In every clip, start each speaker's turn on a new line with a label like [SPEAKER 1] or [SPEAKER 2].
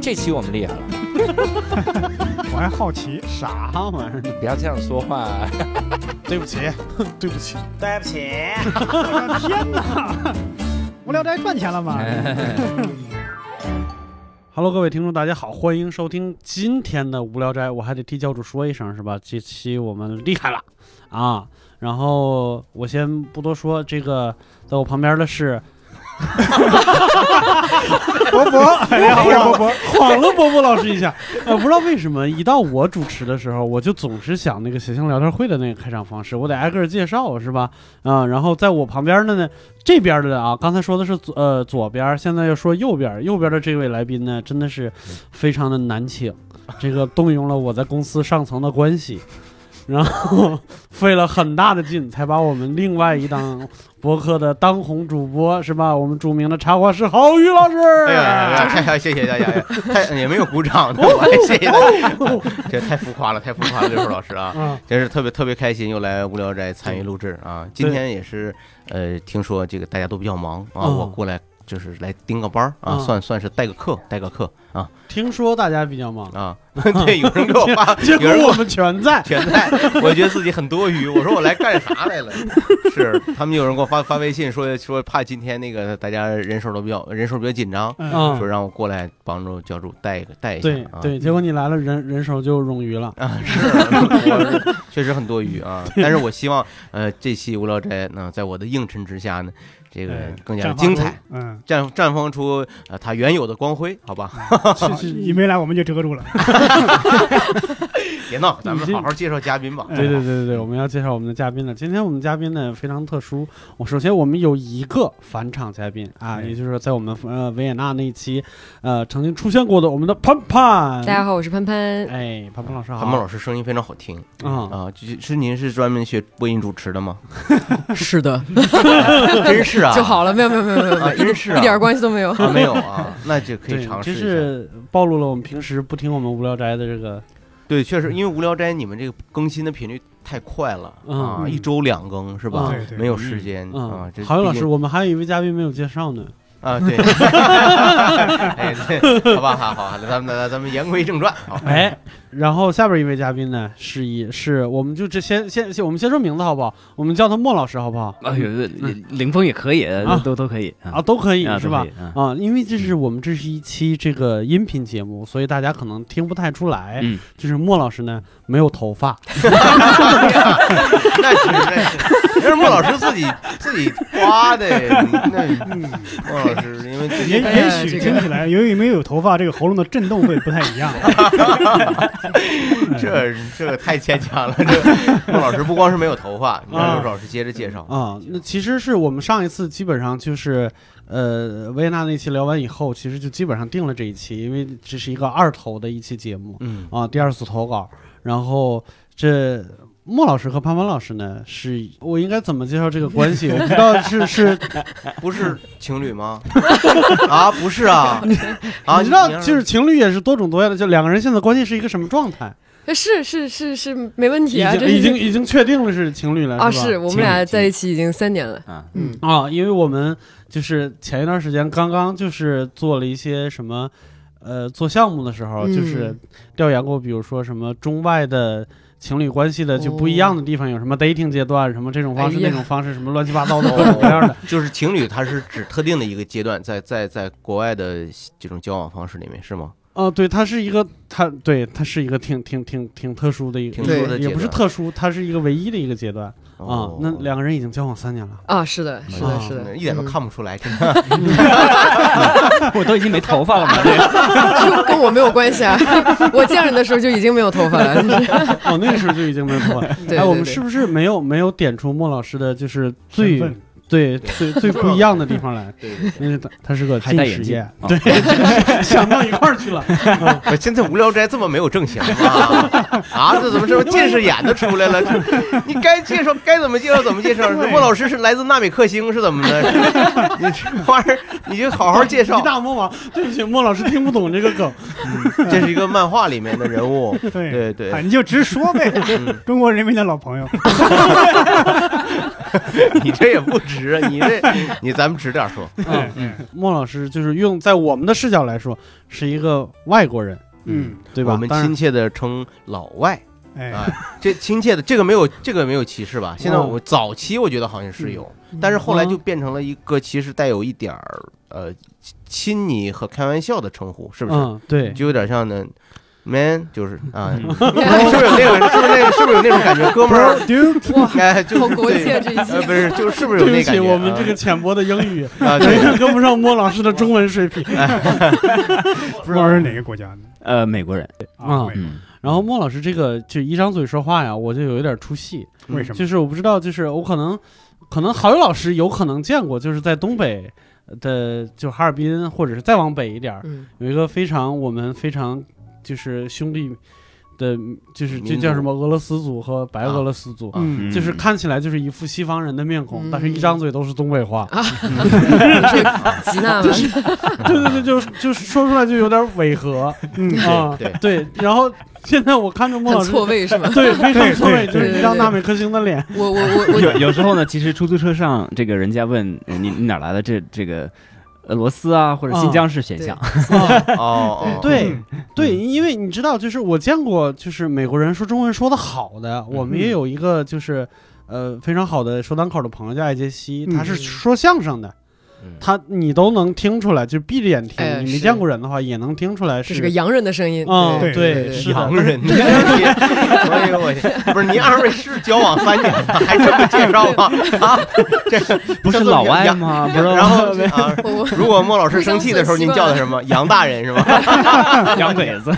[SPEAKER 1] 这期我们厉害了，
[SPEAKER 2] 我还好奇，
[SPEAKER 3] 啥玩意儿？
[SPEAKER 1] 不要这样说 话。
[SPEAKER 3] 对不起， 对不起，
[SPEAKER 4] 对不起，
[SPEAKER 2] 我的天哪！无聊斋赚钱了吗？
[SPEAKER 3] Hello，各位听众，大家好，欢迎收听今天的无聊斋。我还得替教主说一声，是吧？这期我们厉害了啊！然后我先不多说，这个在我旁边的是
[SPEAKER 2] 伯伯，哎呀，伯伯，
[SPEAKER 3] 晃了波波老师一下。呃，不知道为什么，一到我主持的时候，我就总是想那个谐星聊天会的那个开场方式，我得挨个儿介绍，是吧？啊、然后在我旁边的呢，这边的啊，刚才说的是左呃左边，现在又说右边，右边的这位来宾呢，真的是非常的难请，这个动用了我在公司上层的关系。然后费了很大的劲，才把我们另外一档博客的当红主播是吧？我们著名的茶话室郝宇老师，
[SPEAKER 5] 哎呀哎呀，哎呀，谢谢大家，哎呀太也没有鼓掌的，我还谢谢大家，这太浮夸了，太浮夸了，刘叔老师啊，
[SPEAKER 3] 嗯，
[SPEAKER 5] 真是特别特别开心，又来无聊斋参与录制啊。今天也是，呃，听说这个大家都比较忙啊，
[SPEAKER 3] 嗯
[SPEAKER 5] 我过来就是来盯个班儿啊，
[SPEAKER 3] 嗯
[SPEAKER 5] 算算是代个课，代个课啊
[SPEAKER 3] 听说大家比较忙，
[SPEAKER 5] 啊。对，有人给我发，
[SPEAKER 3] 结
[SPEAKER 5] 有
[SPEAKER 3] 果
[SPEAKER 5] 人给
[SPEAKER 3] 我
[SPEAKER 5] 我
[SPEAKER 3] 们全在。
[SPEAKER 5] 全在，我觉得自己很多余。我说我来干啥来了？是他们有人给我发发微信说说怕今天那个大家人手都比较人手比较紧 张，
[SPEAKER 3] 嗯
[SPEAKER 5] 说，让我过来帮助教主带一个带一下
[SPEAKER 3] 对
[SPEAKER 5] 啊。
[SPEAKER 3] 对，结果你来了，人人手就冗余了。
[SPEAKER 5] 啊，是我是确实很多余啊，但是我希望呃这期无聊斋呢，在我的映衬之下呢，这
[SPEAKER 2] 哎
[SPEAKER 5] 个更加精彩，
[SPEAKER 2] 嗯，
[SPEAKER 5] 绽绽放出呃它原有的光辉，好吧？
[SPEAKER 2] 好你没来我们就遮住了。
[SPEAKER 5] 别闹，咱们 好好介绍嘉宾吧。
[SPEAKER 3] 嗯对对对对对，我们要介绍我们的嘉宾了。今天我们嘉宾呢非常特殊，我首先我们有一个返场嘉宾啊，
[SPEAKER 2] 哎
[SPEAKER 3] 也就是在我们呃维也纳那一期呃曾经出现过的我们的潘潘
[SPEAKER 6] 大。家好，我是潘潘。
[SPEAKER 3] 哎，潘潘老师好，
[SPEAKER 5] 韩梦老师声音非常好听
[SPEAKER 3] 啊，
[SPEAKER 5] 啊，就是是您是专门学播音主持 的吗？
[SPEAKER 6] 是的，
[SPEAKER 5] 真是啊，
[SPEAKER 6] 就好了，没有没有没有没有，
[SPEAKER 5] 啊，真是啊
[SPEAKER 6] 一点关系都没有。
[SPEAKER 5] 啊没有啊，那就可以
[SPEAKER 3] 对，
[SPEAKER 5] 尝试
[SPEAKER 3] 就
[SPEAKER 5] 一下。
[SPEAKER 3] 是暴露了我们平时不听我们无聊斋的这个
[SPEAKER 5] 对，确
[SPEAKER 3] 嗯
[SPEAKER 5] 实，因为无聊斋你们这个更新的频率太快了啊，
[SPEAKER 2] 嗯
[SPEAKER 5] 一周两更是吧
[SPEAKER 2] 对？
[SPEAKER 3] 嗯
[SPEAKER 2] 对
[SPEAKER 5] 没有时间啊
[SPEAKER 3] 嗯，
[SPEAKER 5] 这，
[SPEAKER 3] 郝宇老
[SPEAKER 5] 毕
[SPEAKER 3] 师，
[SPEAKER 5] 竟
[SPEAKER 3] 我们还有一位嘉宾没有介绍呢。
[SPEAKER 5] 啊，对，哎，对，好吧，好好，那咱们那咱们言归正传，好，
[SPEAKER 3] 哎，然后下边一位嘉宾呢，是一是，我们就这先先先，我们先说名字好不好？我们叫他莫老师好不好？
[SPEAKER 7] 啊，有有林峰也可以，都都可以
[SPEAKER 3] 嗯啊，都可以、
[SPEAKER 7] 啊，
[SPEAKER 3] 是吧？？
[SPEAKER 7] 啊，
[SPEAKER 3] 啊，因为这是我们这是一期这个音频节目，所以大家可能听不太出来。
[SPEAKER 7] 嗯
[SPEAKER 3] 就是莫老师呢没有头发，
[SPEAKER 5] 那是那是，那是莫老师自己自己夸的，那莫老师因为最
[SPEAKER 2] 也
[SPEAKER 5] 近
[SPEAKER 6] 哎呀
[SPEAKER 2] 也许
[SPEAKER 6] 这个
[SPEAKER 2] 听起来，由于没有头发，这个喉咙的震动会不太一样。
[SPEAKER 5] 这这个太牵强了，这莫老师不光是没有头发，你让
[SPEAKER 3] 啊
[SPEAKER 5] 刘老师接着介绍，
[SPEAKER 3] 啊，那其实是我们上一次基本上就是，呃，维也纳那期聊完以后，其实就基本上定了这一期，因为这是一个二投的一期节目
[SPEAKER 5] 嗯
[SPEAKER 3] 啊，第二次投稿。然后这莫老师和潘潘老师呢，是我应该怎么介绍这个关 系？我不知道是是，
[SPEAKER 5] 不是情侣吗？ 啊，不是啊，啊，
[SPEAKER 3] 你知道
[SPEAKER 5] 让
[SPEAKER 3] 就是情侣也是多种多样的，就两个人现在关系是一个什么状态？
[SPEAKER 6] 是是是是，没问题
[SPEAKER 3] 已
[SPEAKER 6] 啊，
[SPEAKER 3] 经
[SPEAKER 6] 这
[SPEAKER 3] 已经已经确定了是情侣了
[SPEAKER 6] 啊，
[SPEAKER 3] 吧
[SPEAKER 6] 是我们俩在一起已经三年了。嗯，
[SPEAKER 3] 啊，因为我们就是前一段时间刚刚就是做了一些什么，呃，做项目的时候，
[SPEAKER 6] 嗯
[SPEAKER 3] 就是调研过，比如说什么中外的情侣关系的就不一样的地方，有什么 dating 阶段，什么这种方式、
[SPEAKER 6] 哦哎呀
[SPEAKER 3] 那种方式，什么乱七八糟的各种各样的。
[SPEAKER 5] 就是情侣，它是指特定的一个阶段，在在在国外的这种交往方式里面是吗？
[SPEAKER 3] 哦、对，它是一个，它对，它是一个挺挺挺挺特殊的一个，
[SPEAKER 5] 挺特殊的
[SPEAKER 3] 也
[SPEAKER 5] 阶
[SPEAKER 3] 不是
[SPEAKER 5] 段
[SPEAKER 3] 特殊，它是一个唯一的一个阶段啊、
[SPEAKER 5] 哦
[SPEAKER 3] 那两个人已经交往三年了。
[SPEAKER 6] 啊，是的，是的，嗯
[SPEAKER 3] 啊
[SPEAKER 6] 是的，
[SPEAKER 5] 一点都看不出来，真的。
[SPEAKER 7] 我都已经没头发了 嘛，这个
[SPEAKER 6] 就跟我没有关系啊。 我见着你的时候就已经没有头发 了。就是
[SPEAKER 3] 哦，那个时候就已经没有头发了。
[SPEAKER 6] 对
[SPEAKER 3] 哎，我
[SPEAKER 6] 对
[SPEAKER 3] 们
[SPEAKER 6] 对
[SPEAKER 3] 是不是没有没有点出莫老师的就是 最
[SPEAKER 2] 身份
[SPEAKER 3] 对最最不一样的地方来，
[SPEAKER 5] 对对对
[SPEAKER 3] 因为他他是个
[SPEAKER 7] 还戴
[SPEAKER 3] 近
[SPEAKER 7] 眼哦
[SPEAKER 3] 视
[SPEAKER 7] 镜
[SPEAKER 3] 眼，对，想到一块儿去了。
[SPEAKER 5] 不是，现在无聊斋这么没有正形吗？啊，这怎么这近视眼都出来了？这你该介绍该怎么介绍怎么介绍？
[SPEAKER 2] 对
[SPEAKER 5] 莫老师是来自纳米克星是怎么的？你这玩意儿你就好好 介
[SPEAKER 3] 一
[SPEAKER 5] 绍，
[SPEAKER 3] 大魔王，对不起，莫老师听不懂这个梗。
[SPEAKER 5] 这是一个漫画里面的人物。
[SPEAKER 2] 对哎
[SPEAKER 5] 对 对
[SPEAKER 2] 啊，你就直说呗，
[SPEAKER 5] 嗯
[SPEAKER 2] 中国人民的老朋友。
[SPEAKER 5] 你这也不值啊，你这你咱们直点说，
[SPEAKER 2] 哎
[SPEAKER 3] 莫老师就是用在我们的视角来说，是一个外国人，
[SPEAKER 2] 嗯，
[SPEAKER 3] 对吧？
[SPEAKER 5] 我们
[SPEAKER 3] 当然
[SPEAKER 5] 亲切的称老外
[SPEAKER 2] 哎，
[SPEAKER 5] 啊，这亲切的这个没有这个没有歧视吧？现在
[SPEAKER 3] 嗯
[SPEAKER 5] 我早期我觉得好像是有，但是后来就变成了一个其实带有一点儿呃亲昵和开玩笑的称呼，是不是？
[SPEAKER 3] 嗯，对，
[SPEAKER 5] 就有点像呢，man 就是啊，是不是有那种是不是那个是不是有那种感觉，哥们儿？
[SPEAKER 6] 哇，
[SPEAKER 5] 哎，就
[SPEAKER 6] 好
[SPEAKER 5] 是
[SPEAKER 6] 国
[SPEAKER 5] 对
[SPEAKER 6] 界这一
[SPEAKER 5] 呃，
[SPEAKER 6] 期，
[SPEAKER 5] 不是，就是不是有
[SPEAKER 3] 对
[SPEAKER 5] 那
[SPEAKER 3] 不
[SPEAKER 5] 感
[SPEAKER 3] 起，
[SPEAKER 5] 觉？
[SPEAKER 3] 我们这个浅薄的英语
[SPEAKER 5] 啊，
[SPEAKER 3] 远
[SPEAKER 5] 对，
[SPEAKER 3] 远 跟不上莫老师的中文水平。
[SPEAKER 2] 不知道是哪个国家的
[SPEAKER 7] 呃，美 国人，
[SPEAKER 3] 啊
[SPEAKER 2] 为
[SPEAKER 7] 嗯，
[SPEAKER 3] 然后莫老师这个就一张嘴说话呀，我就有一点出戏，
[SPEAKER 5] 嗯
[SPEAKER 2] 为什么？
[SPEAKER 3] 就是我不知道，就是我可能可能郝宇老师有可能见过，就是在东北的就哈尔滨或者是再往北一点儿，
[SPEAKER 6] 嗯，
[SPEAKER 3] 有一个非常我们非常就是兄弟的，就是
[SPEAKER 5] 民
[SPEAKER 3] 这叫
[SPEAKER 5] 族
[SPEAKER 3] 什么俄罗斯族和白俄罗斯族。
[SPEAKER 5] 啊
[SPEAKER 2] 嗯，
[SPEAKER 3] 就是看起来就是一副西方人的面孔，
[SPEAKER 6] 嗯
[SPEAKER 3] 但是一张嘴都是东北话。
[SPEAKER 6] 这极难了，
[SPEAKER 3] 对对对，就是就是说出来就有点违和。嗯啊，
[SPEAKER 5] 对
[SPEAKER 3] 对。然后现在我看着莫老
[SPEAKER 6] 很
[SPEAKER 3] 师，
[SPEAKER 6] 错位是吗？
[SPEAKER 3] 对，非常错位，
[SPEAKER 2] 对对
[SPEAKER 3] 就是一张大美克星的脸。啊
[SPEAKER 6] 我我我
[SPEAKER 7] 有
[SPEAKER 6] 我，
[SPEAKER 7] 有时候呢，其实出租车上这个人家问呃你你哪来的这这个俄罗斯啊或者新疆是选项，
[SPEAKER 3] 啊
[SPEAKER 5] 哦哦，
[SPEAKER 3] 对对，因为你知道，就是我见过，就是美国人说中文说的好的，我们也有一个就是。呃，非常好的说单口的朋友叫艾杰西，
[SPEAKER 2] 嗯
[SPEAKER 3] 他是说相声的，
[SPEAKER 5] 嗯
[SPEAKER 3] 他你都能听出来，就闭着眼听，
[SPEAKER 6] 哎
[SPEAKER 3] 你没
[SPEAKER 6] 是
[SPEAKER 3] 见过人的话也能听出来
[SPEAKER 6] 这
[SPEAKER 3] 是
[SPEAKER 6] 是个洋人的声音，
[SPEAKER 3] 嗯，
[SPEAKER 2] 对
[SPEAKER 3] 对，
[SPEAKER 6] 对
[SPEAKER 3] 是的
[SPEAKER 5] 洋人，这哎呦我去，不是您二位是交往三年了，还这么介绍 吗？啊，这
[SPEAKER 7] 不是老外？ 吗？不是，
[SPEAKER 5] 然后 啊，
[SPEAKER 6] 我我
[SPEAKER 5] 如果莫老师生气 的时候，您叫他什么？杨大人是吗？
[SPEAKER 7] 洋鬼子，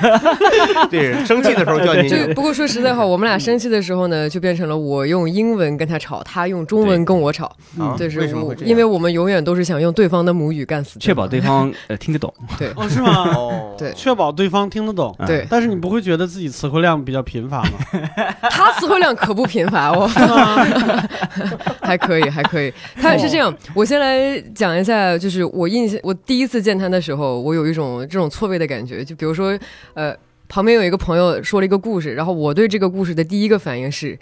[SPEAKER 5] 对，生气的时候叫 您
[SPEAKER 6] 这不过说实在话，我们俩生气的时候呢，就变成了我用英文跟他吵，他用中文跟我吵。
[SPEAKER 5] 啊，
[SPEAKER 6] 嗯对，是
[SPEAKER 5] 为什么
[SPEAKER 6] 我
[SPEAKER 5] 会这样？
[SPEAKER 6] 因为我们永远都是想用对方的母语干死，
[SPEAKER 7] 确保对。方呃听得懂。
[SPEAKER 3] 哦，是吗？
[SPEAKER 5] 哦，
[SPEAKER 6] 对
[SPEAKER 3] 确保对方听得懂，
[SPEAKER 7] 啊
[SPEAKER 6] 对
[SPEAKER 3] 但是你不会觉得自己词汇量比较贫乏吗？
[SPEAKER 6] 他词汇量可不贫乏哦，还可以，还可以。他是这样，我先来讲一下，就是我印象，我第一次见他的时候，我有一种这种错位的感觉。就比如说，呃，旁边有一个朋友说了一个故事，然后我对这个故事的第一个反应是，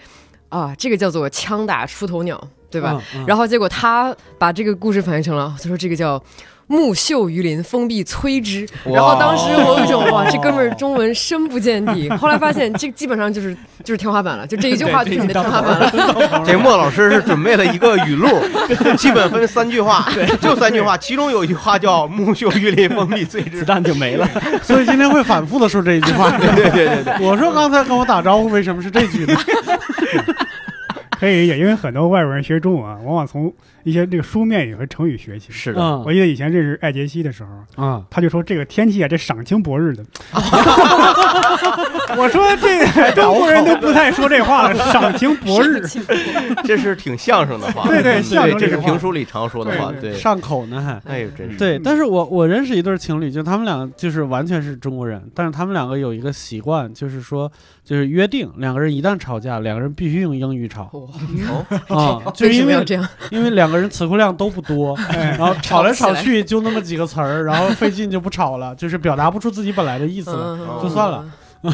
[SPEAKER 6] 啊，这个叫做枪打出头鸟，
[SPEAKER 3] 对
[SPEAKER 6] 对吧？？
[SPEAKER 3] 嗯
[SPEAKER 6] 然后结果他把这个故事翻译成了，他说这个叫。木秀于林，风必摧之。
[SPEAKER 5] 哇
[SPEAKER 6] 然后当时我有一种哇，这哥们儿中文深不见底。后来发现这基本上就是就是天花板了，就这一句话就是你的天花板了。
[SPEAKER 5] 这莫老师是准备了一个语录，基本分三句 话，就三句话，其中有一句话叫“木秀于林，风必摧 之
[SPEAKER 7] 子弹就没了。
[SPEAKER 3] 所以今天会反复的说这一句话。对对
[SPEAKER 5] 对
[SPEAKER 3] 对，我说刚才跟我打招呼，为什么是这句呢？
[SPEAKER 2] 可以理解，因为很多外国人学中文啊，往往从一些这个书面语和成语学”。起。
[SPEAKER 5] 是的，
[SPEAKER 3] 嗯
[SPEAKER 2] 我记得以前认识艾杰西的时候，
[SPEAKER 3] 啊，
[SPEAKER 2] 他就说这个天气啊，这赏晴博 日的。我说这个中国人都不太说这话了，赏晴博日。
[SPEAKER 5] 这是挺相声的话，
[SPEAKER 2] 对对
[SPEAKER 5] 嗯
[SPEAKER 2] 相声
[SPEAKER 5] 这是
[SPEAKER 2] 里的话
[SPEAKER 5] 评书里常说的话，
[SPEAKER 2] 对
[SPEAKER 5] 对，
[SPEAKER 3] 上口呢还。
[SPEAKER 5] 哎呦，真是，
[SPEAKER 3] 对，但是我我认识一对情侣，就他们俩就是完全是中国人，但是他们两个有一个习惯，就是说就是约定，两个人一旦吵架，两个人必须用英语吵
[SPEAKER 6] 哇，
[SPEAKER 3] 啊， 就
[SPEAKER 6] 为
[SPEAKER 3] 是
[SPEAKER 6] 什
[SPEAKER 3] 因
[SPEAKER 6] 么要
[SPEAKER 3] 为
[SPEAKER 6] 这样？
[SPEAKER 3] 因为两个人词汇量都不多，然后吵来吵去就那么几个词儿，然后费劲就不吵了，就是表达不出自己本来的意思了，
[SPEAKER 6] 嗯
[SPEAKER 5] 就
[SPEAKER 3] 算了。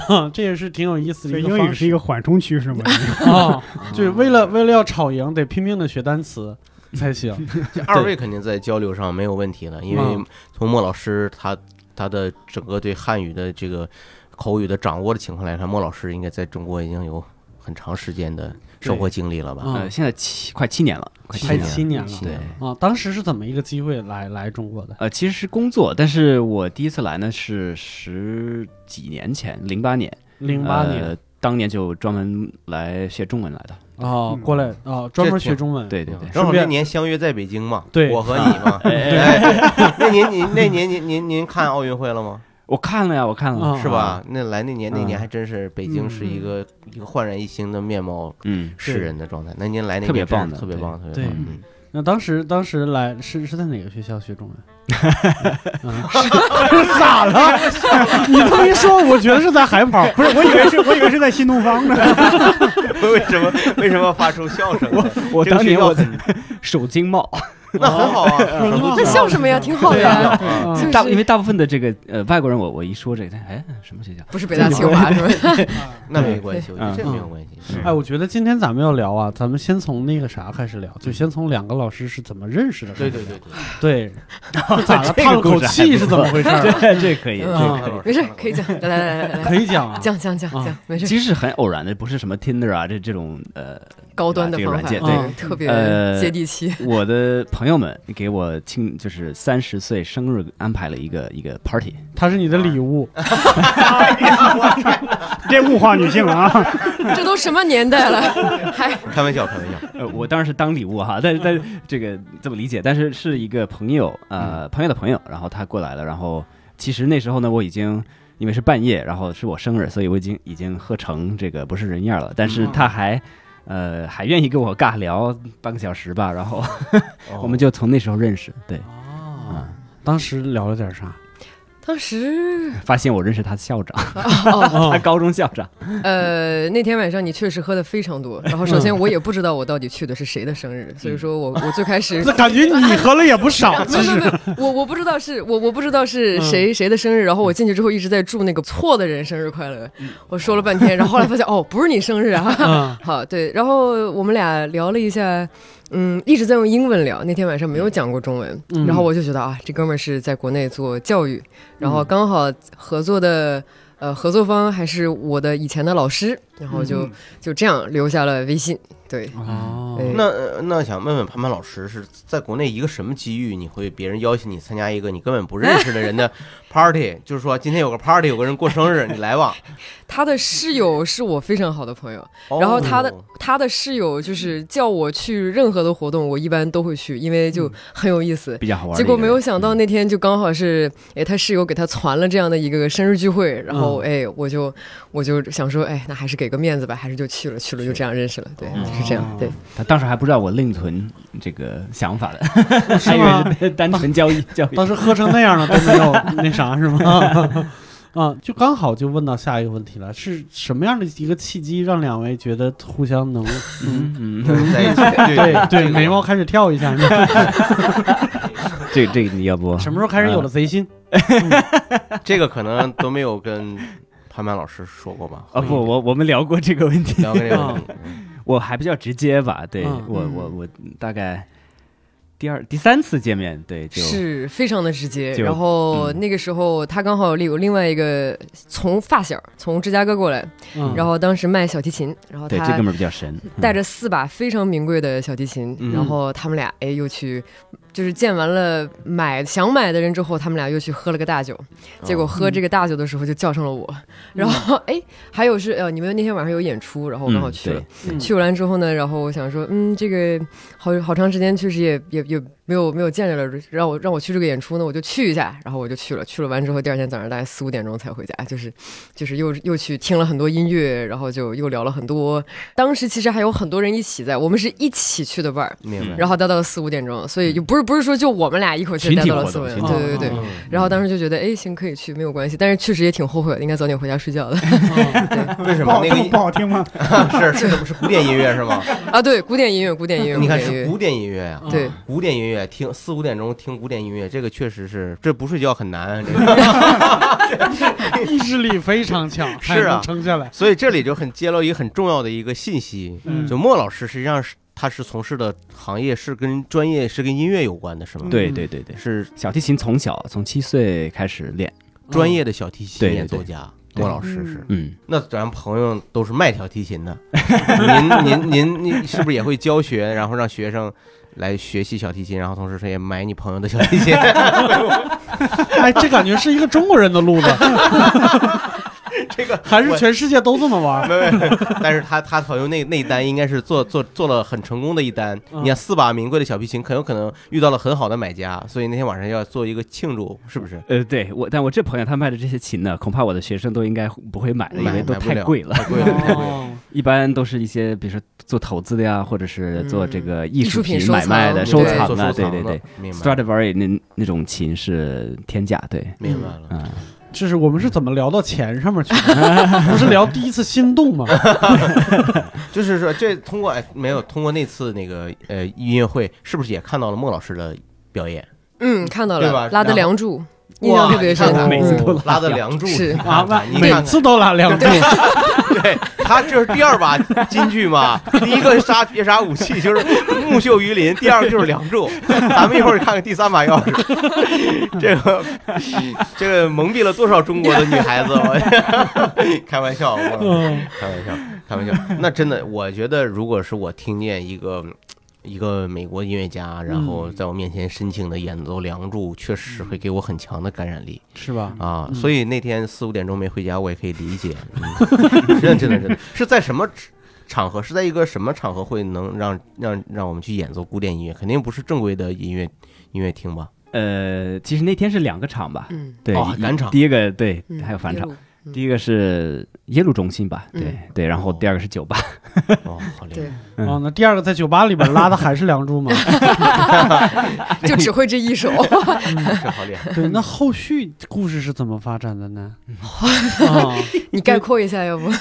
[SPEAKER 3] 嗯这也是挺有意思
[SPEAKER 2] 所
[SPEAKER 3] 的
[SPEAKER 2] 以
[SPEAKER 3] 一
[SPEAKER 2] 英语
[SPEAKER 3] 个方
[SPEAKER 2] 是一
[SPEAKER 3] 式
[SPEAKER 2] 个缓冲区，是吗？
[SPEAKER 3] 啊， 就是为了为了要吵赢，得拼命的学单词才行。
[SPEAKER 5] 这二位肯定在交流上没有问题了，因为
[SPEAKER 3] 嗯
[SPEAKER 5] 从莫老师他他的整个对汉语的这个口语的掌握的情况来看，莫老师应该在中国已经有很长时间的生活经历了吧？
[SPEAKER 3] 嗯
[SPEAKER 7] 呃，现在七快七年了，快
[SPEAKER 3] 太
[SPEAKER 7] 年了。
[SPEAKER 3] 七年了
[SPEAKER 5] 对，
[SPEAKER 3] 啊！当时是怎么一个机会来来中国的？
[SPEAKER 7] 呃，其实是工作，但是我第一次来呢是十几年前，零八年，
[SPEAKER 3] 零八
[SPEAKER 7] 呃
[SPEAKER 3] 年，
[SPEAKER 7] 当年就专门来学中文来的。
[SPEAKER 3] 哦
[SPEAKER 2] 嗯，
[SPEAKER 3] 过来哦，专门学中文，
[SPEAKER 7] 对对对，
[SPEAKER 5] 正好
[SPEAKER 3] 顺便
[SPEAKER 5] 那年相约在北京嘛，
[SPEAKER 3] 对
[SPEAKER 5] 我和你嘛。
[SPEAKER 7] 哎哎
[SPEAKER 5] 哎，那年您那年您您您看奥运会了吗？
[SPEAKER 7] 我看了呀，我看了，
[SPEAKER 3] 啊
[SPEAKER 5] 是吧？？那来那年那年
[SPEAKER 7] 嗯
[SPEAKER 5] 还真是北京是一个一个焕然一新的面貌
[SPEAKER 7] 嗯，
[SPEAKER 5] 示人的状态。那您来那
[SPEAKER 7] 特别
[SPEAKER 5] 年真是
[SPEAKER 7] 棒的
[SPEAKER 5] 特别
[SPEAKER 7] 对
[SPEAKER 5] 棒，特别
[SPEAKER 3] 对
[SPEAKER 5] 棒。嗯
[SPEAKER 3] 那当时当时来是是在哪个学校学中文？嗯
[SPEAKER 2] 咋了？
[SPEAKER 3] 你这么一说，我觉得是在 海跑。
[SPEAKER 2] 不是，我以为是，我以为是在新东方呢。
[SPEAKER 5] 嗯 为什么为什么发出笑声呢？
[SPEAKER 7] 我
[SPEAKER 5] 这个
[SPEAKER 7] 当年
[SPEAKER 5] 学校
[SPEAKER 7] 我
[SPEAKER 5] 很
[SPEAKER 7] 首经贸，
[SPEAKER 5] 那很 好啊，
[SPEAKER 3] 是吗
[SPEAKER 6] 那笑什么呀？挺好的呀，
[SPEAKER 5] 啊
[SPEAKER 3] 嗯
[SPEAKER 6] 就
[SPEAKER 7] 大因
[SPEAKER 6] 是
[SPEAKER 7] 为大部分的这个呃外国人我，我一说这个，他哎什么学校？
[SPEAKER 6] 不是北大清华是吧？
[SPEAKER 5] 那没关系，我觉得
[SPEAKER 7] 嗯
[SPEAKER 5] 这没有关系。
[SPEAKER 2] 是
[SPEAKER 3] 哎，我觉得今天咱们要聊啊，咱们先从那个啥开始聊，就先从两个老师是怎么认识的开始。
[SPEAKER 5] 对对对对，
[SPEAKER 3] 对，这咋了？
[SPEAKER 7] 这
[SPEAKER 3] 叹
[SPEAKER 7] 个
[SPEAKER 3] 了
[SPEAKER 7] 故
[SPEAKER 3] 口
[SPEAKER 7] 事还
[SPEAKER 3] 气
[SPEAKER 7] 不
[SPEAKER 3] 是怎么回事儿？
[SPEAKER 7] 这这可以，
[SPEAKER 6] 嗯
[SPEAKER 7] 这个
[SPEAKER 5] 嗯
[SPEAKER 6] 没事，可以讲，来来来 来来，
[SPEAKER 3] 可以讲啊。
[SPEAKER 6] 讲讲讲讲，没事。
[SPEAKER 7] 其实是很偶然的，不是什么 Tinder 啊这这种呃
[SPEAKER 6] 高端的
[SPEAKER 7] 这个
[SPEAKER 6] 方
[SPEAKER 7] 软
[SPEAKER 6] 法，
[SPEAKER 7] 件
[SPEAKER 3] 对
[SPEAKER 6] 嗯特别
[SPEAKER 7] 呃
[SPEAKER 6] 接地气。
[SPEAKER 7] 我的朋友们给我庆，就是三十岁生日安排了一个一个 party，
[SPEAKER 3] 他是你的礼物，
[SPEAKER 2] 这物化女性了啊！
[SPEAKER 6] 这都什么年代了，哎还
[SPEAKER 5] 开玩笑，开玩笑。
[SPEAKER 7] 呃，我当然是当礼物哈，但是但是这个这么理解，但是是一个朋友，呃，朋友的朋友，然后他过来了，然后其实那时候呢，我已经因为是半夜，然后是我生日，所以我已经已经喝成这个不是人样了，但是他还。呃，还愿意跟我尬聊半个小时吧，然后
[SPEAKER 5] 哦
[SPEAKER 7] 我们就从那时候认识，对，
[SPEAKER 3] 啊，当时聊了点啥？
[SPEAKER 6] 当时
[SPEAKER 7] 发现我认识他的校长，
[SPEAKER 6] 哦
[SPEAKER 7] 他高中校长，
[SPEAKER 6] 呃那天晚上你确实喝的非常多，然后首先我也不知道我到底去的是谁的生日，所以说我我最开 始
[SPEAKER 3] 那感觉你喝了也不 少，
[SPEAKER 6] 不
[SPEAKER 3] 其
[SPEAKER 6] 是
[SPEAKER 3] 实
[SPEAKER 6] 不是， 我我不知道是我我不知道
[SPEAKER 3] 嗯
[SPEAKER 6] 是谁、谁的生日，然后我进去之后一直在祝那个错的人生日快乐，我说了半天，然后后来发现哦不是你生日啊，
[SPEAKER 3] 嗯
[SPEAKER 6] 好对，然后我们俩聊了一下，嗯，一直在用英文聊，那天晚上没有讲过中文，
[SPEAKER 3] 嗯
[SPEAKER 6] 然后我就觉得啊，这哥们儿是在国内做教育，
[SPEAKER 3] 嗯
[SPEAKER 6] 然后刚好合作的。呃，合作方还是我的以前的老师，然后就、
[SPEAKER 3] 嗯
[SPEAKER 6] 就这样留下了微信。对，
[SPEAKER 3] 哦
[SPEAKER 6] 对
[SPEAKER 5] 那呃那想问问潘潘老师，是在国内一个什么机遇，你会别人邀请你参加一个你根本不认识的人 的 party？就是说今天有个 party，有个人过生日，你来吧。
[SPEAKER 6] 他的室友是我非常好的朋友， 然后他的
[SPEAKER 5] 哦
[SPEAKER 6] 他的室友
[SPEAKER 7] 嗯
[SPEAKER 6] 就是叫我去任何的活动，我一般都会去，因为就很有意思。
[SPEAKER 7] 比较好嗯玩的
[SPEAKER 6] 结
[SPEAKER 7] 一个
[SPEAKER 6] 果
[SPEAKER 7] 人。嗯
[SPEAKER 6] 没有想到那天就刚好是，哎，他室友给他攒了这样的一个生日聚会，然
[SPEAKER 7] 嗯
[SPEAKER 6] 后哎，我就我就想说，哎，那还是给个面子吧，还是就去了，去了就这样认识了，
[SPEAKER 7] 哦
[SPEAKER 6] 对，就是这样，对，
[SPEAKER 3] 哦
[SPEAKER 7] 他当时还不知道我另存这个想法的，
[SPEAKER 3] 是
[SPEAKER 7] 还以
[SPEAKER 3] 吗？
[SPEAKER 7] 为是单纯交易交易。
[SPEAKER 3] 当时喝成那样了都没有 那啥是吗？ 啊，就刚好就问到下一个问题了，是什么样的一个契机让两位觉得互相能
[SPEAKER 7] 嗯嗯，
[SPEAKER 5] 对 在一起，
[SPEAKER 3] 对
[SPEAKER 5] 对
[SPEAKER 3] 对眉毛开始跳一下？是吧
[SPEAKER 7] 这这个你要不
[SPEAKER 3] 什么时候开始有了贼心？
[SPEAKER 5] 这个可能都没有跟潘潘老师说过吧？
[SPEAKER 7] 啊不，我我们聊过这个问题，
[SPEAKER 5] 聊个这个问题。嗯
[SPEAKER 7] 我还比较直接吧。对
[SPEAKER 3] 嗯
[SPEAKER 7] 我
[SPEAKER 6] 嗯
[SPEAKER 7] 我我大概第二第三次见面，对就是
[SPEAKER 6] 非常的直接。
[SPEAKER 7] 就
[SPEAKER 6] 然后
[SPEAKER 7] 嗯
[SPEAKER 6] 那个时候他刚好有另外一个从发小从芝加哥过来，
[SPEAKER 3] 嗯
[SPEAKER 6] 然后当时卖小提琴，然后
[SPEAKER 7] 对
[SPEAKER 6] 他
[SPEAKER 7] 这哥们儿比较神，
[SPEAKER 6] 带着四把非常名贵的小提琴，
[SPEAKER 5] 嗯
[SPEAKER 6] 然后他们俩哎又去，就是见完了买想买的人之后，他们俩又去喝了个大酒，结果喝这个大酒的时候就叫上了我，然后哎还有是呃你们那天晚上有演出，然后我刚好
[SPEAKER 7] 嗯
[SPEAKER 6] 去
[SPEAKER 7] 对
[SPEAKER 6] 了，去完之后呢，然后我想说嗯这个好好长时间确实也也也没有没有见着了，让我让我去这个演出呢我就去一下，然后我就去了，去了完之后第二天早上大概四五点钟才回家，就是就是又又去听了很多音乐，然后就又聊了很多。当时其实还有很多人一起在，我们是一起去的伴儿，
[SPEAKER 5] 嗯明白。
[SPEAKER 6] 然后待到了四五点钟，所以就不是不是说就我们俩一口气
[SPEAKER 7] 群
[SPEAKER 6] 待
[SPEAKER 7] 体
[SPEAKER 6] 到了
[SPEAKER 7] 活
[SPEAKER 6] 四
[SPEAKER 7] 动
[SPEAKER 6] 五点，
[SPEAKER 7] 群
[SPEAKER 6] 对
[SPEAKER 7] 体
[SPEAKER 6] 对对。
[SPEAKER 3] 嗯
[SPEAKER 6] 然后当时就觉得，哎，行，可以去，没有关系。但是确实也挺后悔的，应该早点回家睡觉的。
[SPEAKER 5] 为什
[SPEAKER 2] 不
[SPEAKER 5] 么
[SPEAKER 2] 好
[SPEAKER 5] 那个
[SPEAKER 2] 听，
[SPEAKER 5] 音
[SPEAKER 2] 不好听吗？
[SPEAKER 5] 是是是是古典音乐是 吗？
[SPEAKER 6] 啊，对，古典音乐，古典音乐，
[SPEAKER 5] 你看
[SPEAKER 6] 古典
[SPEAKER 5] 是
[SPEAKER 6] 音
[SPEAKER 5] 古典音乐嗯呀，
[SPEAKER 6] 乐，对，
[SPEAKER 5] 古典音乐听四五点钟听古典音乐，这个确实是这不睡觉很难啊。这个，
[SPEAKER 3] 意志力非常强，
[SPEAKER 5] 是啊
[SPEAKER 3] 还能撑下来。
[SPEAKER 5] 所以这里就很揭露一个很重要的一个信息，
[SPEAKER 2] 嗯
[SPEAKER 5] 就莫老师实际上是他是从事的行业是跟专业是跟音乐有关的，是吗？
[SPEAKER 6] 嗯
[SPEAKER 7] 对对对对，
[SPEAKER 5] 是
[SPEAKER 7] 小提琴从小从七岁开始练，
[SPEAKER 5] 专业的小提琴
[SPEAKER 7] 嗯对
[SPEAKER 5] 演
[SPEAKER 7] 对
[SPEAKER 5] 奏
[SPEAKER 7] 对
[SPEAKER 5] 家。
[SPEAKER 7] 对
[SPEAKER 5] 莫老师是，
[SPEAKER 7] 嗯，
[SPEAKER 5] 那咱朋友都是卖小提琴的，您您您您是不是也会教学，然后让学生来学习小提琴，然后同时说也买你朋友的小提琴？
[SPEAKER 3] 哎，这感觉是一个中国人的路子，
[SPEAKER 5] 这个
[SPEAKER 3] 还是
[SPEAKER 5] 我
[SPEAKER 3] 全世界都这么玩 儿？
[SPEAKER 5] 没有没有，但是他他朋友那那一单应该是做做做了很成功的一单。
[SPEAKER 3] 嗯
[SPEAKER 5] 你看四把名贵的小提琴，很有可能遇到了很好的买家，所以那天晚上要做一个庆祝，是不是？
[SPEAKER 7] 呃，对我，但我这朋友他卖的这些琴呢，恐怕我的学生都应该不会买的，因
[SPEAKER 5] 买
[SPEAKER 7] 为都
[SPEAKER 5] 买不
[SPEAKER 7] 太
[SPEAKER 5] 了
[SPEAKER 7] 贵了。
[SPEAKER 5] 太贵了，太贵了。
[SPEAKER 3] 哦
[SPEAKER 7] 一般都是一些，比如说做投资的呀，或者是做这个艺术
[SPEAKER 6] 嗯艺术品
[SPEAKER 7] 品
[SPEAKER 6] 收藏
[SPEAKER 7] 买卖的、
[SPEAKER 6] 对
[SPEAKER 7] 收
[SPEAKER 5] 做
[SPEAKER 7] 藏的，
[SPEAKER 5] 收
[SPEAKER 7] 对
[SPEAKER 5] 藏
[SPEAKER 7] 对对
[SPEAKER 5] 的。明白
[SPEAKER 7] Stradivari 那那种琴是天价，对，
[SPEAKER 5] 明白了。
[SPEAKER 7] 嗯，
[SPEAKER 3] 就是我们是怎么聊到钱上面去的？不是聊第一次心动吗？
[SPEAKER 5] 就是说这通过哎没有通过那次那个呃音乐会，是不是也看到了孟老师的表演？
[SPEAKER 6] 嗯，看到
[SPEAKER 5] 对吧
[SPEAKER 6] 了，拉
[SPEAKER 5] 然
[SPEAKER 6] 的
[SPEAKER 5] 后
[SPEAKER 6] 梁祝，印象特别深
[SPEAKER 5] 你看看
[SPEAKER 3] 每次都
[SPEAKER 5] 拉的梁祝
[SPEAKER 6] 是
[SPEAKER 5] 你看
[SPEAKER 3] 啊，
[SPEAKER 5] 看你
[SPEAKER 3] 每
[SPEAKER 5] 看看
[SPEAKER 3] 次都拉两注，
[SPEAKER 5] 对他这是第二把金句嘛，第一个杀绝杀武器就是木秀于林，第二个就是梁祝。咱们一会儿看看第三把钥匙，这个这个蒙蔽了多少中国的女孩子？我 开玩笑，我
[SPEAKER 3] 嗯
[SPEAKER 5] 开玩笑，开玩笑。那真的，我觉得如果是我听见一个。一个美国音乐家，然后在我面前深情的演奏《梁祝》，确实会给我很强的感染力。
[SPEAKER 3] 是吧？
[SPEAKER 5] 啊，
[SPEAKER 3] 嗯
[SPEAKER 5] 所以那天四五点钟没回家，我也可以理解。嗯 真的，真的，真的，是在什么场合？是在一个什么场合会能让让让我们去演奏古典音乐？肯定不是正规的音乐音乐 厅吧？
[SPEAKER 7] 呃，其实那天是两个场吧，
[SPEAKER 6] 嗯，
[SPEAKER 7] 对，
[SPEAKER 5] 哦
[SPEAKER 7] 一
[SPEAKER 5] 赶场
[SPEAKER 7] 第一个对
[SPEAKER 6] 嗯，
[SPEAKER 7] 还有返
[SPEAKER 6] 一
[SPEAKER 7] 场。
[SPEAKER 6] 路嗯
[SPEAKER 7] 第一个是耶鲁中心吧，
[SPEAKER 6] 嗯
[SPEAKER 7] 对对，然后第二个是酒吧，
[SPEAKER 5] 哦，好厉
[SPEAKER 6] 对
[SPEAKER 5] 害！，
[SPEAKER 7] 嗯
[SPEAKER 3] 啊，那第二个在酒吧里边拉的还是梁祝吗？
[SPEAKER 5] 哎
[SPEAKER 6] 就只会这一首。
[SPEAKER 5] 这好厉害！
[SPEAKER 3] 对，那后续故事是怎么发展的呢？啊，
[SPEAKER 6] 你概括一下，要不？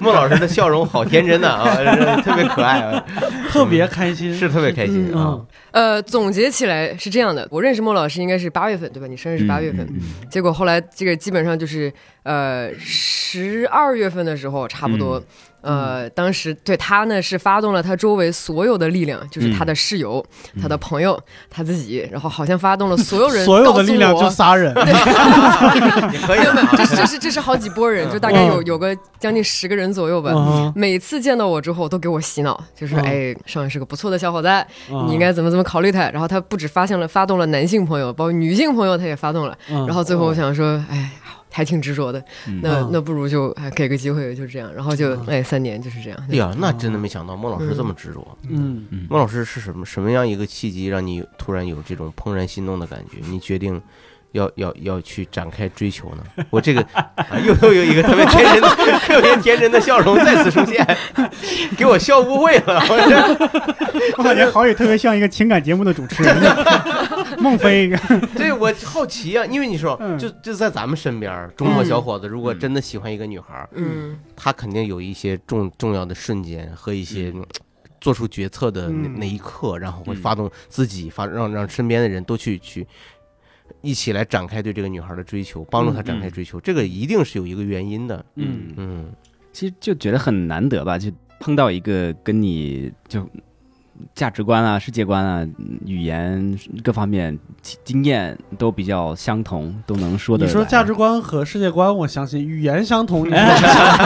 [SPEAKER 5] 孟老师的笑容好天真呐啊， 这特别可爱啊，
[SPEAKER 3] 特别开心，
[SPEAKER 5] 是特别开心啊
[SPEAKER 3] 嗯。，
[SPEAKER 6] 呃，总结起来是这样的，我认识孟老师应该是八月份，对吧？你生日是八月
[SPEAKER 3] 嗯
[SPEAKER 6] 份，
[SPEAKER 7] 嗯
[SPEAKER 6] 结果后来这个基本上就是呃十二月份的时候差不多。
[SPEAKER 3] 嗯
[SPEAKER 6] 呃，当时对他呢是发动了他周围所有的力量，就是
[SPEAKER 3] 嗯
[SPEAKER 6] 他的室友、他的朋友、他自己，然后好像发动了所有 人
[SPEAKER 3] 所有
[SPEAKER 6] 告
[SPEAKER 3] 的
[SPEAKER 6] 诉
[SPEAKER 3] 力量
[SPEAKER 6] 我
[SPEAKER 3] 就仨人，
[SPEAKER 5] 你可以
[SPEAKER 6] 没有没有
[SPEAKER 5] 啊，
[SPEAKER 6] 嗯 这是这是这是好几波人，就大概有有个将近十个人左右吧。
[SPEAKER 3] 嗯
[SPEAKER 6] 每次见到我之后都给我洗脑，就是、
[SPEAKER 3] 嗯
[SPEAKER 6] 哎，尚恩是个不错的小伙子，
[SPEAKER 3] 嗯
[SPEAKER 6] 你应该怎么怎么考虑他。然后他不止发现了发动了男性朋友，包括女性朋友他也发动了。
[SPEAKER 3] 嗯
[SPEAKER 6] 然后最后我想说，哎，还挺执着的，那
[SPEAKER 3] 嗯
[SPEAKER 6] 那不如就哎给个机会，就这样。然后就哎三年就是这样。
[SPEAKER 5] 哎呀，那真的没想到孟老师这么执着。
[SPEAKER 3] 嗯，
[SPEAKER 5] 孟老师是什么什么样一个契机，让你突然有这种怦然心动的感觉？你决定要要要去展开追求呢？我这个、啊、又 又有一个特别天 真的、特别天真的笑容再次出 现，给我笑误会了。我这
[SPEAKER 2] 我感觉郝宇特别像一个情感节目的主持人，孟非。
[SPEAKER 5] 对我好奇啊，因为你说
[SPEAKER 2] 嗯
[SPEAKER 5] 就就在咱们身边儿，中国小伙子如果真的喜欢一个女孩儿，
[SPEAKER 6] 嗯，
[SPEAKER 5] 他肯定有一些重重要的瞬间和一些。做出决策的那
[SPEAKER 2] 嗯
[SPEAKER 5] 那一刻，然后会
[SPEAKER 7] 嗯
[SPEAKER 5] 发动自己，发让让身边的人都去去一起来展开对这个女孩的追求，帮助她展开追求，这个一定是有一个原因的。
[SPEAKER 3] 嗯
[SPEAKER 7] 嗯，
[SPEAKER 5] 嗯，
[SPEAKER 7] 其实就觉得很难得吧，就碰到一个跟你就价值观啊、世界观啊、语言各方面经经验都比较相同，都能说的。
[SPEAKER 3] 你说价值观和世界观，我相信语言相同，你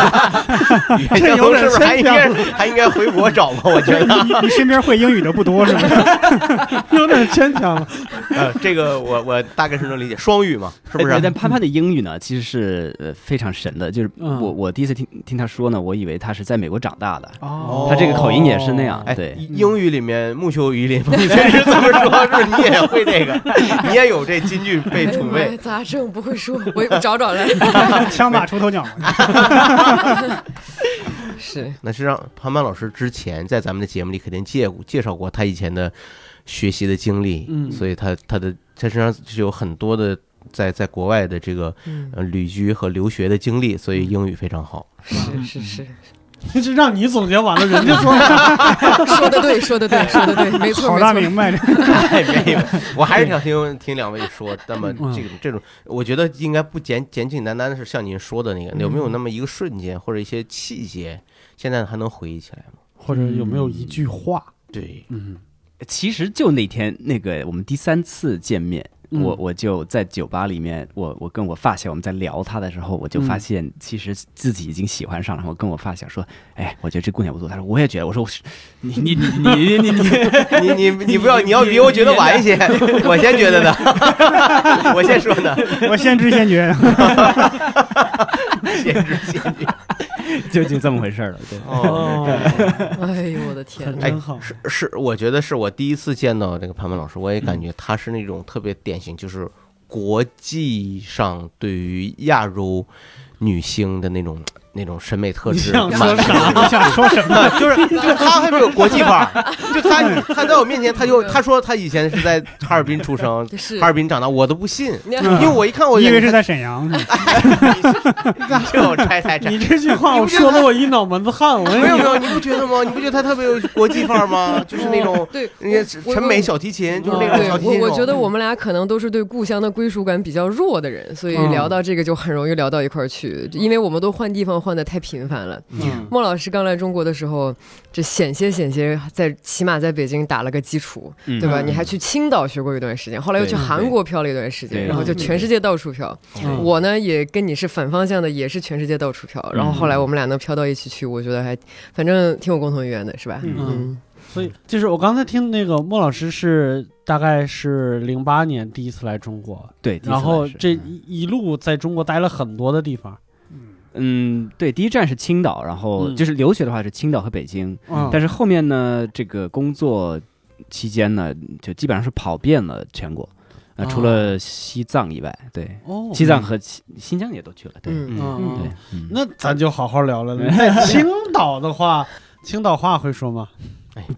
[SPEAKER 5] 袁
[SPEAKER 3] 有点
[SPEAKER 5] 腾嗯是不是还
[SPEAKER 3] 牵
[SPEAKER 5] 应该还应该回国找吧？我觉得，
[SPEAKER 2] 你身边会英语的不多是吗？
[SPEAKER 3] 有点牵强了。
[SPEAKER 5] 呃，这个我我大概是能理解，双语嘛，是不
[SPEAKER 7] 哎
[SPEAKER 5] 是
[SPEAKER 7] 但？潘潘的英语呢，其实是呃非常神的，就是
[SPEAKER 3] 嗯
[SPEAKER 7] 我我第一次听听他说呢，我以为他是在美国长大的，
[SPEAKER 3] 哦
[SPEAKER 7] 他这个口音也是那 样。
[SPEAKER 5] 哎
[SPEAKER 7] 对，，
[SPEAKER 5] 英语里面 木秀于林，你确实这么说，是不是你也会这个，你也有这金句 被储备。
[SPEAKER 6] 哎咋整？不会说，我我找找来。
[SPEAKER 2] 枪打出头鸟嘛。
[SPEAKER 6] 是，
[SPEAKER 5] 那是让潘潘老师之前在咱们的节目里肯定介过介绍过他以前的学习的经历，
[SPEAKER 3] 嗯
[SPEAKER 5] 所以他他的他身上是有很多的在在国外的这个
[SPEAKER 6] 嗯，
[SPEAKER 5] 呃旅居和留学的经历，所以英语非常好。
[SPEAKER 6] 是是是，
[SPEAKER 3] 这让你总结完了，人家说
[SPEAKER 6] 说的对，说的对，说的对，没错
[SPEAKER 2] 郝
[SPEAKER 6] 没
[SPEAKER 2] 大
[SPEAKER 6] 错。
[SPEAKER 2] 明白 这
[SPEAKER 5] 哎，没有，我还是想听听两位说。那么这种这种，我觉得应该不简简简单单的是像您说的那个，有没有那么一个瞬间或者一些细节，现在还能回忆起来吗？
[SPEAKER 3] 或者有没有一句话？
[SPEAKER 5] 对，
[SPEAKER 3] 嗯，
[SPEAKER 7] 其实就那天那个我们第三次见面，
[SPEAKER 3] 嗯
[SPEAKER 7] 我我就在酒吧里面，我我跟我发小我们在聊他的时候，我就发现其实自己已经喜欢上了。我跟我发小说，哎，我觉得这姑娘不错。他说我也觉得。我说我是你你你你你 你，
[SPEAKER 5] 你你你不要，你要比我觉得晚一些，我先觉得的，我先说的。
[SPEAKER 2] 个，我先知先觉。
[SPEAKER 5] 限制限制。
[SPEAKER 7] 就就这么回事儿了。对，
[SPEAKER 5] 哦，
[SPEAKER 6] 哎呦我的天哪！
[SPEAKER 5] 哎
[SPEAKER 3] 真好，
[SPEAKER 5] 是是，我觉得是我第一次见到这个潘潘老师，我也感觉他是那种特别典型，就是国际上对于亚洲女星的那种那种审美特
[SPEAKER 3] 你
[SPEAKER 5] 质
[SPEAKER 3] 想说
[SPEAKER 5] 满足。
[SPEAKER 3] 啥
[SPEAKER 2] 我想说什么？
[SPEAKER 5] 就是就是他还没有国际范儿，就他他在我面前，他就他说他以前是在哈尔滨出生，
[SPEAKER 6] 是
[SPEAKER 5] 哈尔滨长大，我都不信，
[SPEAKER 2] 嗯
[SPEAKER 5] 因为我一看我
[SPEAKER 2] 你以为是在沈阳呢？
[SPEAKER 5] 这我拆拆拆
[SPEAKER 3] 哎你，这句话我说的我一脑门子汗，我
[SPEAKER 5] 没有没有，你不觉得吗？你不觉得他特别有国际范儿吗？就是那种
[SPEAKER 6] 对，
[SPEAKER 5] 那些
[SPEAKER 6] 我
[SPEAKER 5] 陈美小提琴，就是那种
[SPEAKER 6] 哦嗯对
[SPEAKER 5] 小提琴
[SPEAKER 6] 我，我觉
[SPEAKER 5] 手。
[SPEAKER 6] 得我们俩可能都是对故乡的归属感比较弱的人，所以
[SPEAKER 3] 嗯
[SPEAKER 6] 聊到这个就很容易聊到一块儿去，因为我们都换地方换的太频繁了。
[SPEAKER 3] 嗯
[SPEAKER 6] 莫老师刚来中国的时候，这险些险些在起码在北京打了个基础，
[SPEAKER 7] 嗯
[SPEAKER 6] 对吧？你还去青岛学过一段时间，后来又去
[SPEAKER 7] 对
[SPEAKER 6] 韩国漂了一段时
[SPEAKER 7] 对
[SPEAKER 6] 间，然后就全世界到处漂。
[SPEAKER 3] 嗯
[SPEAKER 6] 我呢也跟你是反方向的，也是全世界到处漂。然后后来我们俩能漂到一起去，我觉得还反正挺有共同语言的，是吧？
[SPEAKER 3] 嗯，
[SPEAKER 6] 嗯，
[SPEAKER 3] 所以就是我刚才听那个莫老师是大概是零八年第一次来中国，
[SPEAKER 7] 对，第一次
[SPEAKER 3] 然后
[SPEAKER 7] 来是
[SPEAKER 3] 这
[SPEAKER 7] 嗯
[SPEAKER 3] 一一路在中国待了很多的地方，
[SPEAKER 7] 嗯，对，第一站是青岛，然后
[SPEAKER 3] 嗯
[SPEAKER 7] 就是留学的话是青岛和北京，
[SPEAKER 3] 嗯
[SPEAKER 7] 但是后面呢，这个工作期间呢，就基本上是跑遍了全国，呃，
[SPEAKER 3] 哦
[SPEAKER 7] 除了西藏以外，对，
[SPEAKER 3] 哦，
[SPEAKER 7] 西藏和新新疆也都去了，对，
[SPEAKER 6] 嗯
[SPEAKER 3] 嗯
[SPEAKER 7] 对，嗯
[SPEAKER 3] 那咱就好好聊 了。在青岛的话，青岛话会说吗？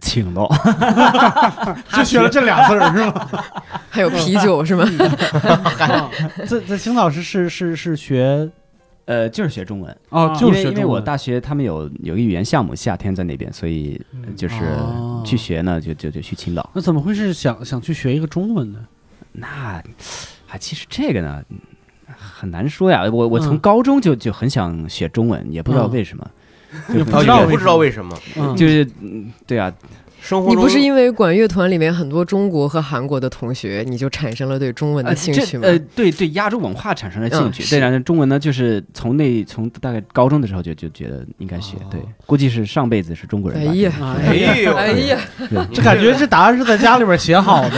[SPEAKER 7] 请喽，
[SPEAKER 3] 就学了这俩字儿是吗？
[SPEAKER 6] 还有啤酒是吗？
[SPEAKER 3] 啊在在青岛是是是是学
[SPEAKER 7] 呃，就是学中文，
[SPEAKER 3] 哦，
[SPEAKER 2] 啊
[SPEAKER 3] 就
[SPEAKER 7] 因
[SPEAKER 3] 是
[SPEAKER 7] 为
[SPEAKER 3] 学
[SPEAKER 7] 因为
[SPEAKER 3] 中
[SPEAKER 7] 我
[SPEAKER 3] 文
[SPEAKER 7] 大学他们有有一个语言项目，夏天在那边，所以呃
[SPEAKER 2] 嗯
[SPEAKER 7] 就是
[SPEAKER 3] 哦
[SPEAKER 7] 去学呢，就就就去青岛。
[SPEAKER 3] 那怎么会是想想去学一个中文呢？
[SPEAKER 7] 那啊，其实这个呢嗯很难说呀。我我从
[SPEAKER 3] 嗯
[SPEAKER 7] 高中就就很想学中文，也不知道
[SPEAKER 3] 嗯
[SPEAKER 7] 为什么，
[SPEAKER 3] 也
[SPEAKER 5] 然后
[SPEAKER 3] 知道
[SPEAKER 5] 也
[SPEAKER 3] 为什
[SPEAKER 5] 不知
[SPEAKER 3] 么
[SPEAKER 5] 道为什么，
[SPEAKER 3] 嗯，
[SPEAKER 7] 就是嗯对啊，
[SPEAKER 5] 生活
[SPEAKER 6] 你
[SPEAKER 5] 中
[SPEAKER 6] 不是因为管乐团里面很多中国和韩国的同学，你就产生了对中文
[SPEAKER 7] 呃
[SPEAKER 6] 的兴趣
[SPEAKER 7] 这
[SPEAKER 6] 吗？
[SPEAKER 7] 呃对对亚洲文化产生了兴
[SPEAKER 6] 嗯
[SPEAKER 7] 趣。
[SPEAKER 6] 是
[SPEAKER 7] 对，然后中文呢，就是从那从大概高中的时候就就觉得应该学
[SPEAKER 3] 哦，
[SPEAKER 7] 对，估计是上辈子是中国人吧。
[SPEAKER 6] 哎呀
[SPEAKER 3] 哎
[SPEAKER 5] 哎呦，
[SPEAKER 6] 哎呀，
[SPEAKER 5] 嗯
[SPEAKER 7] 对
[SPEAKER 3] 这感觉这答案是在家里边写好的，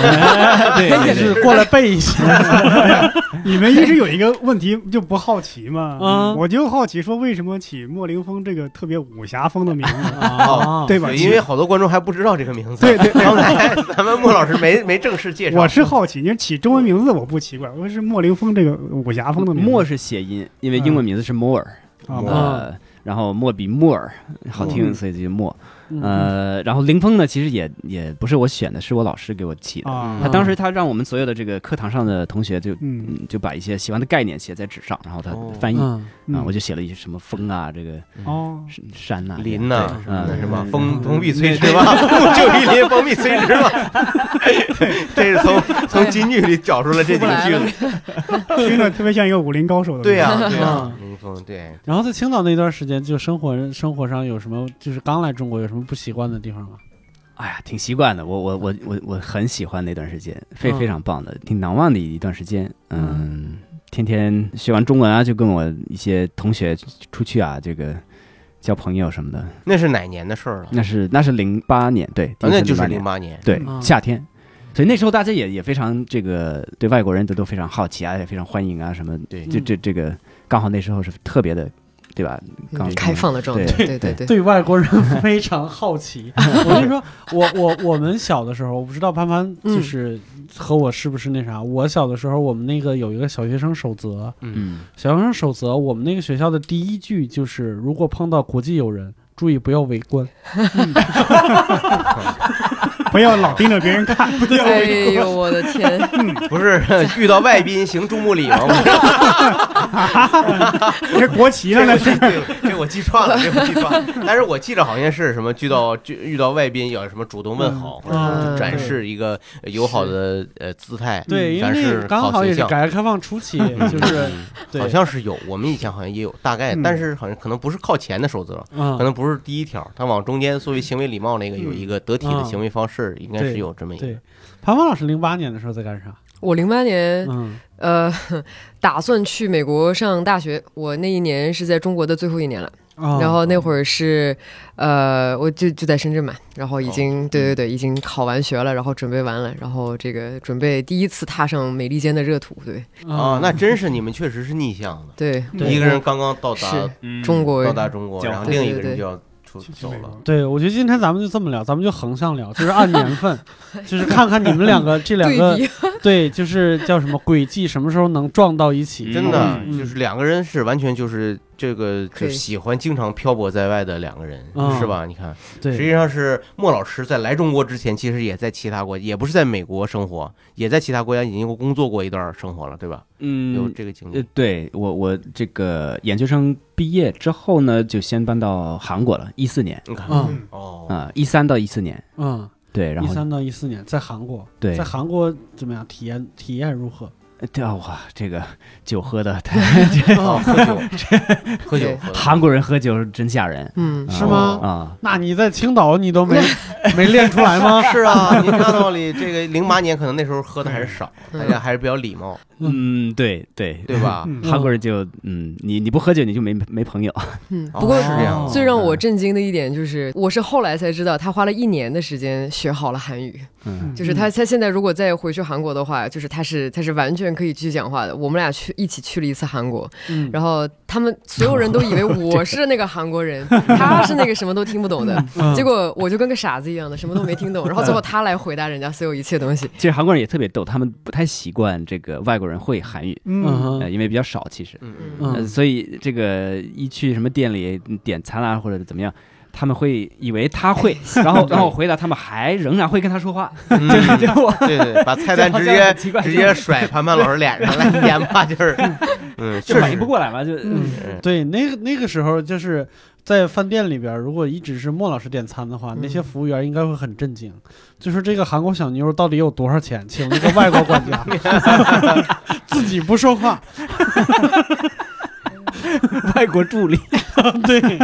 [SPEAKER 7] 对
[SPEAKER 3] 是过来背一下。
[SPEAKER 2] 你们一直有一个问题就不好奇吗
[SPEAKER 3] 嗯？
[SPEAKER 2] 我就好奇说，为什么起莫凌峰这个特别武侠风的名 字，
[SPEAKER 3] 啊
[SPEAKER 2] 对吧？
[SPEAKER 5] 对哦因为好多观众还不知道这个名字。
[SPEAKER 2] 对对
[SPEAKER 5] 刚才 咱们穆老师没没正式介绍，
[SPEAKER 2] 我是好奇，你起中文名字我不奇怪，我是莫凌峰这个武侠风的名字。
[SPEAKER 7] 莫是谐音，因为英文名字是 Moore，
[SPEAKER 2] 啊
[SPEAKER 5] 莫
[SPEAKER 2] 莫
[SPEAKER 7] 呃，然后莫比 Moore 好听，
[SPEAKER 2] 嗯
[SPEAKER 7] 所以就莫。
[SPEAKER 3] 嗯
[SPEAKER 7] 呃，然后林峰呢，其实也也不是我选的，是我老师给我起的。
[SPEAKER 2] 啊，
[SPEAKER 7] 他当时他让我们所有的这个课堂上的同学就
[SPEAKER 2] 嗯
[SPEAKER 7] 嗯就把一些喜欢的概念写在纸上，然后他
[SPEAKER 5] 哦
[SPEAKER 7] 翻译啊，
[SPEAKER 3] 嗯
[SPEAKER 2] 嗯
[SPEAKER 7] 我就写了一些什么风啊，这个
[SPEAKER 2] 哦，
[SPEAKER 7] 山呐、
[SPEAKER 5] 林呐，
[SPEAKER 7] 嗯
[SPEAKER 5] 那什么
[SPEAKER 3] 嗯
[SPEAKER 5] 风风必摧之嘛， 就一林风必摧之嘛。这是从从京剧里找出了这几个句子。
[SPEAKER 2] 听着特别像一个武林高手的。
[SPEAKER 5] 对啊呀，，对呀
[SPEAKER 3] 嗯，
[SPEAKER 5] 林峰对。
[SPEAKER 3] 然后在青岛那段时间，就生活生活上有什么，就是刚来中国有什么不习惯的地方吗？
[SPEAKER 7] 哎呀，挺习惯的。我我我我我很喜欢那段时间，非
[SPEAKER 3] 嗯
[SPEAKER 7] 非常棒的，挺难忘的一段时间。嗯，天天学完中文啊，就跟我一些同学出去啊，这个交朋友什么的。
[SPEAKER 5] 那是哪年的事儿了？
[SPEAKER 7] 那是那是零八年，对，
[SPEAKER 5] 啊那就是
[SPEAKER 7] 08
[SPEAKER 5] 零
[SPEAKER 7] 嗯年。
[SPEAKER 5] 八年。
[SPEAKER 7] 对，
[SPEAKER 3] 嗯
[SPEAKER 7] 夏天。所以那时候大家也也非常这个对外国人都都非常好奇啊，也非常欢迎啊什么。
[SPEAKER 5] 对
[SPEAKER 7] 就这这个刚好那时候是特别的，对吧？刚
[SPEAKER 6] 嗯开放的状态，
[SPEAKER 7] 对
[SPEAKER 6] 对对对，
[SPEAKER 3] 对外国人非常好奇。我跟你说，我我我们小的时候，我不知道潘潘就是和我是不是那啥。我小的时候，我们那个有一个小学生守则，
[SPEAKER 7] 嗯
[SPEAKER 3] 小学生守则，我们那个学校的第一句就是：如果碰到国际友人，注意不要围观。
[SPEAKER 2] 不要老盯着别人看，不要
[SPEAKER 6] 哎呦我的天，
[SPEAKER 5] 不是 遇到外宾行注目礼吗？
[SPEAKER 2] 这国旗呢
[SPEAKER 5] 这
[SPEAKER 2] 那
[SPEAKER 5] 个
[SPEAKER 2] 是。
[SPEAKER 5] 这我记串了，这我记串了。但是我记着好像是什么，遇到就遇到外宾要什么主动问
[SPEAKER 6] 嗯
[SPEAKER 5] 好，或者什么就展示一个友好的呃姿态，
[SPEAKER 3] 嗯对，因为
[SPEAKER 5] 展
[SPEAKER 3] 那
[SPEAKER 5] 示
[SPEAKER 3] 个刚好也
[SPEAKER 5] 形
[SPEAKER 3] 是
[SPEAKER 5] 象。嗯
[SPEAKER 3] 改革开放初期，就是 对，
[SPEAKER 5] 好像是有，我们以前好像也有大概，
[SPEAKER 2] 嗯
[SPEAKER 5] 但是好像可能不是靠前的守则，可
[SPEAKER 3] 嗯，
[SPEAKER 5] 能不是第一条，它往中间作为行为礼貌那个有一个得体的行为方式，应该是有这么一个
[SPEAKER 3] 嗯
[SPEAKER 5] 啊
[SPEAKER 3] 对。潘潘老师零八年的时候在干啥？
[SPEAKER 6] 我零八年
[SPEAKER 3] 嗯
[SPEAKER 6] 呃打算去美国上大学，我那一年是在中国的最后一年了。
[SPEAKER 3] 啊，
[SPEAKER 6] 然后那会儿是，呃，我就就在深圳嘛，然后已经、对对对，已经考完学了，然后准备完了，然后这个准备第一次踏上美利坚的热土，对
[SPEAKER 3] 嗯
[SPEAKER 5] 啊，那真是你们确实是逆向的，
[SPEAKER 6] 对，
[SPEAKER 3] 对
[SPEAKER 5] 一个人刚刚到达嗯
[SPEAKER 6] 是中国
[SPEAKER 5] 到达中国，
[SPEAKER 7] 交
[SPEAKER 5] 然后
[SPEAKER 6] 换
[SPEAKER 5] 另一个
[SPEAKER 6] 对对
[SPEAKER 5] 人就要出
[SPEAKER 2] 去去
[SPEAKER 5] 走
[SPEAKER 2] 美
[SPEAKER 5] 了
[SPEAKER 2] 国。
[SPEAKER 3] 对，我觉得今天咱们就这么聊，咱们就横向聊，就是按年 份，就是看看你们两个这两
[SPEAKER 6] 对
[SPEAKER 3] 个
[SPEAKER 6] 比
[SPEAKER 3] 对，就是叫什么轨迹，什么时候能撞到一起？
[SPEAKER 5] 真的
[SPEAKER 3] 嗯
[SPEAKER 5] 就是两个人是完全就是这个
[SPEAKER 6] 可
[SPEAKER 5] 就
[SPEAKER 6] 以
[SPEAKER 5] 喜欢经常漂泊在外的两个人
[SPEAKER 3] 嗯
[SPEAKER 5] 是吧？你看，实际
[SPEAKER 3] 对，
[SPEAKER 5] 上是莫老师在来中国之前，其实也在其他国，也不是在美国生活，也在其他国家已经工作过一段生活了，对吧？有
[SPEAKER 7] 嗯，
[SPEAKER 5] 这个经
[SPEAKER 7] 呃
[SPEAKER 5] 历，，
[SPEAKER 7] 对我我这个研究生毕业之后呢，就先搬到韩国了，一四年
[SPEAKER 5] 你看
[SPEAKER 3] 嗯
[SPEAKER 5] 哦，
[SPEAKER 7] 啊，一三到一四年，
[SPEAKER 3] 嗯，
[SPEAKER 7] 对，然
[SPEAKER 3] 一
[SPEAKER 7] 后
[SPEAKER 3] 三到一四年在韩国，
[SPEAKER 7] 对
[SPEAKER 3] 在韩国怎么样？体验体验如何？
[SPEAKER 7] 呃对啊，哇，这个酒喝的太，
[SPEAKER 5] 哦喝酒，喝酒
[SPEAKER 6] 对，
[SPEAKER 5] 喝酒
[SPEAKER 7] 韩国人喝酒真吓人
[SPEAKER 6] 嗯，
[SPEAKER 3] 是吗？
[SPEAKER 7] 啊！
[SPEAKER 3] 那你在青岛你都 没没练出来吗？
[SPEAKER 5] 是啊，您大道理，这个零八年可能那时候喝的还是少，
[SPEAKER 6] 嗯
[SPEAKER 5] 大家还是比较礼貌，
[SPEAKER 7] 嗯，对对，
[SPEAKER 5] 对吧？
[SPEAKER 2] 嗯
[SPEAKER 7] 韩国人就嗯，你你不喝酒你就没没朋友，
[SPEAKER 6] 嗯，
[SPEAKER 5] 哦
[SPEAKER 6] 不过
[SPEAKER 5] 是这样的，
[SPEAKER 6] 最让我震惊的一点就是，我是后来才知道，他花了一年的时间学好了韩语。
[SPEAKER 7] 嗯
[SPEAKER 6] 就是他，他现在如果再回去韩国的话，就是他是他是完全可以去讲话的。我们俩去一起去了一次韩国，
[SPEAKER 3] 嗯，
[SPEAKER 6] 然后他们所有人都以为我是那个韩国人，他是那个什么都听不懂的。
[SPEAKER 3] 嗯
[SPEAKER 6] 结果我就跟个傻子一样的，什么都没听懂。然后最后他来回答人家所有一切东西。
[SPEAKER 7] 其实韩国人也特别逗，他们不太习惯这个外国人会韩语，
[SPEAKER 3] 嗯
[SPEAKER 2] 嗯，
[SPEAKER 5] 哎
[SPEAKER 7] 呃，
[SPEAKER 3] 哼
[SPEAKER 7] 因为比较少，其实，
[SPEAKER 5] 嗯嗯
[SPEAKER 3] 嗯
[SPEAKER 7] 呃，所以这个一去什么店里点餐啊或者怎么样，他们会以为他会，然后然后我回答他们还仍然会跟他说话，
[SPEAKER 5] 嗯，
[SPEAKER 7] 结果
[SPEAKER 5] 对对，把菜单 直
[SPEAKER 7] 这好像
[SPEAKER 5] 接
[SPEAKER 7] 很奇怪
[SPEAKER 5] 直接甩潘潘老师脸上来，演 吧，就是，嗯，
[SPEAKER 7] 就
[SPEAKER 5] 确
[SPEAKER 7] 反应
[SPEAKER 5] 实
[SPEAKER 7] 不过来嘛，就
[SPEAKER 3] 嗯
[SPEAKER 5] 是，
[SPEAKER 3] 对，那个那个时候就是在饭店里边儿，如果一直是莫老师点餐的话，那些
[SPEAKER 6] 嗯
[SPEAKER 3] 服务员应该会很震惊，就说这个韩国小妞到底有多少钱，请了一个外国管家，自己不说话，
[SPEAKER 7] 外国助理，
[SPEAKER 3] 对，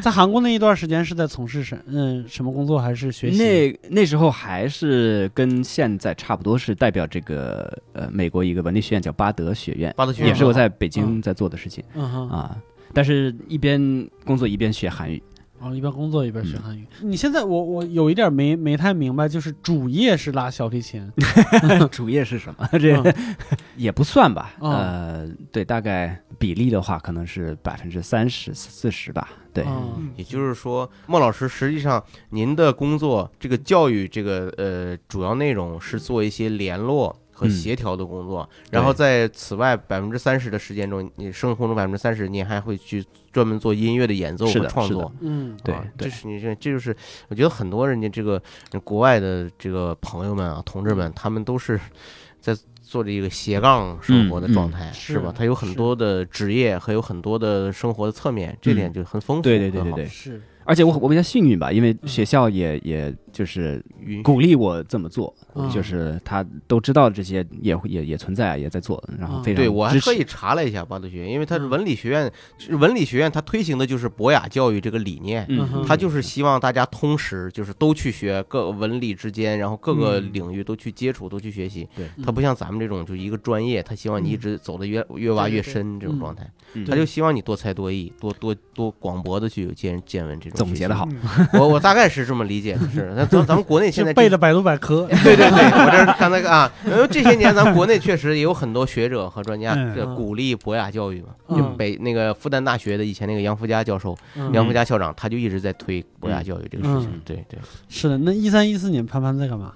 [SPEAKER 3] 在韩国那一段时间是在从事什嗯什么工作还是学习？
[SPEAKER 7] 那那时候还是跟现在差不多，是代表这个呃美国一个文理学院叫巴德学院，
[SPEAKER 5] 巴德学院
[SPEAKER 7] 也是我在北
[SPEAKER 3] 嗯
[SPEAKER 7] 京在做的事情、
[SPEAKER 3] 嗯哼，
[SPEAKER 7] 啊。但是，一边工作一边学韩语。
[SPEAKER 3] 然哦后一边工作一边学韩语。你现在我我有一点没没太明白，就是主业是拉小提琴，
[SPEAKER 7] 主业是什么？ 这、也不算吧。
[SPEAKER 3] 嗯
[SPEAKER 7] 呃，对，大概比例的话，可能是百分之三十、四十吧。对，
[SPEAKER 3] 嗯
[SPEAKER 5] 也就是说，莫老师，实际上您的工作，这个教育，这个呃，主要内容是做一些联络和
[SPEAKER 7] 嗯
[SPEAKER 5] 协调的工作，然后在此外百分之三十的时间中，你生活中百分之三十，您还会去专门做音乐的演奏
[SPEAKER 7] 是
[SPEAKER 5] 和
[SPEAKER 7] 的
[SPEAKER 5] 创
[SPEAKER 7] 是的
[SPEAKER 5] 作。
[SPEAKER 3] 嗯
[SPEAKER 7] 对
[SPEAKER 5] 啊这
[SPEAKER 7] 对
[SPEAKER 5] 是你这，这就是我觉得很多人家这个国外的这个朋友们啊，同志们，他们都是在做这个斜杠生活的
[SPEAKER 7] 嗯嗯
[SPEAKER 5] 状态，
[SPEAKER 3] 是
[SPEAKER 5] 是吧？他有很
[SPEAKER 3] 是
[SPEAKER 5] 多的职业和有很多的生活的侧面，
[SPEAKER 7] 嗯
[SPEAKER 5] 这点就很丰富。
[SPEAKER 7] 对对对
[SPEAKER 5] 很
[SPEAKER 7] 对
[SPEAKER 5] 好
[SPEAKER 7] 对。
[SPEAKER 3] 是
[SPEAKER 7] 而且我我比较幸运吧，因为学校也也就是
[SPEAKER 5] 允
[SPEAKER 7] 鼓励我这么做，
[SPEAKER 3] 嗯
[SPEAKER 7] 就是他都知道这些也也也存在，也在做，然后非常
[SPEAKER 5] 对我还
[SPEAKER 7] 支
[SPEAKER 5] 特
[SPEAKER 7] 持
[SPEAKER 5] 意查了一下巴德学院，因为它是
[SPEAKER 3] 嗯
[SPEAKER 5] 文理学院，文理学院它推行的就是博雅教育这个理念。
[SPEAKER 7] 嗯
[SPEAKER 3] 嗯
[SPEAKER 5] 它就是希望大家通识，就是都去学各个文理之间，然后各个
[SPEAKER 7] 嗯
[SPEAKER 5] 领域都去接触，都去学习。
[SPEAKER 7] 对
[SPEAKER 3] 嗯
[SPEAKER 5] 它不像咱们这种就一个专业，它希望你一直走的越越挖
[SPEAKER 6] 对对
[SPEAKER 5] 越
[SPEAKER 6] 对
[SPEAKER 5] 深这种
[SPEAKER 3] 嗯
[SPEAKER 5] 状态。
[SPEAKER 7] 嗯
[SPEAKER 5] 它就希望你多才多艺，多多多广博的去有见见闻这种。
[SPEAKER 7] 总结得好，
[SPEAKER 2] 嗯
[SPEAKER 5] 我我大概是这么理解，就是那咱咱们国内现在
[SPEAKER 3] 是
[SPEAKER 5] 这
[SPEAKER 3] 背的百度百科，
[SPEAKER 5] 对对对，我这是看那个啊，因为这些年咱们国内确实也有很多学者和专家
[SPEAKER 2] 嗯
[SPEAKER 5] 这鼓励博雅教育嘛。
[SPEAKER 3] 嗯
[SPEAKER 5] 就北那个复旦大学的以前那个杨福佳教授，
[SPEAKER 3] 嗯
[SPEAKER 5] 杨福佳校长，他就一直在推博雅教育这个事情
[SPEAKER 3] 嗯。
[SPEAKER 5] 对对，
[SPEAKER 3] 是的，那一三一四年潘潘在干嘛？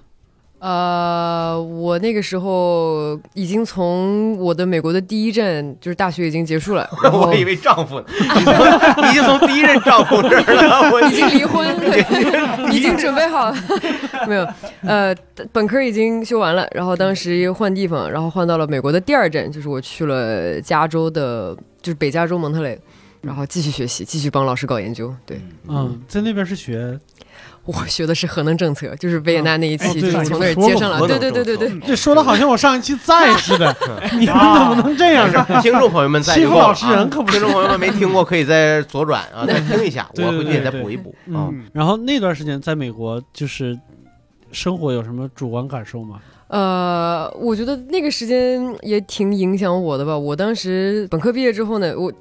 [SPEAKER 6] 呃，我那个时候已经从我的美国的第一站就是大学已经结束了，然后
[SPEAKER 5] 我以为丈夫呢， 你从你已经从第一任丈夫这儿了，我
[SPEAKER 6] 已经离婚， 对已经准备好了， 没有，呃，本科已经修完了，然后当时换地方，然后换到了美国的第二站，就是我去了加州的，就是北加州蒙特雷，然后继续学习，继续帮老师搞研究。对
[SPEAKER 3] 嗯，在那边是学
[SPEAKER 6] 我学的是核能政策，就是维也纳那一
[SPEAKER 3] 哦
[SPEAKER 6] 期，
[SPEAKER 3] 对
[SPEAKER 6] 就是从那儿接上了。对对对对对，
[SPEAKER 3] 这说的好像我上一期在似 的，你们怎么能这样呢？
[SPEAKER 5] 听众朋友们在啊
[SPEAKER 3] 欺负老实人可不
[SPEAKER 5] 听众朋友们没听过可以再左转 啊，再听一下，
[SPEAKER 3] 对对
[SPEAKER 5] 我
[SPEAKER 3] 对
[SPEAKER 5] 回去也再
[SPEAKER 3] 对
[SPEAKER 5] 补一补啊。
[SPEAKER 2] 嗯，
[SPEAKER 3] 然后那段时间在美国就是生活有什么主观感受吗？
[SPEAKER 6] 呃，我觉得那个时间也挺影响我的吧。我当时本科毕业之后呢，我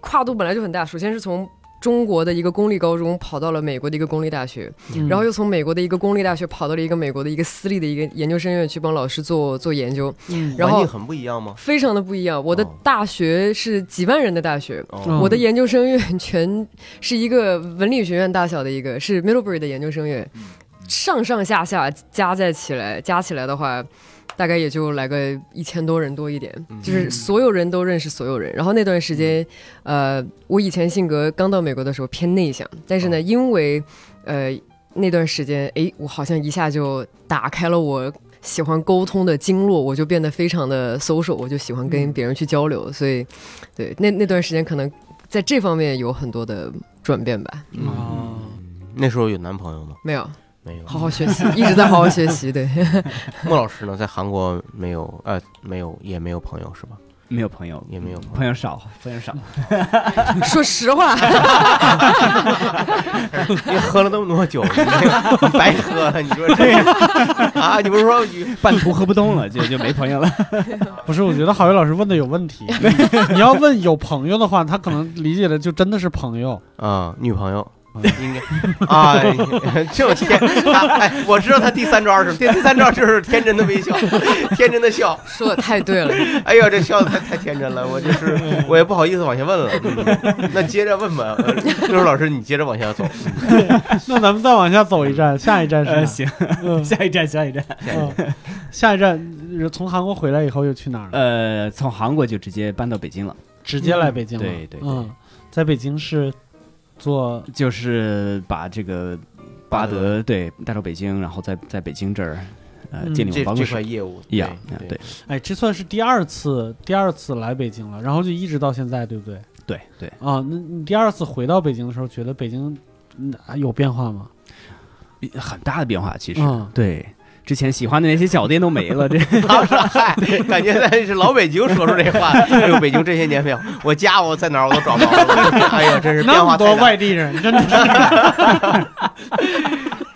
[SPEAKER 6] 跨度本来就很大，首先是从中国的一个公立高中跑到了美国的一个公立大学，
[SPEAKER 3] 嗯
[SPEAKER 6] 然后又从美国的一个公立大学跑到了一个美国的一个私立的一个研究生院去帮老师做做研究，
[SPEAKER 3] 嗯
[SPEAKER 6] 然
[SPEAKER 5] 环
[SPEAKER 6] 后
[SPEAKER 5] 境很不一样吗？
[SPEAKER 6] 非常的不一样。我的
[SPEAKER 5] 哦
[SPEAKER 6] 大学是几万人的大学，
[SPEAKER 5] 哦，
[SPEAKER 6] 我的研究生院全是一个文理学院大小的一个，是 Middlebury 的研究生院，上上下下加在起来，加起来的话。大概也就来个一千多人多一点，
[SPEAKER 5] 嗯
[SPEAKER 6] 就是所有人都认识所有人。然后那段时间，呃，我以前性格刚到美国的时候偏内向，但是呢，因为呃那段时间，诶，我好像一下就打开了我喜欢沟通的经络，我就变得非常的 social，我就喜欢跟别人去交流。所以，对那那段时间可能在这方面有很多的转变吧。
[SPEAKER 7] 嗯
[SPEAKER 3] 哦
[SPEAKER 5] 那时候有男朋友吗？
[SPEAKER 6] 没有，
[SPEAKER 5] 没有。
[SPEAKER 6] 好好学习，一直在好好学习。对，
[SPEAKER 5] 莫老师呢，在韩国没有，呃，没有，也没有朋友是吧？
[SPEAKER 7] 没有朋友，
[SPEAKER 5] 也没有朋友。
[SPEAKER 7] 朋友少， 非常少。
[SPEAKER 6] 说实话，
[SPEAKER 5] 你喝了那么多酒，你你白喝了，你说这啊？你不是说你
[SPEAKER 7] 半途喝不动了，就就没朋友了。
[SPEAKER 3] 不是，我觉得郝宇老师问的有问 题。你要问有朋友的话，他可能理解的就真的是朋 友。
[SPEAKER 5] 啊女朋友？
[SPEAKER 6] 嗯
[SPEAKER 5] 应该啊， 就天、 啊哎，我知道他第三招是什么，第第三招就是天真的微笑，天真的笑。
[SPEAKER 6] 说的太对了。
[SPEAKER 5] 哎呦，这笑的太太天真了，我就是
[SPEAKER 7] 嗯
[SPEAKER 5] 我也不好意思往下问了。嗯那接着问吧，呃六叔老师，你接着往下走。
[SPEAKER 3] 那咱们再往下走一站，下一站是哪？
[SPEAKER 7] 呃，行，
[SPEAKER 3] 嗯
[SPEAKER 7] 下一 站，下一站。
[SPEAKER 3] 嗯下一站呃从韩国回来以后又去哪儿了？
[SPEAKER 7] 呃，从韩国就直接搬到北京了，
[SPEAKER 3] 直接来北京了。
[SPEAKER 7] 对对对
[SPEAKER 3] 嗯，在北京是做
[SPEAKER 7] 就是把这个巴
[SPEAKER 5] 巴
[SPEAKER 7] 德对带到北京，然后在在北京这儿呃
[SPEAKER 3] 嗯
[SPEAKER 7] 建立我
[SPEAKER 5] 这
[SPEAKER 7] 办
[SPEAKER 5] 这
[SPEAKER 7] 公
[SPEAKER 5] 块
[SPEAKER 7] 室。
[SPEAKER 5] 业务，
[SPEAKER 7] 一样啊
[SPEAKER 5] 对
[SPEAKER 7] 对
[SPEAKER 3] 哎，这算是第二次，第二次来北京了，然后就一直到现在，对不对？
[SPEAKER 7] 对对，
[SPEAKER 3] 啊，那你第二次回到北京的时候，觉得北京嗯啊有变化吗？
[SPEAKER 7] 很大的变化其实。
[SPEAKER 3] 嗯
[SPEAKER 7] 对，之前喜欢的那些小店都没了，这
[SPEAKER 5] 嗨， 哎感觉那是老北京说出这话。哎呦，北京这些年没有，我家我在哪儿我都找不着了。 哎呀，真是变
[SPEAKER 3] 那么
[SPEAKER 5] 化
[SPEAKER 3] 多
[SPEAKER 5] 太大。
[SPEAKER 3] 外地人，真的是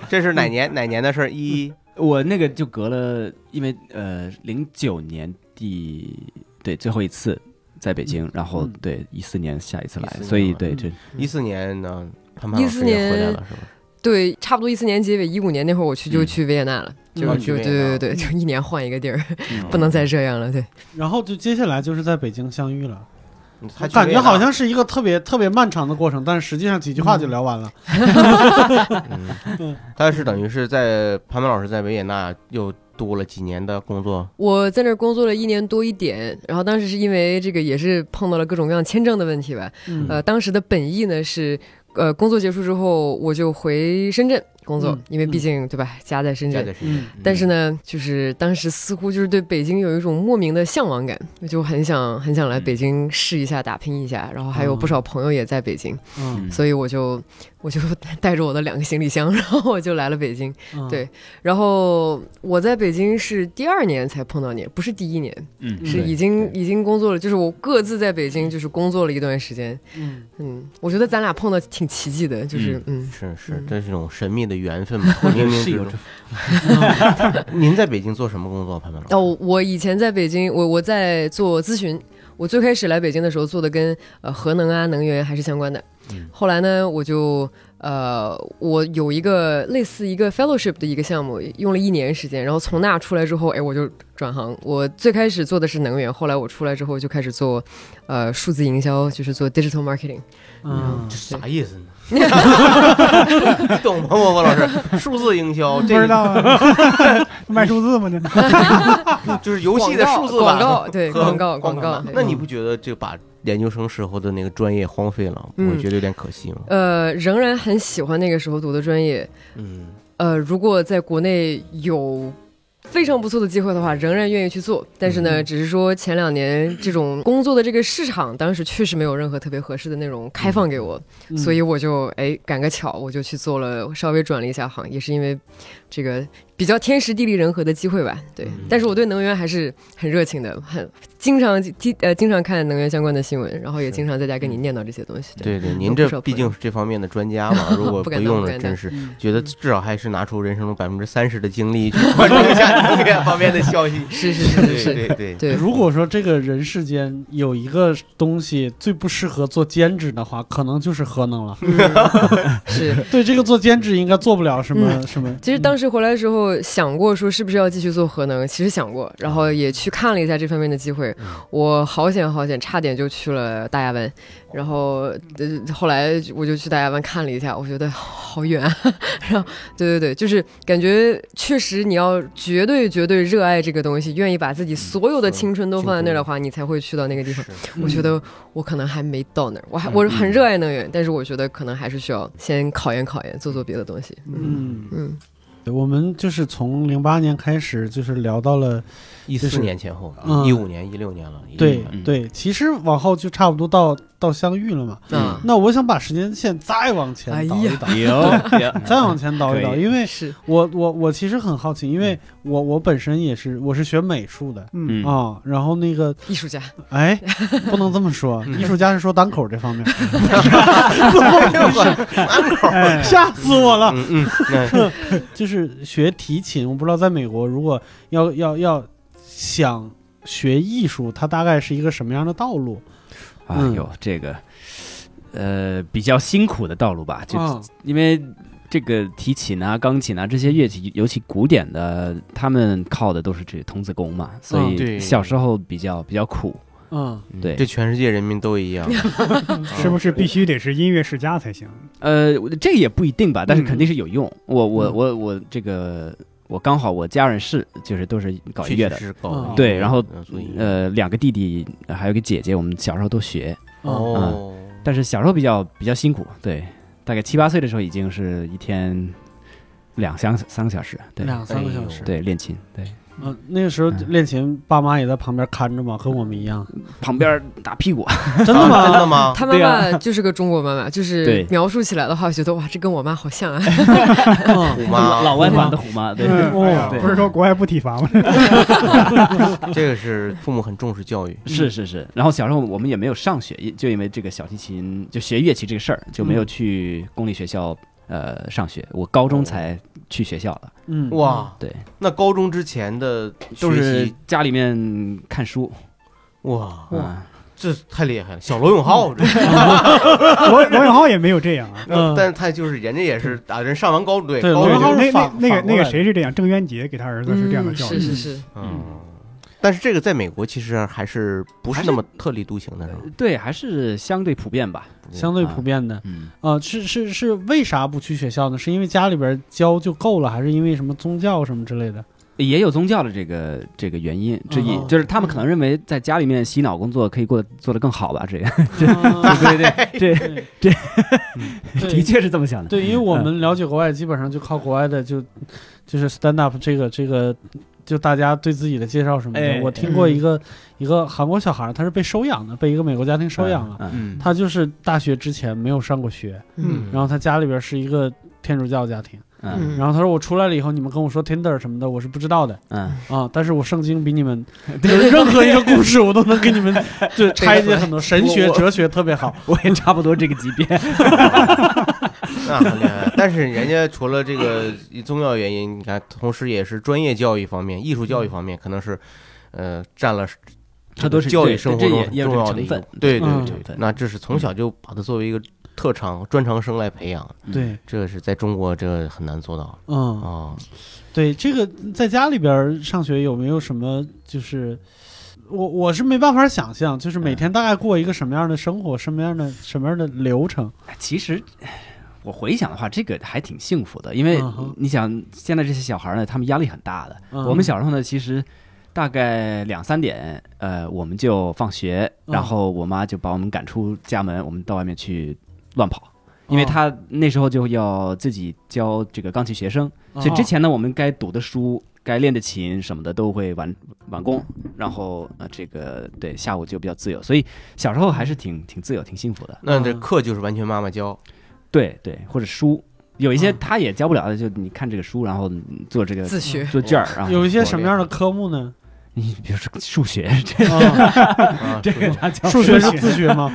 [SPEAKER 5] 这是哪年哪年的事儿？一
[SPEAKER 7] 我那个就隔了，因为呃，零九年第对最后一次在北京，然后
[SPEAKER 3] 嗯
[SPEAKER 7] 对一四年下一次来，
[SPEAKER 5] 14年
[SPEAKER 7] 所以
[SPEAKER 5] 了
[SPEAKER 7] 对
[SPEAKER 3] 嗯
[SPEAKER 7] 这
[SPEAKER 5] 一四年呢，潘潘老师也回来了是吧？
[SPEAKER 6] 对，差不多一四年结尾，一五年那会儿我去就
[SPEAKER 7] 嗯
[SPEAKER 6] 去维也纳了，就
[SPEAKER 3] 嗯
[SPEAKER 6] 就
[SPEAKER 5] 去维
[SPEAKER 6] 对
[SPEAKER 5] 也纳
[SPEAKER 6] 对对，就一年换一个地儿，
[SPEAKER 7] 嗯
[SPEAKER 6] 不能再这样了。对，
[SPEAKER 3] 然后就接下来就是在北京相遇了，
[SPEAKER 5] 嗯他去
[SPEAKER 3] 感
[SPEAKER 5] 维
[SPEAKER 3] 觉
[SPEAKER 5] 也纳
[SPEAKER 3] 好像是一个特别特别漫长的过程，但是实际上几句话就聊完了。
[SPEAKER 5] 嗯，他是等于是在潘潘老师在维也纳又度了几年的工作，
[SPEAKER 6] 我在那儿工作了一年多一点，然后当时是因为这个也是碰到了各种各样签证的问题吧，
[SPEAKER 3] 嗯
[SPEAKER 6] 呃，当时的本意呢是，呃，工作结束之后我就回深圳工作，
[SPEAKER 3] 嗯
[SPEAKER 6] 因为毕竟、对吧，家在深
[SPEAKER 5] 家
[SPEAKER 6] 圳。
[SPEAKER 5] 在深圳。
[SPEAKER 3] 嗯
[SPEAKER 6] 但是呢，就是当时似乎就是对北京有一种莫名的向往感，就很想很想来北京试一下、打拼一下。然后还有不少朋友也在北京，
[SPEAKER 3] 嗯
[SPEAKER 7] 嗯
[SPEAKER 6] 所以我就我就带着我的两个行李箱，然后我就来了北京。
[SPEAKER 3] 嗯，
[SPEAKER 6] 对然后我在北京是第二年才碰到你，不是第一年，
[SPEAKER 7] 嗯
[SPEAKER 6] 是
[SPEAKER 7] 对
[SPEAKER 6] 已经
[SPEAKER 7] 对
[SPEAKER 6] 已经工作了，就是我各自在北京就是工作了一段时间。
[SPEAKER 3] 嗯
[SPEAKER 6] 嗯，我觉得咱俩碰到挺奇迹的，就是嗯
[SPEAKER 5] 是是，
[SPEAKER 6] 嗯
[SPEAKER 5] 这是一种神秘的缘分 嘛，冥冥之
[SPEAKER 7] 是有
[SPEAKER 5] 中。您在北京做什么工作，潘潘老师？
[SPEAKER 6] 哦，我以前在北京，我我在做咨询，我最开始来北京的时候做的跟呃核能啊能源还是相关的，
[SPEAKER 5] 嗯
[SPEAKER 6] 后来呢我就。呃，我有一个类似一个 fellowship 的一个项目，用了一年时间，然后从那出来之后，哎，我就转行。我最开始做的是能源，后来我出来之后就开始做，呃，数字营销，就是做 digital marketing。
[SPEAKER 3] 嗯
[SPEAKER 5] 这，啥意 思呢？你 懂吗，莫莫老师？数字营销，
[SPEAKER 2] 不
[SPEAKER 5] 这
[SPEAKER 2] 知
[SPEAKER 5] 个
[SPEAKER 2] 道啊卖数字吗？呢？
[SPEAKER 5] 就是游戏的数字
[SPEAKER 6] 广
[SPEAKER 5] 版
[SPEAKER 6] 告，对，
[SPEAKER 5] 和
[SPEAKER 6] 广告，
[SPEAKER 5] 光
[SPEAKER 6] 广
[SPEAKER 5] 盘
[SPEAKER 6] 告
[SPEAKER 5] 版。
[SPEAKER 6] 对
[SPEAKER 5] 那你不觉得就把研究生时候的那个专业荒废了？
[SPEAKER 6] 嗯
[SPEAKER 5] 我觉得有点可惜吗？
[SPEAKER 6] 呃，仍然很喜欢那个时候读的专业，
[SPEAKER 5] 嗯，
[SPEAKER 6] 呃，如果在国内有非常不错的机会的话，仍然愿意去做。但是呢，只是说前两年这种工作的这个市场，当时确实没有任何特别合适的那种开放给我，
[SPEAKER 3] 嗯
[SPEAKER 6] 所以我就哎赶个巧，我就去做了，稍微转了一下行，也是因为这个比较天时地利人和的机会吧。对，但是我对能源还是很热情的，很经常经呃经常看能源相关的新闻，然后也经常在家跟你念叨这些东西。对，
[SPEAKER 5] 对对，您
[SPEAKER 6] 有
[SPEAKER 5] 这
[SPEAKER 6] 不少
[SPEAKER 5] 毕
[SPEAKER 6] 朋
[SPEAKER 5] 竟是这方面的专家 嘛，如果
[SPEAKER 6] 不
[SPEAKER 5] 不
[SPEAKER 6] 敢当
[SPEAKER 5] 用
[SPEAKER 6] 不
[SPEAKER 5] 了，
[SPEAKER 6] 敢
[SPEAKER 5] 真
[SPEAKER 6] 当。
[SPEAKER 5] 是觉得至少还是拿出人生中百分之三十的精力去 关注一下能源方面的消息
[SPEAKER 6] 是是是是
[SPEAKER 5] 对
[SPEAKER 6] 是，
[SPEAKER 5] 对对，
[SPEAKER 6] 对，
[SPEAKER 3] 如果说这个人世间有一个东西最不适合做兼职的话，可能就是核能了。
[SPEAKER 6] 是。
[SPEAKER 3] 对，这个做兼职应该做不了什么什么。
[SPEAKER 6] 嗯其实当时回来的时候想过说是不是要继续做核能，其实想过，然后也去看了一下这方面的机会。我好险好险，差点就去了大亚湾，然后呃后来我就去大亚湾看了一下，我觉得好远，啊 然后对对对，就是感觉确实你要绝对绝对热爱这个东西，愿意把自己所有的嗯青春嗯都放在那儿的话，你才会去到那个地方。我觉得我可能还没到那儿，我还我是很热爱能源，但是我觉得可能还是需要先考验考验，做做别的东西。
[SPEAKER 3] 嗯，
[SPEAKER 6] 嗯。
[SPEAKER 3] 对我们就是从零八年开始，就是聊到了
[SPEAKER 6] 嗯
[SPEAKER 5] 一
[SPEAKER 3] 就是
[SPEAKER 5] 四年前后
[SPEAKER 3] 嗯，
[SPEAKER 5] 一五年、一六年了。已经
[SPEAKER 3] 对
[SPEAKER 5] 快
[SPEAKER 7] 嗯
[SPEAKER 3] 对，其实往后就差不多到到相遇了嘛。
[SPEAKER 6] 嗯哎
[SPEAKER 3] 那我想把时间线再往前倒一倒，
[SPEAKER 7] 嗯
[SPEAKER 3] 再往前倒一倒，
[SPEAKER 7] 可以
[SPEAKER 3] 因为
[SPEAKER 6] 是，
[SPEAKER 3] 我我我其实很好奇，因为
[SPEAKER 6] 嗯
[SPEAKER 3] 我我本身也是我是学美术的。
[SPEAKER 2] 嗯
[SPEAKER 7] 嗯
[SPEAKER 3] 啊、然后那个，
[SPEAKER 6] 艺术家，
[SPEAKER 3] 哎，不能这么说，
[SPEAKER 5] 嗯
[SPEAKER 3] 艺术家是说单口这方面，
[SPEAKER 2] 哎，
[SPEAKER 3] 吓死我了。
[SPEAKER 5] 嗯嗯，那
[SPEAKER 3] 就是学提琴，我不知道在美国如果要要要想学艺术，它大概是一个什么样的道路？
[SPEAKER 7] 哎呦，这个呃比较辛苦的道路吧，就
[SPEAKER 3] 啊
[SPEAKER 7] 因为这个提琴啊、钢琴啊这些乐器，尤其古典的，他们靠的都是这童子功嘛，所
[SPEAKER 3] 嗯
[SPEAKER 5] 对
[SPEAKER 7] 以小时候比较比较苦。
[SPEAKER 3] 嗯，
[SPEAKER 7] 对
[SPEAKER 5] 这全世界人民都一样，嗯
[SPEAKER 2] 是不是必须得是音乐世家才行？
[SPEAKER 7] 呃，我这也不一定吧，但是
[SPEAKER 2] 嗯
[SPEAKER 7] 肯定是有用。我我我我这个我刚好我家人是就是都是搞音乐的
[SPEAKER 5] 确，实是搞音乐
[SPEAKER 7] 对，然后
[SPEAKER 5] 嗯做音乐
[SPEAKER 7] 呃两个弟弟呃还有个姐姐，我们小时候都学，
[SPEAKER 3] 哦，
[SPEAKER 7] 嗯
[SPEAKER 5] 哦，
[SPEAKER 7] 但是小时候比较比较辛苦，对，大概七八岁的时候已经是一天两三三个小时，对
[SPEAKER 3] 两三个小时，
[SPEAKER 5] 哎
[SPEAKER 7] 对练琴，对
[SPEAKER 3] 嗯、那个时候
[SPEAKER 7] 嗯
[SPEAKER 3] 练琴，爸妈也在旁边看着嘛，和我们一样，
[SPEAKER 7] 旁边打屁股，
[SPEAKER 3] 真的
[SPEAKER 5] 啊真
[SPEAKER 3] 吗？
[SPEAKER 5] 的吗？
[SPEAKER 6] 他妈妈 就是个中国妈妈，就是
[SPEAKER 7] 对
[SPEAKER 6] 描述起来的话，我觉得哇，这跟我妈好像啊。
[SPEAKER 5] 虎
[SPEAKER 3] 嗯
[SPEAKER 5] 妈，
[SPEAKER 7] 老外版的虎妈，对，
[SPEAKER 2] 嗯
[SPEAKER 3] 哦
[SPEAKER 2] 哎呀
[SPEAKER 7] 对
[SPEAKER 2] 不是说国外不体罚吗？
[SPEAKER 5] 这个是父母很重视教育。
[SPEAKER 7] 是是是。然后小时候我们也没有上学，也就因为这个小提琴就学乐器这个事儿，就没有去公立学校呃上学，我高中才去学校了，
[SPEAKER 3] 嗯，
[SPEAKER 5] 哇，
[SPEAKER 7] 对，
[SPEAKER 5] 那高中之前的
[SPEAKER 7] 都
[SPEAKER 5] 学
[SPEAKER 7] 是
[SPEAKER 5] 习
[SPEAKER 7] 家里面看书，
[SPEAKER 5] 哇，
[SPEAKER 7] 啊，
[SPEAKER 5] 这太厉害了，小罗永浩这。
[SPEAKER 2] 罗罗永浩也没有这 样啊。
[SPEAKER 3] 嗯
[SPEAKER 5] 但是他就是人家也是打人上完高中对
[SPEAKER 3] 对
[SPEAKER 5] 高
[SPEAKER 2] 对
[SPEAKER 3] 罗永
[SPEAKER 5] 中
[SPEAKER 3] 浩
[SPEAKER 5] 就
[SPEAKER 2] 那那
[SPEAKER 3] 是反
[SPEAKER 2] 那
[SPEAKER 3] 反
[SPEAKER 2] 个
[SPEAKER 3] 过
[SPEAKER 2] 那个
[SPEAKER 3] 来的
[SPEAKER 2] 谁是这样？郑渊洁给他儿子是这样的
[SPEAKER 6] 嗯
[SPEAKER 2] 教
[SPEAKER 6] 是
[SPEAKER 2] 育，
[SPEAKER 6] 是是，
[SPEAKER 5] 嗯，但是这个在美国其实还是不是那么特立独行的，是吧
[SPEAKER 7] 对，还是相对普遍吧，
[SPEAKER 3] 相对普遍的，
[SPEAKER 7] 嗯，
[SPEAKER 3] 啊、是是是，为啥不去学校呢？是因为家里边教就够了，还是因为什么宗教什么之类的？
[SPEAKER 7] 也有宗教的这个这个原因之一，
[SPEAKER 3] 哦
[SPEAKER 7] 就是他们可能认为在家里面洗脑工作可以过得做得更好吧，这 个
[SPEAKER 3] 嗯
[SPEAKER 7] 对对对，这这
[SPEAKER 3] 对
[SPEAKER 7] 的
[SPEAKER 3] 对
[SPEAKER 7] 确是嗯这么想的。
[SPEAKER 3] 对，因为我们了解国外，基本上就靠国外的就就是 stand up 这个这个，就大家对自己的介绍什么的。
[SPEAKER 7] 哎
[SPEAKER 3] 我听过一个、一个韩国小孩儿，他是被收养的，被一个美国家庭收养了。
[SPEAKER 7] 嗯，
[SPEAKER 1] 嗯，
[SPEAKER 3] 他就是大学之前没有上过学，
[SPEAKER 6] 嗯
[SPEAKER 3] 然后他家里边是一个天主教家庭。
[SPEAKER 7] 嗯
[SPEAKER 3] 然后他说我出来了以后，你们跟我说 Tinder 什么的，我是不 知道的。
[SPEAKER 7] 嗯
[SPEAKER 3] 啊，但是我圣经比 你们，就是任何一个故事，我都能给你们对拆解很多神学、
[SPEAKER 7] 我我
[SPEAKER 3] 哲学，特别好。
[SPEAKER 7] 我也差不多这个级别。
[SPEAKER 5] 那啊很厉害。但是人家除了这个宗教原因，你看，同时也是专业教育方面、艺术教育方面，可能是呃占了
[SPEAKER 7] 它都是
[SPEAKER 5] 教
[SPEAKER 7] 对
[SPEAKER 5] 育生活
[SPEAKER 7] 这
[SPEAKER 5] 中
[SPEAKER 7] 也
[SPEAKER 5] 很
[SPEAKER 7] 也有
[SPEAKER 5] 重
[SPEAKER 7] 这
[SPEAKER 5] 要
[SPEAKER 7] 成
[SPEAKER 5] 的一
[SPEAKER 7] 分
[SPEAKER 5] 个。对对
[SPEAKER 3] 嗯
[SPEAKER 5] 对
[SPEAKER 7] 成分
[SPEAKER 5] 那这是从小就把它作为一个特长、专长生来培养，
[SPEAKER 7] 嗯
[SPEAKER 3] 对，
[SPEAKER 5] 这个是在中国这个很难做到
[SPEAKER 3] 嗯，
[SPEAKER 5] 啊。
[SPEAKER 3] 对，这个在家里边儿上学有没有什么就是？我我是没办法想象，就是
[SPEAKER 7] 嗯
[SPEAKER 3] 每天大概过一个什么样的生活，什么样的什么样的流程。
[SPEAKER 7] 其实我回想的话，这个还挺幸福的，因为
[SPEAKER 3] 嗯哼
[SPEAKER 7] 你想现在这些小孩儿呢，他们压力很大的。
[SPEAKER 3] 嗯
[SPEAKER 7] 我们小时候呢，其实大概两三点，呃，我们就放学，
[SPEAKER 3] 嗯
[SPEAKER 7] 然后我妈就把我们赶出家门，我们到外面去乱跑。
[SPEAKER 3] 嗯
[SPEAKER 7] 因
[SPEAKER 3] 哦
[SPEAKER 7] 为她那时候就要自己教这个钢琴学生，
[SPEAKER 3] 哦
[SPEAKER 7] 所以之前呢，我们该读的书、该练的琴什么的都会完完工，然后呃，这个对下午就比较自由，所以小时候还是挺挺自由、挺幸福的。
[SPEAKER 5] 那这课就是完全妈妈教，
[SPEAKER 7] 对对，或者书，有一些他也教不了的，就你看这个书，然后嗯做这个
[SPEAKER 6] 自学。
[SPEAKER 7] 做卷儿，然后
[SPEAKER 3] 嗯 有一些什么样的科目呢？
[SPEAKER 7] 你比如说数学，这
[SPEAKER 3] 啊
[SPEAKER 5] 啊
[SPEAKER 7] 这个 他教
[SPEAKER 3] 数学是自学 吗？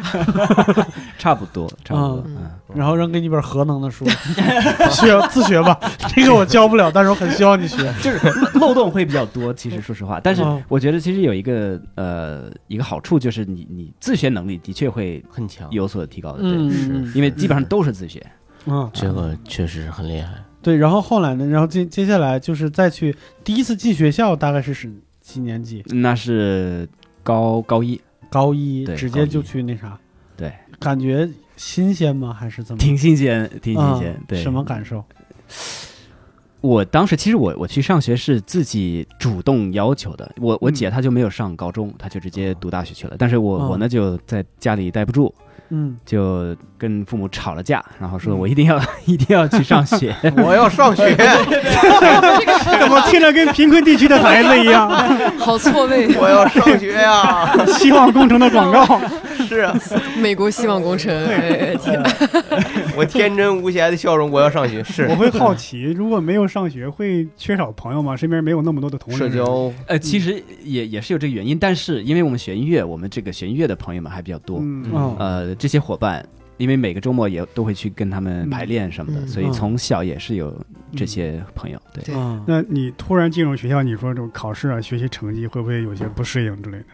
[SPEAKER 7] 差不多，差不多，
[SPEAKER 6] 嗯
[SPEAKER 7] 嗯，
[SPEAKER 3] 然后扔给你本核能的书， 学自学吧。这个我教不了，但是我很希望你学。
[SPEAKER 7] 就是漏洞会比较多。其实说实话，但是
[SPEAKER 3] 嗯
[SPEAKER 7] 我觉得其实有一个呃一个好处就是你你自学能力的确会
[SPEAKER 5] 很强，
[SPEAKER 7] 有所提高的，对，
[SPEAKER 3] 嗯，
[SPEAKER 5] 是
[SPEAKER 3] 嗯
[SPEAKER 7] 因为基本上都是自学。
[SPEAKER 3] 嗯，
[SPEAKER 5] 这个确实很 厉害。
[SPEAKER 3] 对。然后后来呢？然后接接下来就是再去第一次进学校，大概是是几年级？
[SPEAKER 7] 那是高高一，
[SPEAKER 3] 高一，
[SPEAKER 7] 对
[SPEAKER 3] 直
[SPEAKER 7] 高
[SPEAKER 3] 接
[SPEAKER 7] 一
[SPEAKER 3] 就去那啥。
[SPEAKER 7] 对，
[SPEAKER 3] 感觉新鲜吗？还是怎么？
[SPEAKER 7] 挺新鲜，挺
[SPEAKER 3] 嗯
[SPEAKER 7] 新鲜。对，
[SPEAKER 3] 什么感受？
[SPEAKER 7] 我当时其实我我去上学是自己主动要求的，我我
[SPEAKER 3] 嗯
[SPEAKER 7] 姐她就没有上高中，她就直接读大学去了。但是我、
[SPEAKER 3] 哦
[SPEAKER 7] 我呢就在家里待不住，
[SPEAKER 3] 嗯，
[SPEAKER 7] 就跟父母吵了架，然后说我一定要、 一定要去上学。
[SPEAKER 5] 我要上学，
[SPEAKER 2] 怎么听着跟贫困地区的孩子一样？
[SPEAKER 6] 好错 位，
[SPEAKER 5] 我要上学呀、
[SPEAKER 2] 希望工程的广告，
[SPEAKER 5] 是啊，
[SPEAKER 6] 美国希望工程，哎天
[SPEAKER 5] 我天真无邪的笑容，我要上 学，是
[SPEAKER 2] 我会好奇，如果没有上学，会缺少朋友吗？身边没有那么多的同龄
[SPEAKER 5] 社
[SPEAKER 2] 人，
[SPEAKER 5] 交
[SPEAKER 7] 呃，其实也也是有这个原因，但是因为我们学音乐，我们这个学音乐的朋友们还比较多，
[SPEAKER 2] 嗯，
[SPEAKER 3] 哦
[SPEAKER 7] 呃，这些伙伴。因为每个周末也都会去跟他们排练什么的，
[SPEAKER 6] 嗯
[SPEAKER 7] 所以
[SPEAKER 3] 嗯
[SPEAKER 7] 从小也是有
[SPEAKER 2] 嗯
[SPEAKER 7] 这些朋友。对，
[SPEAKER 6] 对
[SPEAKER 3] 嗯
[SPEAKER 2] 那你突然进入学校，你说这种考试啊、学习成绩会不会有些不适应之类的？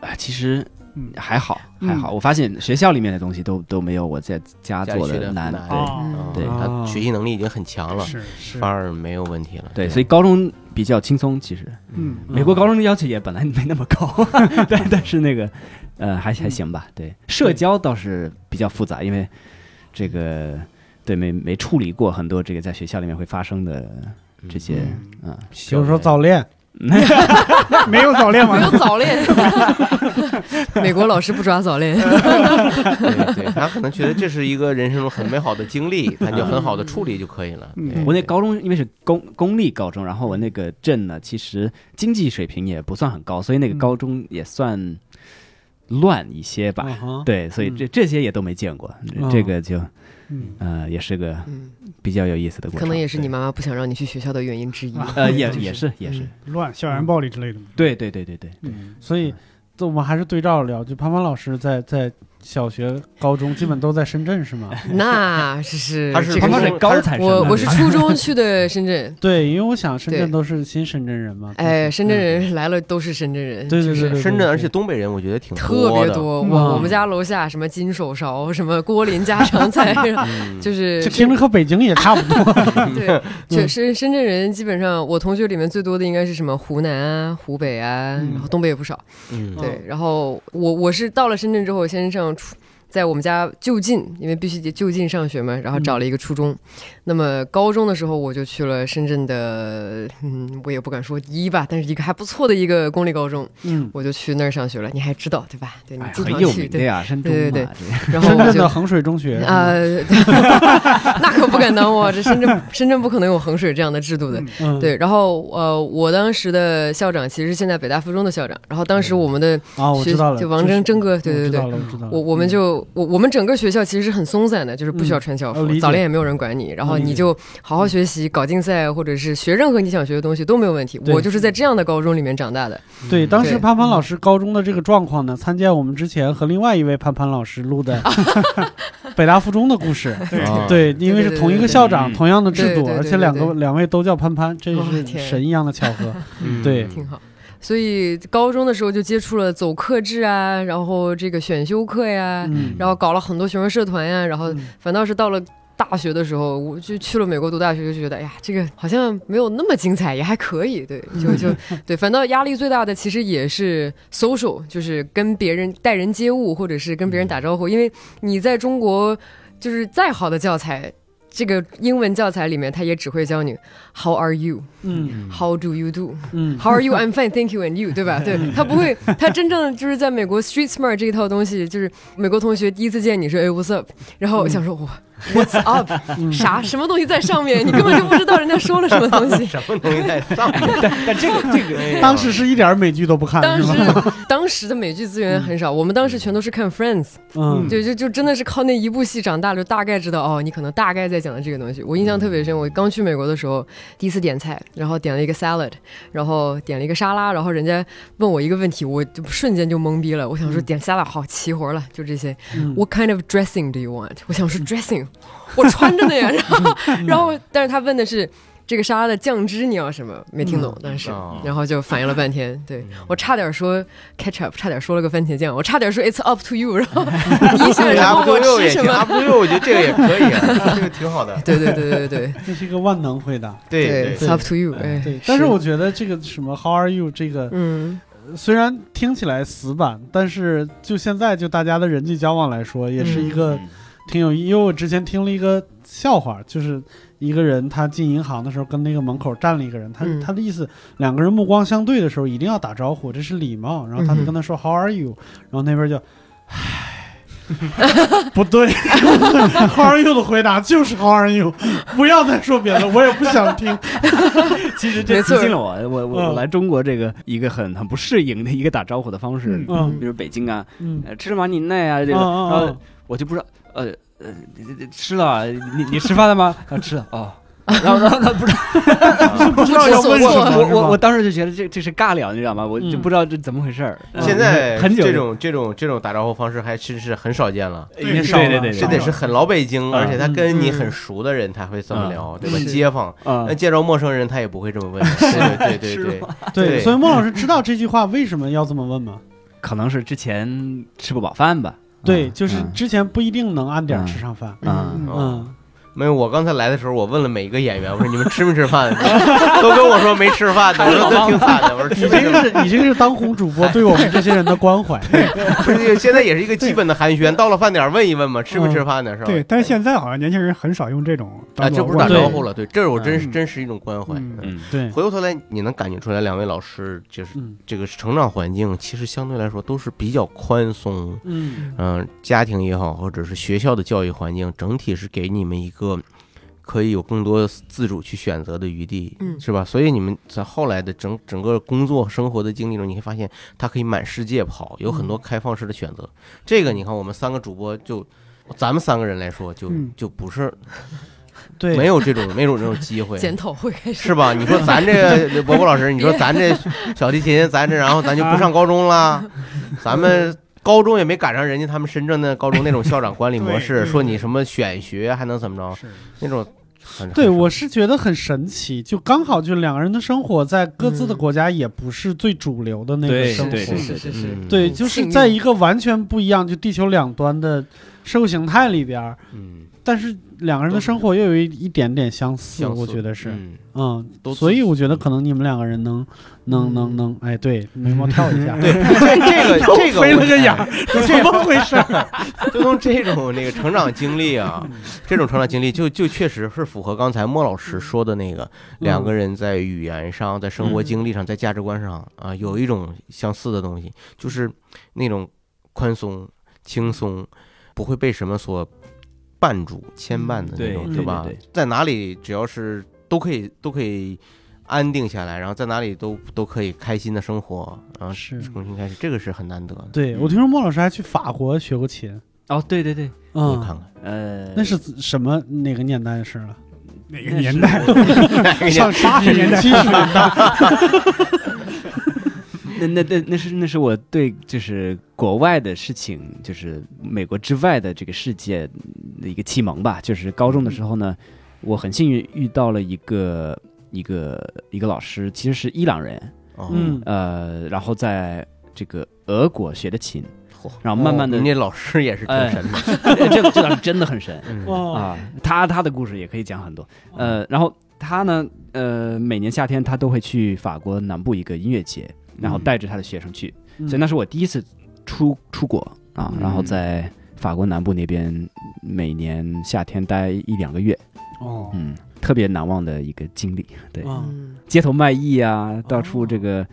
[SPEAKER 7] 啊，其实
[SPEAKER 2] 嗯
[SPEAKER 7] 还好，
[SPEAKER 2] 嗯
[SPEAKER 7] 还好。我发现学校里面的东西都都没有我在家
[SPEAKER 5] 家里
[SPEAKER 7] 做
[SPEAKER 5] 学
[SPEAKER 7] 的
[SPEAKER 5] 的
[SPEAKER 7] 难，
[SPEAKER 5] 难
[SPEAKER 7] 对、
[SPEAKER 2] 啊
[SPEAKER 5] 嗯
[SPEAKER 7] 对
[SPEAKER 5] 他学习能力已经很强了，
[SPEAKER 2] 是是
[SPEAKER 5] 反，而没有问题了。
[SPEAKER 7] 对，所以高中比较轻松。其实
[SPEAKER 2] 嗯
[SPEAKER 3] 嗯
[SPEAKER 7] 美国高中的要求也本来没那么高，但但是那个呃还还行吧。对，社交倒是比较复杂，因为这个对没没处理过很多这个在学校里面会发生的这些嗯
[SPEAKER 3] 比如说早恋，
[SPEAKER 2] 没有早恋
[SPEAKER 6] 没
[SPEAKER 2] 吗？
[SPEAKER 6] 有早恋，美国老师不抓早恋，
[SPEAKER 5] 对对，他可能觉得这是一个人生中很美好的经历，他就很好的处理就可以了。
[SPEAKER 2] 嗯
[SPEAKER 5] 对
[SPEAKER 7] 我那高中因为是公公立高中，然后我那个镇呢，其实经济水平也不算很高，所以那个
[SPEAKER 2] 嗯
[SPEAKER 7] 高中也算乱一些吧。
[SPEAKER 3] 嗯哼
[SPEAKER 7] 对，所以这这些也都没见过，这
[SPEAKER 3] 哦
[SPEAKER 7] 这个就
[SPEAKER 2] 嗯，
[SPEAKER 7] 呃也是个
[SPEAKER 6] 嗯，
[SPEAKER 7] 比较有意思的过程。
[SPEAKER 6] 可能也是你妈妈不想让你去学校的原因之
[SPEAKER 5] 嗯
[SPEAKER 6] 一。
[SPEAKER 7] 对呃也也 是也是，
[SPEAKER 2] 嗯乱校园暴力之类的吗？
[SPEAKER 7] 对对对对对，
[SPEAKER 2] 嗯，
[SPEAKER 3] 所以这我们还是对照聊。就潘潘老师在在小学、高中基本都在深圳是吗？
[SPEAKER 6] 那是是，
[SPEAKER 5] 他是
[SPEAKER 6] 这
[SPEAKER 5] 他
[SPEAKER 6] 个
[SPEAKER 5] 妈
[SPEAKER 7] 是
[SPEAKER 5] 是
[SPEAKER 6] 是
[SPEAKER 7] 高材生，啊
[SPEAKER 6] 我我是初中去的深圳，
[SPEAKER 3] 对，因为我想深圳
[SPEAKER 6] 对
[SPEAKER 3] 都是新深圳人嘛。
[SPEAKER 6] 哎，
[SPEAKER 3] 都是
[SPEAKER 6] 深圳，人来了都是深圳人，
[SPEAKER 3] 嗯对对
[SPEAKER 6] 就是
[SPEAKER 3] 对，对
[SPEAKER 5] 深圳，而且
[SPEAKER 3] 对
[SPEAKER 5] 东北人我觉得挺
[SPEAKER 6] 特别
[SPEAKER 5] 的，
[SPEAKER 6] 多。
[SPEAKER 2] 嗯
[SPEAKER 6] 我我们家楼下什么金手勺，什么郭林家常菜，
[SPEAKER 5] 嗯
[SPEAKER 6] 就是
[SPEAKER 3] 这听着和北京也差不 多。
[SPEAKER 6] 对，
[SPEAKER 7] 嗯
[SPEAKER 6] 就深深圳人基本上，我同学里面最多的应该是什么湖南啊、湖北啊，
[SPEAKER 3] 嗯
[SPEAKER 6] 然后东北也不少。
[SPEAKER 5] 嗯，
[SPEAKER 6] 对，然后我我是到了深圳之后，先上初，在我们家就近，因为必须得就近上学嘛，然后
[SPEAKER 7] 嗯
[SPEAKER 6] 找了一个初中。那么高中的时候，我就去了深圳的，嗯，我也不敢说第一吧，但是一个还不错的一个公立高中，
[SPEAKER 3] 嗯，
[SPEAKER 6] 我就去那儿上学了。你还知道对吧？对你
[SPEAKER 7] 哎
[SPEAKER 6] 经
[SPEAKER 7] 很
[SPEAKER 6] 常
[SPEAKER 7] 有
[SPEAKER 6] 去，
[SPEAKER 7] 名的
[SPEAKER 6] 对，
[SPEAKER 7] 呀，山东
[SPEAKER 6] 对对
[SPEAKER 7] 嘛，这
[SPEAKER 6] 然后
[SPEAKER 3] 深
[SPEAKER 6] 我
[SPEAKER 3] 圳
[SPEAKER 6] 就
[SPEAKER 3] 的衡水中学，
[SPEAKER 6] 呃， 那可不敢当我，这深圳深圳不可能有衡水这样的制度的。
[SPEAKER 3] 嗯，
[SPEAKER 6] 对，然后呃，我当时的校长其实是现在北大附中的校长，然后当时我们的
[SPEAKER 3] 啊，我
[SPEAKER 6] 学
[SPEAKER 3] 知道了，
[SPEAKER 6] 就王铮铮哥，对
[SPEAKER 3] 我
[SPEAKER 6] 对
[SPEAKER 3] 知
[SPEAKER 6] 对
[SPEAKER 3] 道，了，我知道了。
[SPEAKER 6] 我我们就我我们整个学校其实是很松散的，就是不需要穿校
[SPEAKER 3] 嗯
[SPEAKER 6] 服，
[SPEAKER 3] 嗯哦理解啊
[SPEAKER 6] 早恋也没有人管你，然后
[SPEAKER 3] 理解嗯
[SPEAKER 6] 你就好好学习，搞竞赛或者是学任何你想学的东西都没有问题。
[SPEAKER 3] 对
[SPEAKER 6] 我就是在这样的高中里面长大的，
[SPEAKER 3] 对，当时
[SPEAKER 6] 嗯对
[SPEAKER 3] 潘潘老师高中的这个状况呢，参见我们之前和另外一位潘潘老师录 的北大附中的故事。
[SPEAKER 5] 啊，
[SPEAKER 3] 对，因为是同一个校长，
[SPEAKER 7] 对对对对
[SPEAKER 3] 同样的制度，
[SPEAKER 6] 对对对
[SPEAKER 3] 而且两个
[SPEAKER 6] 对
[SPEAKER 3] 两位都叫潘潘，这
[SPEAKER 6] 哦
[SPEAKER 3] 是
[SPEAKER 6] 天
[SPEAKER 3] 神一样的巧 合。
[SPEAKER 5] 嗯
[SPEAKER 3] 对
[SPEAKER 6] 挺好。所以高中的时候就接触了走课制啊，然后这个选修课呀、
[SPEAKER 3] 嗯，
[SPEAKER 6] 然后搞了很多学生社团呀、然后
[SPEAKER 3] 嗯
[SPEAKER 6] 反倒是到了。大学的时候，我就去了美国读大学，就觉得，哎呀，这个好像没有那么精彩，也还可以，对，就就对，反倒压力最大的其实也是 social，就是跟别人待人接物，或者是跟别人打招呼，因为你在中国就是再好的教材，这个英文教材里面，它也只会教你 How are you,
[SPEAKER 3] 嗯
[SPEAKER 6] How do you do。
[SPEAKER 3] 嗯
[SPEAKER 6] How are you? I'm fine, thank you, and you，对吧？对他不会，他真正就是在美国 street smart 这一套东西，就是美国同学第一次见你说，哎，what's up？然后我想说，哇， What's up？啥
[SPEAKER 3] 嗯
[SPEAKER 6] 什么东西在上面？你根本就不知道人家说了什么东西。
[SPEAKER 5] 什么东西在上面？
[SPEAKER 7] 但这 个这个
[SPEAKER 5] 哎呀
[SPEAKER 3] 当时是一点儿美剧都不看，
[SPEAKER 6] 当
[SPEAKER 3] 是
[SPEAKER 6] 时
[SPEAKER 3] 吧？
[SPEAKER 6] 当时的美剧资源很少，我们当时全都是看 Friends，
[SPEAKER 3] 嗯，
[SPEAKER 6] 对，就就真的是靠那一部戏长大，就大概知道哦，你可能大概在讲的这个东西。我印象特别深，我刚去美国的时候，第一次点菜，然后点了一个 salad，然后点了一个沙拉，然后人家问我一个问题，我就瞬间就懵逼了。我想说点 salad 好齐活了，就这些。
[SPEAKER 3] 嗯
[SPEAKER 6] What kind of dressing do you want？我想说 dressing，我穿着呢 呀。然后
[SPEAKER 3] 嗯
[SPEAKER 6] 然后，但是他问的是。这个沙拉的酱汁你要什么？没听懂，当时
[SPEAKER 5] 哦，
[SPEAKER 6] 然后就反应了半天。对我差点说 ketchup，差点说了个番茄酱，我差点说 it's up to you，然后你想
[SPEAKER 5] 嗯阿
[SPEAKER 6] 让
[SPEAKER 5] 布
[SPEAKER 6] 我
[SPEAKER 5] 佑
[SPEAKER 6] 吃
[SPEAKER 5] 也
[SPEAKER 6] 什
[SPEAKER 5] 行，阿
[SPEAKER 6] 么？
[SPEAKER 5] 布佑我觉得这个也可以，啊，这个挺好的。
[SPEAKER 6] 对对对对对
[SPEAKER 3] 这是一个万能回答。
[SPEAKER 5] 对对嗯
[SPEAKER 6] ，It's up to you。哎，
[SPEAKER 3] 对，但是我觉得这个什么 “How are you” 这个
[SPEAKER 6] 嗯，
[SPEAKER 3] 虽然听起来死板，但是就现在就大家的人际交往来说，也是一个
[SPEAKER 5] 嗯
[SPEAKER 3] 挺有意义。因为我之前听了一个笑话，就是一个人他进银行的时候，跟那个门口站了一个人，他、
[SPEAKER 6] 嗯
[SPEAKER 3] 他的意思，两个人目光相对的时候一定要打招呼，这是礼貌。然后他就
[SPEAKER 6] 嗯哼
[SPEAKER 3] 跟他说、How are you？” 然后那边就，唉，不对，“How are you” 的回答就是 “How are you”，不要再说别的，我也不想 听。
[SPEAKER 7] 其实这
[SPEAKER 6] 没
[SPEAKER 7] 提
[SPEAKER 6] 错
[SPEAKER 7] 醒了我，我我
[SPEAKER 3] 嗯
[SPEAKER 7] 我来中国这个一个很很不适应的一个打招呼的方式，
[SPEAKER 6] 嗯
[SPEAKER 3] 嗯
[SPEAKER 7] 比如北京啊，
[SPEAKER 3] 嗯，
[SPEAKER 7] 呃吃了吗？你那啊这个，
[SPEAKER 3] 嗯嗯
[SPEAKER 7] 然后
[SPEAKER 3] 嗯
[SPEAKER 7] 我就不知道，呃呃吃了，啊你你吃饭了吗？啊吃了 哦。然后，然后他不知道，
[SPEAKER 3] 不知道要问什么，
[SPEAKER 7] 嗯我
[SPEAKER 3] 是吧
[SPEAKER 7] 我我当时就觉得这这是尬聊，你知道吗？我就
[SPEAKER 3] 嗯
[SPEAKER 7] 不知道这怎么回事儿。
[SPEAKER 5] 现 在
[SPEAKER 7] 很久
[SPEAKER 5] 这种这种这种打招呼方式还真是很少见了，
[SPEAKER 3] 对
[SPEAKER 7] 嗯少对对对，
[SPEAKER 5] 这得是很老北京，而且他跟你很熟的人才会这么
[SPEAKER 7] 嗯
[SPEAKER 5] 聊，对吧？
[SPEAKER 6] 是
[SPEAKER 5] 街坊，
[SPEAKER 7] 嗯
[SPEAKER 5] 那见着陌生人他也不会这么 问，对对对对
[SPEAKER 7] 是
[SPEAKER 5] 对，
[SPEAKER 3] 对，
[SPEAKER 5] 对
[SPEAKER 3] 所以孟老师知道这句话为什么要这么问吗？
[SPEAKER 7] 可能是之前吃不饱饭吧。
[SPEAKER 3] 对，
[SPEAKER 7] 嗯
[SPEAKER 3] 就是
[SPEAKER 7] 嗯
[SPEAKER 3] 之前不一定能按点儿吃上饭。
[SPEAKER 7] 嗯
[SPEAKER 5] 哦
[SPEAKER 3] 嗯，
[SPEAKER 5] 没有，我刚才来的时候，我问了每一个演员，我说你们吃没吃饭？都跟我说没吃饭的，我说都挺惨的，我说
[SPEAKER 3] 你
[SPEAKER 5] 吃
[SPEAKER 3] 这
[SPEAKER 5] 没吃
[SPEAKER 3] 个
[SPEAKER 5] 饭？
[SPEAKER 3] 是你这个是当红主播对我们这些人的关怀。
[SPEAKER 5] 不是，现在也是一个基本的寒暄，到了饭点儿问一问嘛，吃没吃饭呢？是吧？
[SPEAKER 2] 对，但是现在好像年轻人很少用这种
[SPEAKER 5] 啊，
[SPEAKER 2] 当
[SPEAKER 5] 这
[SPEAKER 2] 做
[SPEAKER 5] 不是打
[SPEAKER 2] 问
[SPEAKER 5] 招
[SPEAKER 2] 候。
[SPEAKER 5] 呼了，对，这是我真是
[SPEAKER 3] 嗯
[SPEAKER 5] 真是一种关怀。
[SPEAKER 2] 嗯
[SPEAKER 5] 嗯
[SPEAKER 7] 嗯
[SPEAKER 3] 对，
[SPEAKER 5] 回过头来，你能感觉出来，两位老师就是
[SPEAKER 3] 嗯
[SPEAKER 5] 这个成长环境，其实相对来说都是比较宽松，
[SPEAKER 3] 嗯
[SPEAKER 5] 嗯、家庭也好，或者是学校的教育环境，整体是给你们一个可以有更多自主去选择的余地，
[SPEAKER 6] 嗯
[SPEAKER 5] 是吧？所以你们在后来的整整个工作生活的经历中，你会发现它可以满世界跑，有很多开放式的选择。这个你看，我们三个主播就。咱们三个人来说，就
[SPEAKER 2] 嗯
[SPEAKER 5] 就不是
[SPEAKER 3] 对，
[SPEAKER 5] 没有这种没有这种机 会，
[SPEAKER 6] 检讨会开始。
[SPEAKER 5] 是吧？你说咱这个伯伯老师，你说咱这小提琴，咱这然后咱就不上高中啦，
[SPEAKER 3] 啊
[SPEAKER 5] 咱们高中也没赶上人家他们深圳的高中那种校长管理模
[SPEAKER 2] 对
[SPEAKER 5] 式，
[SPEAKER 2] 对
[SPEAKER 5] 说你什么选学还能怎么着，
[SPEAKER 2] 是
[SPEAKER 5] 那种很
[SPEAKER 3] 对，
[SPEAKER 5] 很少
[SPEAKER 3] 我是觉得很神奇，就刚好就两个人的生活在各自的
[SPEAKER 6] 嗯
[SPEAKER 3] 国家也不是最主流的那个
[SPEAKER 7] 对
[SPEAKER 3] 生活。
[SPEAKER 7] 对对
[SPEAKER 6] 是是是，
[SPEAKER 5] 嗯
[SPEAKER 3] 对，就是在一个完全不一样，就地球两端的社会形态里边儿，
[SPEAKER 5] 嗯
[SPEAKER 3] 但是两个人的生活又有一一点点相似，
[SPEAKER 5] 相似
[SPEAKER 3] 我觉得是。
[SPEAKER 5] 嗯
[SPEAKER 3] 嗯
[SPEAKER 5] 都，
[SPEAKER 3] 所以
[SPEAKER 5] 自
[SPEAKER 3] 我觉得可能你们两个人能能能能，哎，对，眉毛跳一下，
[SPEAKER 5] 对，这这个这个
[SPEAKER 3] 飞
[SPEAKER 5] 我
[SPEAKER 3] 了个眼儿， 怎么回事儿？ 嗯
[SPEAKER 5] 就从这种那个成长经历啊，这种成长经历就就确实是符合刚才莫老
[SPEAKER 3] 嗯
[SPEAKER 5] 师说的那个两个人在语言上、在生活
[SPEAKER 3] 嗯
[SPEAKER 5] 经历上、在价值观上啊，有一种相似的东西，就是那种宽松、轻松，不会被什么所绊住、牵绊
[SPEAKER 3] 嗯
[SPEAKER 5] 的那种，
[SPEAKER 7] 对
[SPEAKER 5] 对吧
[SPEAKER 7] 对对？
[SPEAKER 5] 在哪里只要是都可以都可以安定下来，然后在哪里都都可以开心的生活，啊然
[SPEAKER 7] 嗯
[SPEAKER 5] 后
[SPEAKER 3] 是
[SPEAKER 5] 重新开始，这个是很难得的。
[SPEAKER 3] 对我听说莫老师还去法国学过琴，
[SPEAKER 7] 哦，对对对，
[SPEAKER 5] 你
[SPEAKER 3] 嗯，
[SPEAKER 5] 看看
[SPEAKER 7] 呃，
[SPEAKER 3] 那是什么哪个年代的事了？
[SPEAKER 2] 哪个年代？
[SPEAKER 5] 上
[SPEAKER 2] 八十年代、
[SPEAKER 3] 七十年代，
[SPEAKER 7] 那那那那是那是我对就是国外的事情，就是美国之外的这个世界的一个启蒙吧。就是高中的时候呢，我很幸运遇到了一个一个一个老师，其实是伊朗人，
[SPEAKER 5] 哦
[SPEAKER 3] 嗯
[SPEAKER 7] 呃，然后在这个俄国学的琴，
[SPEAKER 5] 嚯
[SPEAKER 7] 然后慢慢的
[SPEAKER 5] 人，家老师也是挺神的。
[SPEAKER 7] 呃这个这个老师真的很神
[SPEAKER 5] 嗯
[SPEAKER 3] 哦，
[SPEAKER 7] 啊，他他的故事也可以讲很多。呃，然后他呢，呃，每年夏天他都会去法国南部一个音乐节，然后带着他的学生去。
[SPEAKER 3] 嗯
[SPEAKER 7] 所以那是我第一次出出国啊，
[SPEAKER 5] 嗯
[SPEAKER 7] 然后在法国南部那边每年夏天待一两个月，
[SPEAKER 3] 哦，
[SPEAKER 7] 嗯，特别难忘的一个经历。对，
[SPEAKER 3] 嗯
[SPEAKER 6] 嗯
[SPEAKER 7] 街头卖艺啊，到处
[SPEAKER 3] 哦
[SPEAKER 7] 这个。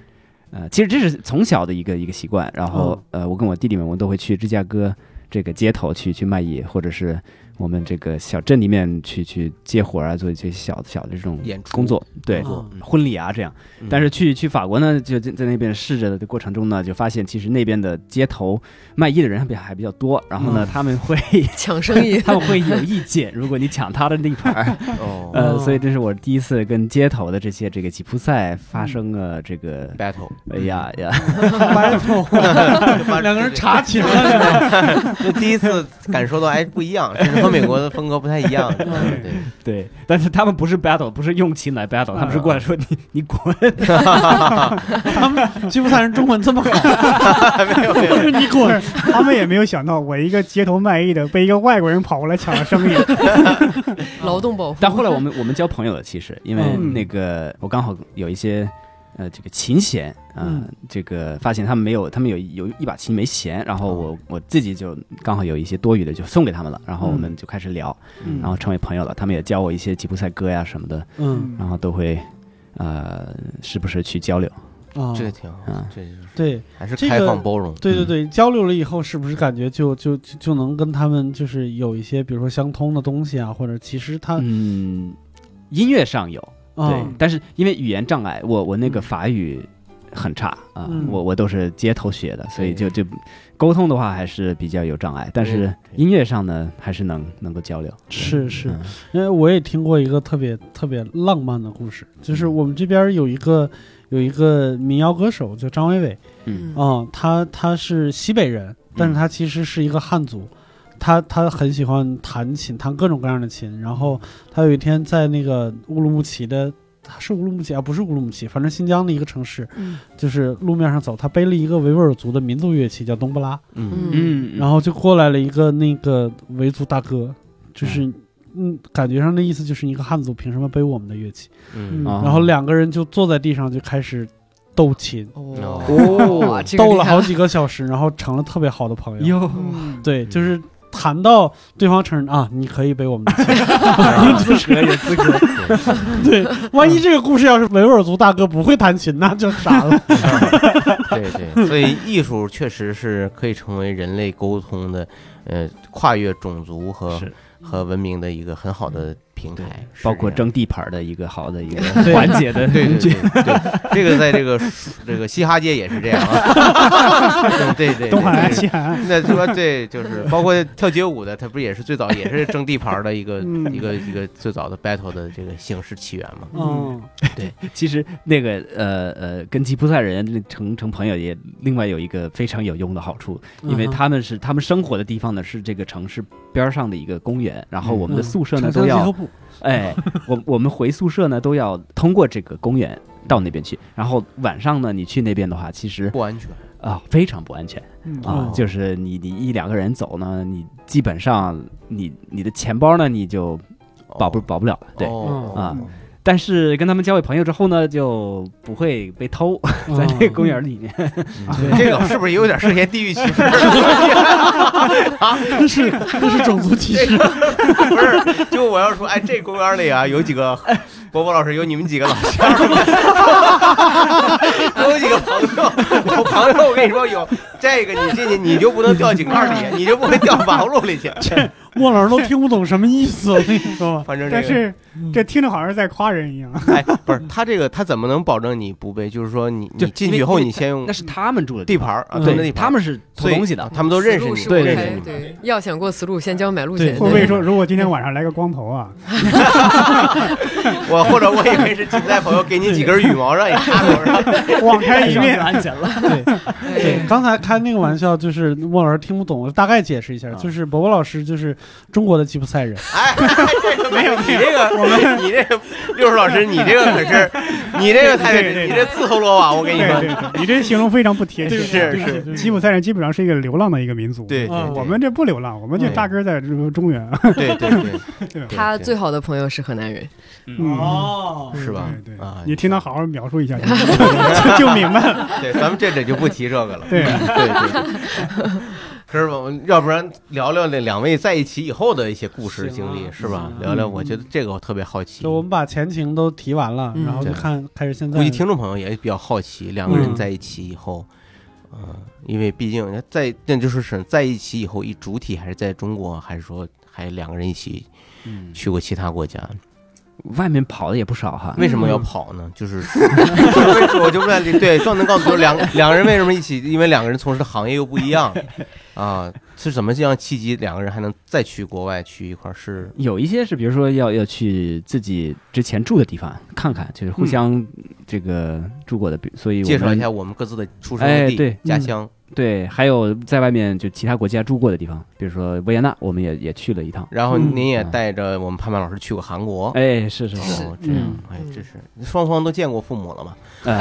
[SPEAKER 7] 呃，其实这是从小的一个一个习惯，然后、呃，我跟我弟弟们，我们都会去芝加哥这个街头去去卖艺，或者是我们这个小镇里面去去接活儿啊，做一些小小的这种
[SPEAKER 5] 演出嗯
[SPEAKER 7] 工作，对，
[SPEAKER 5] 哦
[SPEAKER 3] 工作
[SPEAKER 7] 嗯婚礼啊这样。但是去去法国呢，就在在那边试着的过程中呢，就发现其实那边的街头卖艺的人还比还比较多，然后呢，
[SPEAKER 3] 嗯
[SPEAKER 7] 他们会，
[SPEAKER 6] 抢生 意
[SPEAKER 7] 他们会有意见，如果你抢他的地盘儿，
[SPEAKER 5] 哦
[SPEAKER 7] 呃，
[SPEAKER 3] 哦
[SPEAKER 7] 所以这是我第一次跟街头的这些这个吉普赛发生了这个，
[SPEAKER 5] battle，
[SPEAKER 7] 哎 呀 呀，
[SPEAKER 3] 两个人 查 起来了，
[SPEAKER 5] 就第一次感受到，哎，不一样，真的和美国的风格不太一 样。
[SPEAKER 7] 嗯
[SPEAKER 5] 对，
[SPEAKER 7] 对，但是他们不是 battle，不是用琴来 battle，他们是过来说你你滚，
[SPEAKER 3] 吉普赛人中文这么好，
[SPEAKER 5] 没有没有，
[SPEAKER 3] 你滚！
[SPEAKER 2] 他们也没有想到，我一个街头卖艺的被一个外国人跑过来抢了生意。
[SPEAKER 6] 劳动保护。
[SPEAKER 7] 但后来我们我们交朋友了，其实因为
[SPEAKER 2] 嗯
[SPEAKER 7] 那个我刚好有一些呃这个琴弦啊、
[SPEAKER 3] 嗯
[SPEAKER 7] 这个发现他们没有，他们有有一把琴没弦，然后我我自己就刚好有一些多余的就送给他们了，然后我们就开始聊，
[SPEAKER 3] 嗯
[SPEAKER 7] 然后成为朋友了。他们也教我一些吉普赛歌呀什么的，
[SPEAKER 3] 嗯
[SPEAKER 7] 然后都会呃时不时去交流。
[SPEAKER 3] 啊，
[SPEAKER 5] 这个挺好
[SPEAKER 7] 嗯，
[SPEAKER 5] 这就是
[SPEAKER 3] 对
[SPEAKER 5] 还是
[SPEAKER 3] 这
[SPEAKER 5] 开
[SPEAKER 3] 个
[SPEAKER 5] 放包容。
[SPEAKER 3] 对对对，交流了以后，是不是感觉就就就就能跟他们就是有一些，比如说相通的东西啊，或者其实他
[SPEAKER 7] 嗯，音乐上有对，
[SPEAKER 3] 啊
[SPEAKER 7] 但是因为语言障碍，我我那个
[SPEAKER 3] 嗯
[SPEAKER 7] 法语很差啊，
[SPEAKER 3] 嗯
[SPEAKER 7] 我我都是街头学的，所以就
[SPEAKER 5] 对
[SPEAKER 7] 就沟通的话还是比较有障碍，但是
[SPEAKER 5] 对
[SPEAKER 7] 音乐上呢还是能能够交流。
[SPEAKER 3] 是是，
[SPEAKER 7] 嗯
[SPEAKER 3] 因为我也听过一个特别特别浪漫的故事，就是我们这边有一个有一个民谣歌手叫张伟伟
[SPEAKER 7] 嗯
[SPEAKER 3] 啊、他他是西北人，但是他其实是一个汉族。他他很喜欢弹琴，弹各种各样的琴。然后他有一天在那个乌鲁木齐的，他是乌鲁木齐啊，不是乌鲁木齐，反正新疆的一个城市，
[SPEAKER 6] 嗯
[SPEAKER 3] 就是路面上走，他背了一个维吾尔族的民族乐器叫冬不拉，
[SPEAKER 5] 嗯，
[SPEAKER 6] 嗯，
[SPEAKER 7] 嗯
[SPEAKER 3] 然后就过来了一个那个维族大哥，就是嗯，感觉上的意思就是一个汉族凭什么背我们的乐器？
[SPEAKER 5] 嗯
[SPEAKER 7] 啊
[SPEAKER 3] 然后两个人就坐在地上就开始斗琴，
[SPEAKER 5] 哦
[SPEAKER 6] 哇，这个
[SPEAKER 3] 斗
[SPEAKER 6] 厉
[SPEAKER 3] 了
[SPEAKER 6] 害
[SPEAKER 3] 好几个小时，然后成了特别好的朋友。
[SPEAKER 7] 哟
[SPEAKER 3] 哎
[SPEAKER 2] 嗯
[SPEAKER 7] 嗯
[SPEAKER 3] 对，就是谈到对方承认啊，你可以背我们的 琴，
[SPEAKER 7] 有资格有资格，
[SPEAKER 3] 对，万一这个故事要是维吾尔族大哥不会弹琴，那就 傻了。
[SPEAKER 5] 对对，所以艺术确实是可以成为人类沟通的，呃，跨越种族和
[SPEAKER 7] 是
[SPEAKER 5] 和文明的一个很好的平台，是
[SPEAKER 7] 哦包括
[SPEAKER 5] 这样
[SPEAKER 7] 争地盘的一个好的一个
[SPEAKER 3] 对
[SPEAKER 7] 缓解的
[SPEAKER 5] 对
[SPEAKER 7] 工
[SPEAKER 5] 对
[SPEAKER 7] 具。
[SPEAKER 5] 对对，这个在这个这个嘻哈界也是这样啊， 对对对，
[SPEAKER 2] 东海岸、
[SPEAKER 5] 对
[SPEAKER 2] 西海岸，
[SPEAKER 5] 那说对，就是包括跳街舞的，他不是也是最早也是争地盘的一个
[SPEAKER 2] 嗯
[SPEAKER 5] 一个一个最早的 battle 的这个形式起源嘛？
[SPEAKER 3] 嗯，
[SPEAKER 7] 其实那个呃呃，跟吉普赛人那成成朋友也另外有一个非常有用的好处，因为
[SPEAKER 3] 嗯哼
[SPEAKER 7] 他们是他们生活的地方呢是这个城市边儿上的一个公园，然后我们的
[SPEAKER 3] 嗯
[SPEAKER 7] 宿舍呢
[SPEAKER 3] 城
[SPEAKER 7] 都
[SPEAKER 3] 乡结合
[SPEAKER 7] 要
[SPEAKER 3] 部，
[SPEAKER 7] 哎， 我我们回宿舍呢都要通过这个公园到那边去，然后晚上呢你去那边的话，其实
[SPEAKER 5] 不安全，
[SPEAKER 7] 啊、非常不安全
[SPEAKER 2] 嗯
[SPEAKER 7] 啊，
[SPEAKER 3] 哦
[SPEAKER 7] 就是你你一两个人走呢，你基本上你你的钱包呢你就保不保不了了，对。
[SPEAKER 5] 哦
[SPEAKER 7] 啊但是跟他们交为朋友之后呢，就不会 被偷，在
[SPEAKER 3] 嗯
[SPEAKER 7] 这个公园里面。
[SPEAKER 5] 嗯这个是不是有点涉嫌地域歧视？
[SPEAKER 3] 这 是这是种 族歧视。
[SPEAKER 5] 不是，就我要说，哎，这公园里啊，有 几个波波老师，有你们几个老乡儿，我 有几个朋友，我朋友，我跟你说，有这个你进去你就不能掉井盖 里，你就不会掉马路里去。
[SPEAKER 3] 莫老师都听不懂什么意思，我跟你 说。
[SPEAKER 5] 反正这
[SPEAKER 2] 但
[SPEAKER 5] 个，
[SPEAKER 2] 是这听着好像是在夸人一样。
[SPEAKER 5] 哎，不是他这个，他怎么能保证你不被？就是说你你
[SPEAKER 7] 对
[SPEAKER 5] 进去以后，
[SPEAKER 7] 因为
[SPEAKER 5] 你先用
[SPEAKER 7] 那是他们住的
[SPEAKER 5] 地
[SPEAKER 7] 地方，
[SPEAKER 5] 盘儿啊，
[SPEAKER 3] 嗯
[SPEAKER 7] 对，
[SPEAKER 5] 蹲的地盘儿，
[SPEAKER 7] 他们是偷
[SPEAKER 5] 所以
[SPEAKER 7] 东西的
[SPEAKER 5] 啊。 他们都认识
[SPEAKER 6] 路
[SPEAKER 5] 你，
[SPEAKER 6] 是
[SPEAKER 5] 都
[SPEAKER 6] 不
[SPEAKER 5] 认
[SPEAKER 6] 开
[SPEAKER 5] 识你。
[SPEAKER 6] 对，要想过死路，先交买路
[SPEAKER 3] 对
[SPEAKER 6] 钱。
[SPEAKER 2] 我
[SPEAKER 3] 会
[SPEAKER 2] 跟
[SPEAKER 3] 不会
[SPEAKER 2] 你说，如果今天晚上来个光头啊，
[SPEAKER 5] 我或者我以为是锦带朋友给你几根羽毛让你插 头上，
[SPEAKER 2] 网开一面，
[SPEAKER 7] 安全了。
[SPEAKER 3] 对，刚才开那个玩笑就是莫老师听不懂，我大概解释一下，
[SPEAKER 7] 啊
[SPEAKER 3] 就是伯伯老师就是中国的吉普赛人，
[SPEAKER 5] 哎，这个没有，你这个我们你这个六叔老师，你这个可 是你这个太
[SPEAKER 2] 对对对
[SPEAKER 5] 你这自投罗网，我跟
[SPEAKER 2] 对
[SPEAKER 5] 你说，
[SPEAKER 2] 对对，你这形容非常不贴
[SPEAKER 5] 是
[SPEAKER 2] 切。
[SPEAKER 5] 是是，
[SPEAKER 2] 吉普赛人基本上是一个流浪的一个民族，
[SPEAKER 5] 对对
[SPEAKER 3] 啊
[SPEAKER 5] 对，
[SPEAKER 2] 嗯我们这不流浪，我们就
[SPEAKER 5] 嗯
[SPEAKER 2] 扎根在中原。
[SPEAKER 5] 对对对
[SPEAKER 2] 对
[SPEAKER 5] 对，
[SPEAKER 6] 他
[SPEAKER 5] 对
[SPEAKER 6] 最好的朋友是河南人，
[SPEAKER 2] 嗯，
[SPEAKER 3] 哦，
[SPEAKER 5] 是吧
[SPEAKER 2] 对对
[SPEAKER 5] 啊，
[SPEAKER 2] 你听他好好描述 一下，就就明白了。
[SPEAKER 5] 对，咱们这里就不提这个了。嗯
[SPEAKER 2] 对，
[SPEAKER 5] 对对对。可是我们要不然聊聊那两位在一起以后的一些故事经历
[SPEAKER 3] 行啊
[SPEAKER 5] 是吧
[SPEAKER 3] 行啊？
[SPEAKER 5] 聊聊，
[SPEAKER 2] 嗯
[SPEAKER 5] 我觉得这个我特别好奇，
[SPEAKER 3] 就我
[SPEAKER 5] 估
[SPEAKER 3] 们把前情都提完了，
[SPEAKER 6] 嗯
[SPEAKER 3] 然后就
[SPEAKER 5] 对
[SPEAKER 3] 看开始现在
[SPEAKER 5] 计听众朋友也比较好奇，两个
[SPEAKER 2] 嗯
[SPEAKER 5] 人在一起以后，呃嗯，因为毕竟在那就是是在一起以后，以主体还是在中国，还是说还两个人一起
[SPEAKER 7] 嗯，
[SPEAKER 5] 去过其他国家。
[SPEAKER 7] 外面跑的也不少哈。
[SPEAKER 5] 为什么要跑呢？就是 我就问你，对，壮能告诉我两两个人为什么一起？因为两个人从事的行业又不一样啊，是什么样契机，两个人还能再去国外去一块儿？是
[SPEAKER 7] 有一些是，比如说要要去自己之前住的地方看看，就是互相这个住过的，比所以我
[SPEAKER 5] 嗯介绍
[SPEAKER 7] 们
[SPEAKER 5] 一下我们各自的出生的
[SPEAKER 7] 哎
[SPEAKER 5] 地、
[SPEAKER 7] 对
[SPEAKER 5] 家乡，
[SPEAKER 7] 对，还有在外面就其他国家住过的地方，比如说维也纳，我们也也去了一趟。
[SPEAKER 5] 然后
[SPEAKER 3] 嗯
[SPEAKER 5] 您也
[SPEAKER 7] 嗯
[SPEAKER 5] 带着我们潘潘老师去过韩国。
[SPEAKER 7] 哎，是是是，
[SPEAKER 5] 哦，这样
[SPEAKER 7] 嗯，
[SPEAKER 5] 哎，这是双方都见过父母了嘛
[SPEAKER 7] 呃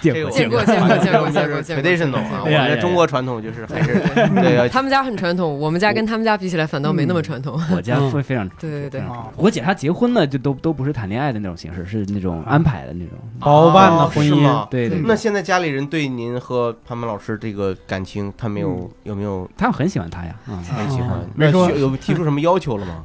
[SPEAKER 2] 见
[SPEAKER 5] 这个我
[SPEAKER 6] 见过 见过见过见过见过。
[SPEAKER 5] ？traditional 啊，我
[SPEAKER 7] 哎呀
[SPEAKER 5] 们
[SPEAKER 7] 哎
[SPEAKER 5] 的
[SPEAKER 7] 呀
[SPEAKER 5] 中国传统就是还是 对啊要
[SPEAKER 6] 他们家很传统，我们家跟他们家比起来，反倒没那么传 统。
[SPEAKER 7] 我家
[SPEAKER 3] 嗯
[SPEAKER 7] 非非常。
[SPEAKER 6] 对对对
[SPEAKER 7] 非常我姐她结婚了，就都都不是谈恋爱的那种形式，是那种安排的那种。
[SPEAKER 3] 包办的
[SPEAKER 5] 哦
[SPEAKER 3] 婚
[SPEAKER 5] 是
[SPEAKER 3] 姻
[SPEAKER 5] 吗
[SPEAKER 7] 对
[SPEAKER 3] 嗯
[SPEAKER 7] 对，
[SPEAKER 5] 那现在家里人对您和潘潘老师这个感情，他们有
[SPEAKER 3] 嗯
[SPEAKER 5] 有没有
[SPEAKER 7] 他们很喜欢她呀。啊，
[SPEAKER 5] 很喜欢？
[SPEAKER 2] 没说
[SPEAKER 5] 那有提出什么要求 了吗？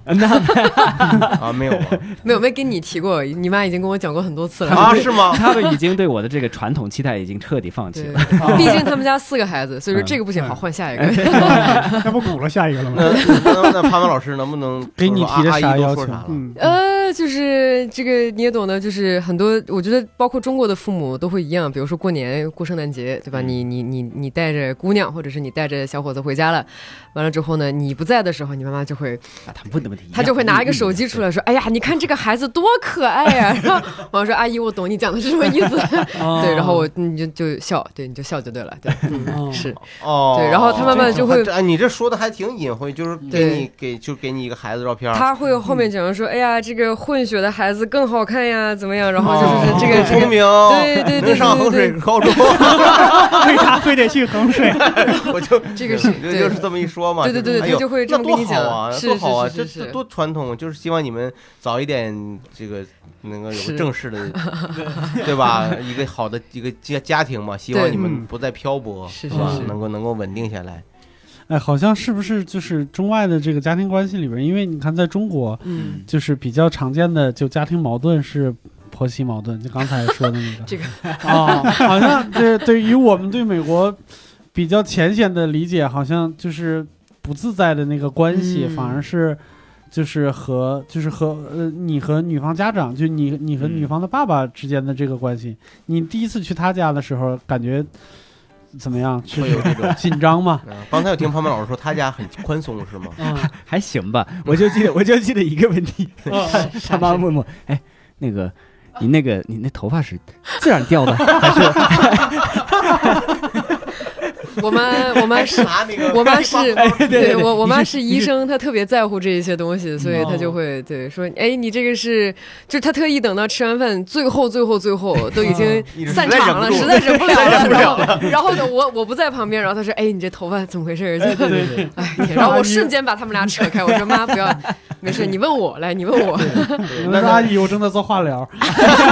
[SPEAKER 5] 啊，没有啊
[SPEAKER 6] 没有没跟你提过，你妈已经跟我讲过很多次了。
[SPEAKER 5] 啊？是吗？
[SPEAKER 7] 他们已经对我的这个传统期待已经彻底放弃
[SPEAKER 6] 对
[SPEAKER 7] 了。，
[SPEAKER 5] 啊
[SPEAKER 6] 毕竟他们家四个孩子，所以说
[SPEAKER 7] 嗯
[SPEAKER 6] 这个不行，好
[SPEAKER 2] 嗯
[SPEAKER 6] 换下一个。
[SPEAKER 2] 那不苦了下一个了
[SPEAKER 5] 那
[SPEAKER 2] 吗？
[SPEAKER 5] 那那潘潘老师能不能
[SPEAKER 3] 给你提的
[SPEAKER 5] 说说啊
[SPEAKER 3] 啥
[SPEAKER 5] 阿姨
[SPEAKER 3] 要
[SPEAKER 5] 都
[SPEAKER 3] 求
[SPEAKER 5] 说啥了？
[SPEAKER 2] 嗯，
[SPEAKER 6] 呃，就是这个你也懂的，就是很多，我觉得包括中国的父母都会一样，比如说过年过圣诞节，对吧？
[SPEAKER 5] 嗯
[SPEAKER 6] 你你你你带着姑娘或者是你带着小伙子回家了，完了之后呢，你不在的时候，你妈妈就会
[SPEAKER 7] 啊他们问的问题一样，
[SPEAKER 6] 她就会拿一个手机出来说：“哎呀，你看这个孩子多可爱呀、 然后我说：“阿姨，我懂你讲的是什么意思。”
[SPEAKER 5] 哦
[SPEAKER 6] 对，然后我你就就笑，对，你就笑就对了，对，
[SPEAKER 5] 啊
[SPEAKER 3] 哦
[SPEAKER 6] 嗯、是。
[SPEAKER 5] 哦，
[SPEAKER 6] 对然后他慢慢就会
[SPEAKER 5] 这哎，你这说的还挺隐晦，就是给
[SPEAKER 6] 对
[SPEAKER 5] 你给就给你一个孩子照片儿，
[SPEAKER 6] 他会后面讲说：“哎呀，这个混血的孩子更好看呀，怎么样？”然后
[SPEAKER 5] 哦
[SPEAKER 6] 就是这个
[SPEAKER 5] 更
[SPEAKER 6] 这
[SPEAKER 5] 聪
[SPEAKER 6] 个。
[SPEAKER 5] 明，
[SPEAKER 6] 对对对对
[SPEAKER 5] 能上衡水高中，
[SPEAKER 6] 嗯
[SPEAKER 2] 为啥非得去衡水？
[SPEAKER 5] 我就
[SPEAKER 6] 这个是
[SPEAKER 5] 就
[SPEAKER 6] 对
[SPEAKER 5] 就是这么一说嘛，
[SPEAKER 6] 对对对
[SPEAKER 5] 是
[SPEAKER 6] 对
[SPEAKER 5] 哎呦
[SPEAKER 6] 他就会
[SPEAKER 5] 那
[SPEAKER 6] 这么
[SPEAKER 5] 多
[SPEAKER 6] 跟你
[SPEAKER 5] 好
[SPEAKER 6] 讲
[SPEAKER 5] 啊，
[SPEAKER 6] 是
[SPEAKER 5] 多好啊，
[SPEAKER 6] 是
[SPEAKER 5] 这
[SPEAKER 6] 是是
[SPEAKER 5] 这
[SPEAKER 6] 是
[SPEAKER 5] 多传统，就是希望你们早一点这个能够有个
[SPEAKER 6] 是
[SPEAKER 5] 正式 的，对吧？一个好的一个家家庭嘛，希望
[SPEAKER 6] 对
[SPEAKER 5] 你们
[SPEAKER 2] 嗯
[SPEAKER 5] 不再漂泊，
[SPEAKER 6] 是
[SPEAKER 5] 吧
[SPEAKER 6] 是是
[SPEAKER 5] 能够能够稳定下来。
[SPEAKER 3] 哎，好像是不是就是中外的这个家庭关系里边，因为你看在中国，
[SPEAKER 6] 嗯，
[SPEAKER 3] 就是比较常见的就家庭矛盾是婆媳矛盾，就刚才说的那个。
[SPEAKER 6] 这个
[SPEAKER 3] 啊、好像这对于我们对美国比较浅显的理解，好像就是不自在的那个关系，
[SPEAKER 6] 嗯
[SPEAKER 3] 反而是。就是和就是和呃，你和女方家长，就你你和女方的爸爸之间的这个关系，你第一次去他家的时候，感觉怎么样？是
[SPEAKER 5] 会有这种
[SPEAKER 3] 紧张吗？
[SPEAKER 5] 嗯，刚才有听潘潘老师说他家很宽松是吗？
[SPEAKER 3] 嗯，
[SPEAKER 7] 还行吧。我就记得，我就记得一个问题，他妈问我，哎，那个。你那个，你那头发是自然掉的，
[SPEAKER 6] 我妈我 妈是
[SPEAKER 5] 拿那个
[SPEAKER 6] 我妈是
[SPEAKER 7] 对对
[SPEAKER 6] 我我妈
[SPEAKER 7] 你
[SPEAKER 6] 是医生，她特别在乎这一些东西，所以她就会对说，哎，你这个是，就是她特意等到吃完饭最后最后最后都已经
[SPEAKER 5] 一直
[SPEAKER 6] 散场了，
[SPEAKER 5] 实
[SPEAKER 6] 实
[SPEAKER 5] 在
[SPEAKER 6] 在忍不了了，然后然后呢，我我不在旁边，然后她说，哎，你这头发怎么回事儿？就
[SPEAKER 3] 对对，
[SPEAKER 6] 哎，天然后我瞬间把他们俩扯开，我说妈不要，没事，你问我来，你问我，
[SPEAKER 3] 我说阿姨，我正在做化疗。
[SPEAKER 5] 哎不是不是，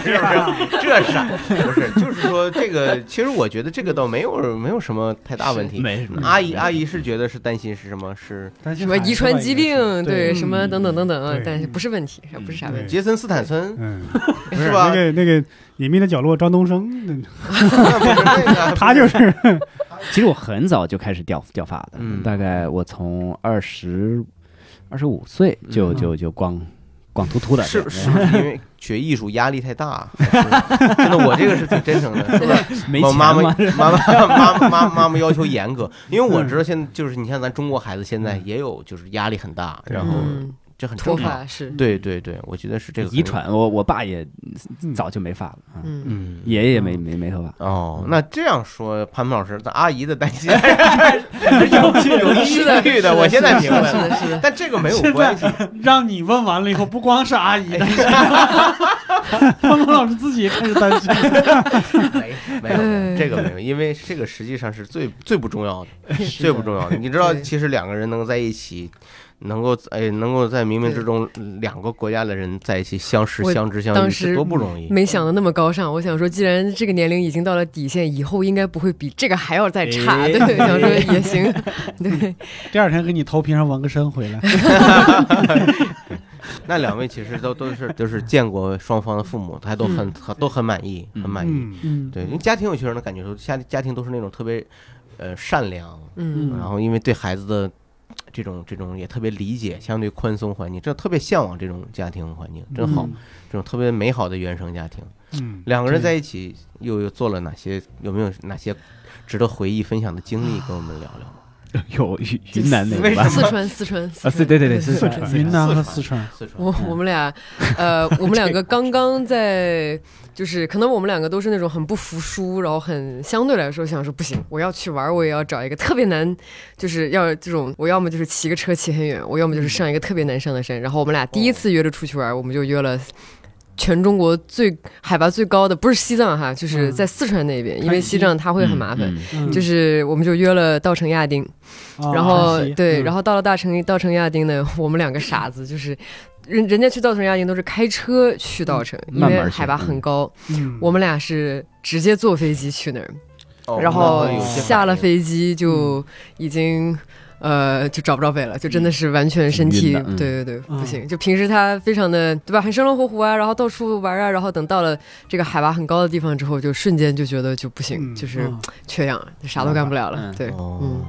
[SPEAKER 5] 这啥？不是，就是说这个，其实我觉得这个倒没有没有什么太大问题。嗯
[SPEAKER 7] 没什么
[SPEAKER 5] 阿姨阿姨是觉得是担心是什么？是
[SPEAKER 3] 担心
[SPEAKER 6] 什么
[SPEAKER 3] 孩子
[SPEAKER 6] 遗传疾病，
[SPEAKER 3] 吧也
[SPEAKER 6] 对，
[SPEAKER 3] 是
[SPEAKER 6] 什么等等等等
[SPEAKER 2] 对，
[SPEAKER 6] 但是不是问题，不是啥问
[SPEAKER 2] 对
[SPEAKER 6] 题。
[SPEAKER 5] 杰森斯坦森
[SPEAKER 2] 嗯，
[SPEAKER 5] 是吧
[SPEAKER 2] 那？个那个隐秘的角落，张东升，那
[SPEAKER 5] 那不是那个
[SPEAKER 2] 他就是
[SPEAKER 7] 其实我很早就开始掉掉发的，
[SPEAKER 5] 嗯
[SPEAKER 7] 大概我从二十二十五岁就、
[SPEAKER 3] 嗯
[SPEAKER 7] 就就光光秃秃的，
[SPEAKER 5] 是是因为学艺术压力太大， 还是真的，我这个是挺真诚的，是吧？
[SPEAKER 7] 没
[SPEAKER 5] 我
[SPEAKER 7] 钱
[SPEAKER 5] 妈妈
[SPEAKER 7] 嘛，
[SPEAKER 5] 妈妈妈妈妈妈妈要求严格，因为我知道现在就是你看咱中国孩子现在也有就是压力很大，然后
[SPEAKER 6] 嗯，
[SPEAKER 5] 这很
[SPEAKER 6] 脱
[SPEAKER 5] 正常。
[SPEAKER 6] 发是，
[SPEAKER 5] 对对对，我觉得是这个
[SPEAKER 7] 遗。传。我我爸也早就没发了，啊
[SPEAKER 6] 嗯，
[SPEAKER 5] 嗯，
[SPEAKER 7] 爷爷也没没没头发。
[SPEAKER 5] 哦，那这样说，潘潘老师，咱阿姨的担心有 有依
[SPEAKER 6] 是的，
[SPEAKER 5] 据
[SPEAKER 6] 是的
[SPEAKER 5] 我现在
[SPEAKER 6] 是
[SPEAKER 5] 明
[SPEAKER 6] 的
[SPEAKER 5] 白
[SPEAKER 6] 是
[SPEAKER 5] 了。
[SPEAKER 6] 的，是的。
[SPEAKER 5] 但这个没有关系，
[SPEAKER 3] 让你问完了以后，不光是阿姨担心，
[SPEAKER 6] 哎
[SPEAKER 3] 潘潘老师自己也开始担心。
[SPEAKER 5] 没没
[SPEAKER 6] 嗯
[SPEAKER 5] 有这个没有，因为这个实际上是最最不重要的， 最不重要的。你知道，
[SPEAKER 6] 对
[SPEAKER 5] 其实两个人能在一起，能够哎能够在冥冥之中两个国家的人在一起相识、
[SPEAKER 6] 我
[SPEAKER 5] 相知、相
[SPEAKER 6] 当
[SPEAKER 5] 遇，
[SPEAKER 6] 时
[SPEAKER 5] 是多不容易。
[SPEAKER 6] 没想的那么高尚，我想说，既然这个年龄已经到了底线，以后应该不会比这个还要再差。
[SPEAKER 7] 哎
[SPEAKER 6] 对，想说也 行，对，
[SPEAKER 3] 第二天给你头皮上纹个身回来，
[SPEAKER 5] 那两位其实都都是都是见过双方的父母，他都
[SPEAKER 6] 嗯
[SPEAKER 5] 很很都很满意，很满意。
[SPEAKER 2] 嗯，
[SPEAKER 3] 嗯，
[SPEAKER 5] 对，因为家庭有些人的感觉都家家庭都是那种特别呃善良，
[SPEAKER 6] 嗯
[SPEAKER 5] 然后因为对孩子的这种这种也特别理解，相对宽松环境，这特别向往这种家庭环境，真好，这种特别美好的原生家庭。
[SPEAKER 2] 嗯，
[SPEAKER 5] 两个人
[SPEAKER 3] 对
[SPEAKER 5] 在一起又又做了哪些？有没有哪些值得回忆分享的经历？跟我们聊聊。
[SPEAKER 7] 有云云南那
[SPEAKER 5] 为
[SPEAKER 7] 个吧
[SPEAKER 5] 什么？
[SPEAKER 6] 四川，四川，
[SPEAKER 7] 啊，
[SPEAKER 6] 四
[SPEAKER 7] 对
[SPEAKER 6] 川，
[SPEAKER 7] 对对对，
[SPEAKER 6] 四
[SPEAKER 7] 是
[SPEAKER 6] 川。
[SPEAKER 3] 云南和嗯四川，
[SPEAKER 5] 四川
[SPEAKER 6] 我我们俩，呃，我们两个刚刚在，就是可能我们两个都是那种很不服输，然后很相对来说想说不行，我要去玩儿，我也要找一个特别难，就是要这种，我要么就是骑个车骑很远，我要么就是上一个特别难上的山。然后我们俩第一次约着出去玩儿，我们就约了。全中国最海拔最高的不是西藏哈，就是
[SPEAKER 3] 嗯
[SPEAKER 6] 在四川那边，因
[SPEAKER 3] 看
[SPEAKER 6] 为
[SPEAKER 3] 一
[SPEAKER 6] 西藏它会很麻烦。
[SPEAKER 7] 嗯
[SPEAKER 3] 嗯
[SPEAKER 6] 就是我们就约了稻城亚丁，
[SPEAKER 7] 哦
[SPEAKER 3] 啊
[SPEAKER 6] 然后
[SPEAKER 3] 山西
[SPEAKER 6] 对，
[SPEAKER 3] 嗯
[SPEAKER 6] 然后到了大城稻城亚丁呢，我们两个傻子就是。人人家去稻城亚丁都是开车去稻城，因
[SPEAKER 7] 嗯慢
[SPEAKER 6] 为
[SPEAKER 7] 慢去
[SPEAKER 6] 海拔很高。
[SPEAKER 2] 嗯
[SPEAKER 6] 我们俩是直接坐飞机去那儿，
[SPEAKER 7] 哦
[SPEAKER 5] 哦
[SPEAKER 6] 然后
[SPEAKER 5] 有些
[SPEAKER 6] 下了
[SPEAKER 5] 反应
[SPEAKER 6] 飞机
[SPEAKER 7] 嗯
[SPEAKER 6] 就已经、呃就找不着北了，就真的是完全身体
[SPEAKER 7] 挺晕的嗯
[SPEAKER 6] 对对对
[SPEAKER 3] 嗯
[SPEAKER 6] 不行。就平时他非常的对吧，很生龙活虎啊，然后到处玩啊，然后等到了这个海拔很高的地方之后，就瞬间就觉得就不行，
[SPEAKER 2] 嗯
[SPEAKER 6] 就是
[SPEAKER 3] 嗯
[SPEAKER 6] 缺氧，啥都干不了了。
[SPEAKER 7] 嗯
[SPEAKER 6] 对，
[SPEAKER 5] 哦
[SPEAKER 6] 嗯，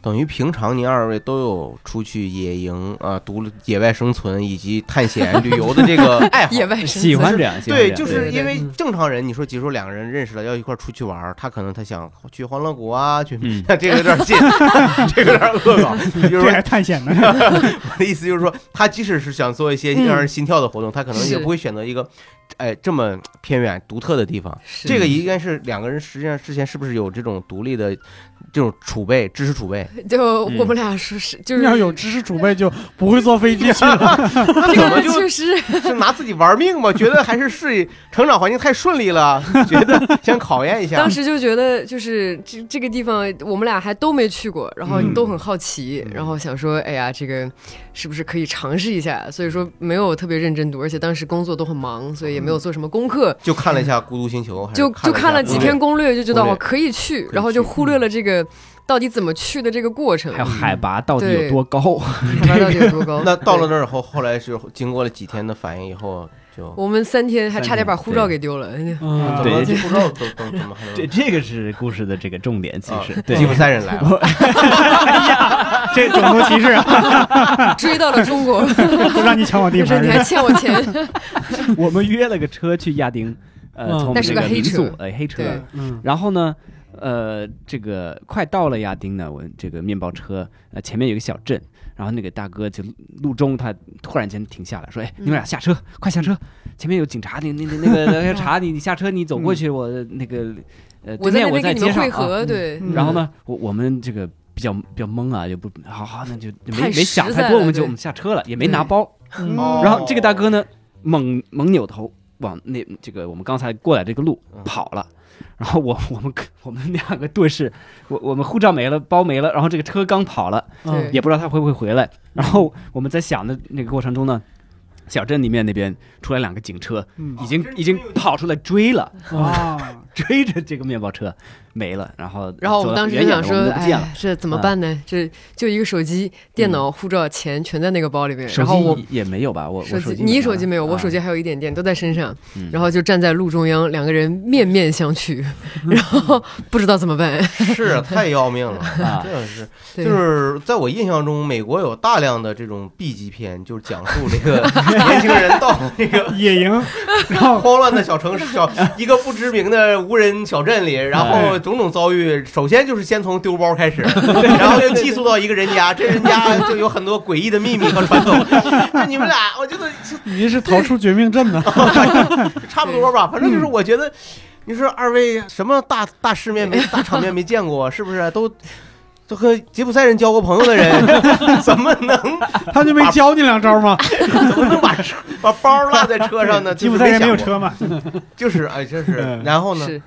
[SPEAKER 5] 等于平常您二位都有出去野营啊、独野外生存以及探险旅游的这 个爱好。
[SPEAKER 6] 野外生
[SPEAKER 7] 喜欢
[SPEAKER 6] 存
[SPEAKER 7] 这样，喜欢这
[SPEAKER 5] 对，
[SPEAKER 7] 样
[SPEAKER 5] 就是因为
[SPEAKER 3] 对对
[SPEAKER 5] 正常人，你说比如说两个人认识了，要一块儿出去玩儿，他可能他想去欢乐谷啊，去，
[SPEAKER 7] 嗯
[SPEAKER 5] 这个有点近，这个有点恶搞。就是
[SPEAKER 2] 这
[SPEAKER 5] 说
[SPEAKER 2] 还探险呢，
[SPEAKER 5] 我 的意思就是说，他即使是想做一些让人心跳的活动，他可能也
[SPEAKER 6] 嗯是
[SPEAKER 5] 不会选择一个，哎，这么偏远独特的地方。
[SPEAKER 6] 是
[SPEAKER 5] 这个应该是两个人实际上之前是不是有这种独立的这种储备、知识储 备？
[SPEAKER 6] 就
[SPEAKER 7] 嗯
[SPEAKER 6] 我们俩说是就是
[SPEAKER 3] 要有知识储备就不会坐飞机去 了。
[SPEAKER 5] 那
[SPEAKER 6] 这
[SPEAKER 5] 怎么
[SPEAKER 6] 个
[SPEAKER 5] 就
[SPEAKER 6] 确实
[SPEAKER 5] 是拿自己玩命吗？觉得还是是成长环境太顺利了，觉得想考验一下
[SPEAKER 6] 当。时就觉得就是这这个地方我们俩还都没去过，然后
[SPEAKER 2] 嗯
[SPEAKER 6] 都很好奇，
[SPEAKER 5] 嗯
[SPEAKER 6] 然后想说哎呀这个是不是可以尝试一下？所以说没有特别认真读，而且当时工作都很忙，所以也没有做什么功课。
[SPEAKER 5] 就看了一下《孤独星球》还是
[SPEAKER 6] 就就看
[SPEAKER 5] 了
[SPEAKER 6] 了
[SPEAKER 5] 一下
[SPEAKER 6] 几篇攻略，就觉得
[SPEAKER 5] 攻略
[SPEAKER 6] 哦可以去，然后
[SPEAKER 5] 去
[SPEAKER 6] 就忽略了这个到底怎么去的这个过程，
[SPEAKER 7] 嗯还有海拔到底
[SPEAKER 6] 嗯对
[SPEAKER 7] 有多 高？
[SPEAKER 6] 海拔到底有多高。
[SPEAKER 5] 那到了
[SPEAKER 6] 对
[SPEAKER 5] 那儿以后，后来是经过了几天的反应以后，就
[SPEAKER 6] 我们三天还
[SPEAKER 7] 三
[SPEAKER 6] 差点
[SPEAKER 7] 天
[SPEAKER 6] 把护照
[SPEAKER 7] 对
[SPEAKER 6] 给丢了，
[SPEAKER 3] 嗯
[SPEAKER 5] 怎
[SPEAKER 7] 对
[SPEAKER 5] 么就不知道怎怎怎么还能
[SPEAKER 7] 这这个是故事的这个重点，
[SPEAKER 6] 哦
[SPEAKER 7] 其实
[SPEAKER 5] 啊
[SPEAKER 7] 对
[SPEAKER 5] 吉。普赛人来了，
[SPEAKER 2] 这种族歧视啊，
[SPEAKER 6] 追到了中国，
[SPEAKER 2] 都让你抢我地
[SPEAKER 6] 就说
[SPEAKER 2] 盘
[SPEAKER 6] 你还欠我钱。
[SPEAKER 7] 我们约了个车去亚丁，呃，
[SPEAKER 3] 嗯
[SPEAKER 7] 从我们
[SPEAKER 6] 那是
[SPEAKER 7] 这
[SPEAKER 6] 个黑
[SPEAKER 7] 民宿
[SPEAKER 6] 车，
[SPEAKER 7] 呃，黑车。
[SPEAKER 6] 对
[SPEAKER 3] 嗯
[SPEAKER 7] 然后呢，呃，这个快到了亚丁呢，我这个面包车呃前面有一个小镇，然后那个大哥就路中他突然间停下来说：“哎，
[SPEAKER 6] 嗯
[SPEAKER 7] 你们俩下车，快下车！前面有警察，你那那那个 要查你，你下车，你走过去，我那个呃对
[SPEAKER 6] 嗯我在
[SPEAKER 7] 面
[SPEAKER 6] 那
[SPEAKER 7] 我
[SPEAKER 6] 边
[SPEAKER 7] 在
[SPEAKER 6] 跟你
[SPEAKER 7] 街
[SPEAKER 6] 们
[SPEAKER 7] 上
[SPEAKER 6] 会
[SPEAKER 7] 啊。
[SPEAKER 6] 合，对。
[SPEAKER 2] 嗯
[SPEAKER 7] 然后呢，我我们这个。比较比较懵啊，就不好好，那就没
[SPEAKER 6] 太
[SPEAKER 7] 没想
[SPEAKER 6] 实
[SPEAKER 7] 太
[SPEAKER 6] 在
[SPEAKER 7] 多，
[SPEAKER 6] 了
[SPEAKER 7] 我们就
[SPEAKER 6] 对
[SPEAKER 7] 我们下车了，也没
[SPEAKER 6] 对
[SPEAKER 7] 拿包。
[SPEAKER 3] 嗯
[SPEAKER 5] 哦
[SPEAKER 6] 嗯
[SPEAKER 7] 然后这个大哥呢，猛猛扭头往那这个我们刚才过来这个路
[SPEAKER 5] 嗯
[SPEAKER 7] 跑了。然后我 我们我们两个顿时，我我们护照没了，包没了，然后这个车刚跑了，
[SPEAKER 3] 嗯
[SPEAKER 6] 对
[SPEAKER 7] 也不知道他会不会回来。然后我们在想的那个过程中呢，小镇里面那边出来两个警车，
[SPEAKER 2] 嗯
[SPEAKER 7] 已经已经跑出来追了，
[SPEAKER 3] 嗯
[SPEAKER 2] 啊，
[SPEAKER 7] 追着这个面包车没了。然后
[SPEAKER 6] 然后我们当时就想
[SPEAKER 7] 走了
[SPEAKER 6] 说，
[SPEAKER 7] 远远的我们都不见了啊嗯
[SPEAKER 6] 哎，，这怎么办呢？这就一个手机、电脑、护照、钱全在那个包里面。
[SPEAKER 7] 手
[SPEAKER 6] 然后我
[SPEAKER 7] 机也没有吧？我我
[SPEAKER 6] 手机，
[SPEAKER 7] 机
[SPEAKER 6] 你手
[SPEAKER 7] 手
[SPEAKER 6] 机没有，我手机
[SPEAKER 7] 啊
[SPEAKER 6] 还有一点点，都在身上
[SPEAKER 7] 嗯。
[SPEAKER 6] 然后就站在路中央，两个人面面相 觑，然后不知道怎么办。
[SPEAKER 5] 是太要命了，
[SPEAKER 7] 啊
[SPEAKER 5] 这是
[SPEAKER 6] 对
[SPEAKER 5] 就是在我印象中，美国有大量的这种 B 级片，就是讲述这个年轻人到 那个
[SPEAKER 2] 野营，然后
[SPEAKER 5] 慌乱的小城市、小 一个不知名的无人小镇里，然后种种遭遇。首先就是先从丢包开始，然后又寄宿到一个人家，这人家就有很多诡异的秘密和传统。 那你们俩，我觉得
[SPEAKER 3] 你是逃出绝命镇 的，
[SPEAKER 5] 差不多吧，反
[SPEAKER 2] 嗯
[SPEAKER 5] 正就是我觉得，你说二位什么大大 世面没大场面没见过，是不是都？都和吉普赛人交过朋友 的人，怎么能
[SPEAKER 3] 他就没教你两招 吗？
[SPEAKER 5] 怎么能把车把包落在车上呢？
[SPEAKER 2] 吉
[SPEAKER 5] 就
[SPEAKER 2] 普
[SPEAKER 5] 是
[SPEAKER 2] 赛人
[SPEAKER 5] 想
[SPEAKER 2] 没有
[SPEAKER 5] 过，
[SPEAKER 2] 车嘛，
[SPEAKER 5] 就是哎，这是
[SPEAKER 3] 嗯
[SPEAKER 5] 然后呢？
[SPEAKER 6] 是。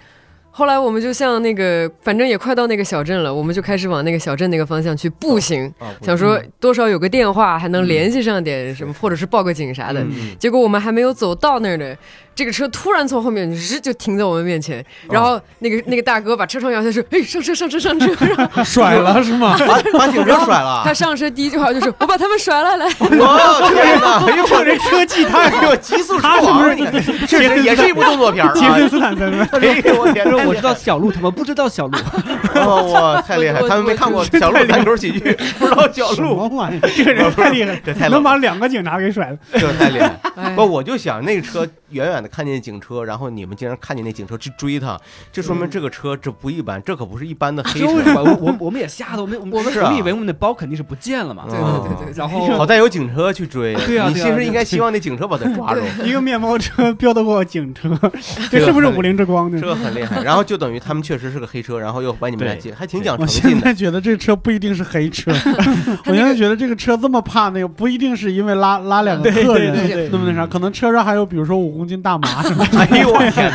[SPEAKER 6] 后来我们就像那个，反正也快到那个小镇了，我们就开始往那个小镇那个方向去步行，
[SPEAKER 5] 啊不是
[SPEAKER 6] 想
[SPEAKER 7] 嗯
[SPEAKER 6] 说多少有个电话还能联系上点什么，或者是报个警啥的。
[SPEAKER 5] 嗯
[SPEAKER 6] 结果我们还没有走到那儿呢，这个车突然从后面日就停在我们面前，然后那个那个大哥把车窗摇下去，哎，上车上车上车，然后
[SPEAKER 3] 甩了是 吗？
[SPEAKER 5] 把把警车甩了
[SPEAKER 6] 他，上车第一句话就是我把他们甩了来，
[SPEAKER 5] 我天哪！哎呦，
[SPEAKER 2] 这车技太
[SPEAKER 5] 哎呦，极速车王，你这也是一部动作片儿
[SPEAKER 2] 杰
[SPEAKER 5] 啊
[SPEAKER 2] 森！斯坦在 那，
[SPEAKER 5] 哎呦我天，
[SPEAKER 7] 不是我知道小鹿，他们不知道小鹿。
[SPEAKER 6] 啊
[SPEAKER 7] 啊
[SPEAKER 5] 哦，哇，太厉害！他们没看过小鹿篮球喜剧，不知道小
[SPEAKER 3] 什
[SPEAKER 5] 鹿，
[SPEAKER 3] 么玩意儿？
[SPEAKER 2] 这个人 太厉害，
[SPEAKER 5] 这太冷
[SPEAKER 2] 能把两个警察给甩了。
[SPEAKER 5] 这太 厉害。
[SPEAKER 6] 哎
[SPEAKER 7] 嗯
[SPEAKER 5] 不，，我就想那个车远远的看见警车，然后你们竟然看见那警车去追他，这说
[SPEAKER 7] 嗯
[SPEAKER 5] 明这个车这不一般，这可不是一般的黑
[SPEAKER 7] 周围
[SPEAKER 5] 车。
[SPEAKER 7] 我我我们也吓得，我们我们
[SPEAKER 5] 是啊
[SPEAKER 7] 我们以为我们的包肯定是不见了嘛。
[SPEAKER 6] 对对对对对，
[SPEAKER 7] 然
[SPEAKER 5] 好
[SPEAKER 7] 后
[SPEAKER 5] 在有警车去追，
[SPEAKER 7] 对啊
[SPEAKER 5] 你
[SPEAKER 7] 对啊
[SPEAKER 5] 其实应该希望那警车把他 抓住，
[SPEAKER 2] 一个面包车飙得过警车，这
[SPEAKER 5] 这个
[SPEAKER 2] 是不是
[SPEAKER 5] 很
[SPEAKER 2] 五菱之光呢？
[SPEAKER 5] 这很厉害。然后就等于他们确实是个黑车，然后又把你们俩
[SPEAKER 7] 对
[SPEAKER 5] 接，还挺讲
[SPEAKER 3] 我现
[SPEAKER 5] 诚 信的。
[SPEAKER 3] 在觉得这车不一定是黑车，我现在觉得这个车这么怕那个，不一定是因为拉拉两个客人
[SPEAKER 6] 对对对
[SPEAKER 3] 那么那啥，可能车上还有比如说五公斤大 麻什么的。
[SPEAKER 5] 哎呦我 天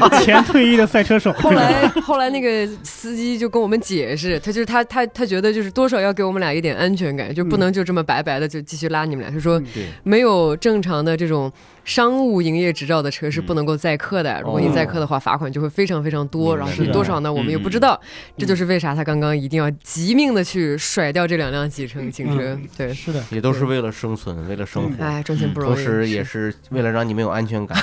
[SPEAKER 5] 哪！
[SPEAKER 2] 前退役的赛车手，
[SPEAKER 6] 后来，后来那个司机就跟我们解释，他就是他他他觉得就是多少要给我们俩一点安全感，就不能就这么白白的就继续拉你们俩。他说
[SPEAKER 2] 嗯
[SPEAKER 5] 对
[SPEAKER 6] 没有正常的这种商务营业执照的车是不能够载客的，如果你载客的话，罚款就会非常非常
[SPEAKER 5] 明
[SPEAKER 6] 多，
[SPEAKER 5] 白
[SPEAKER 6] 然后
[SPEAKER 2] 是
[SPEAKER 6] 是
[SPEAKER 2] 的
[SPEAKER 6] 多少呢？我们也不知道，这就是为啥他刚刚一定要急命的去甩掉这两辆警车警车，
[SPEAKER 2] 嗯
[SPEAKER 6] 对，
[SPEAKER 3] 是的，
[SPEAKER 5] 也都是为了生存，为了生
[SPEAKER 7] 嗯
[SPEAKER 5] 活。
[SPEAKER 6] 哎，赚钱不容
[SPEAKER 5] 同
[SPEAKER 6] 易，
[SPEAKER 5] 时也是为了让你们有安全感，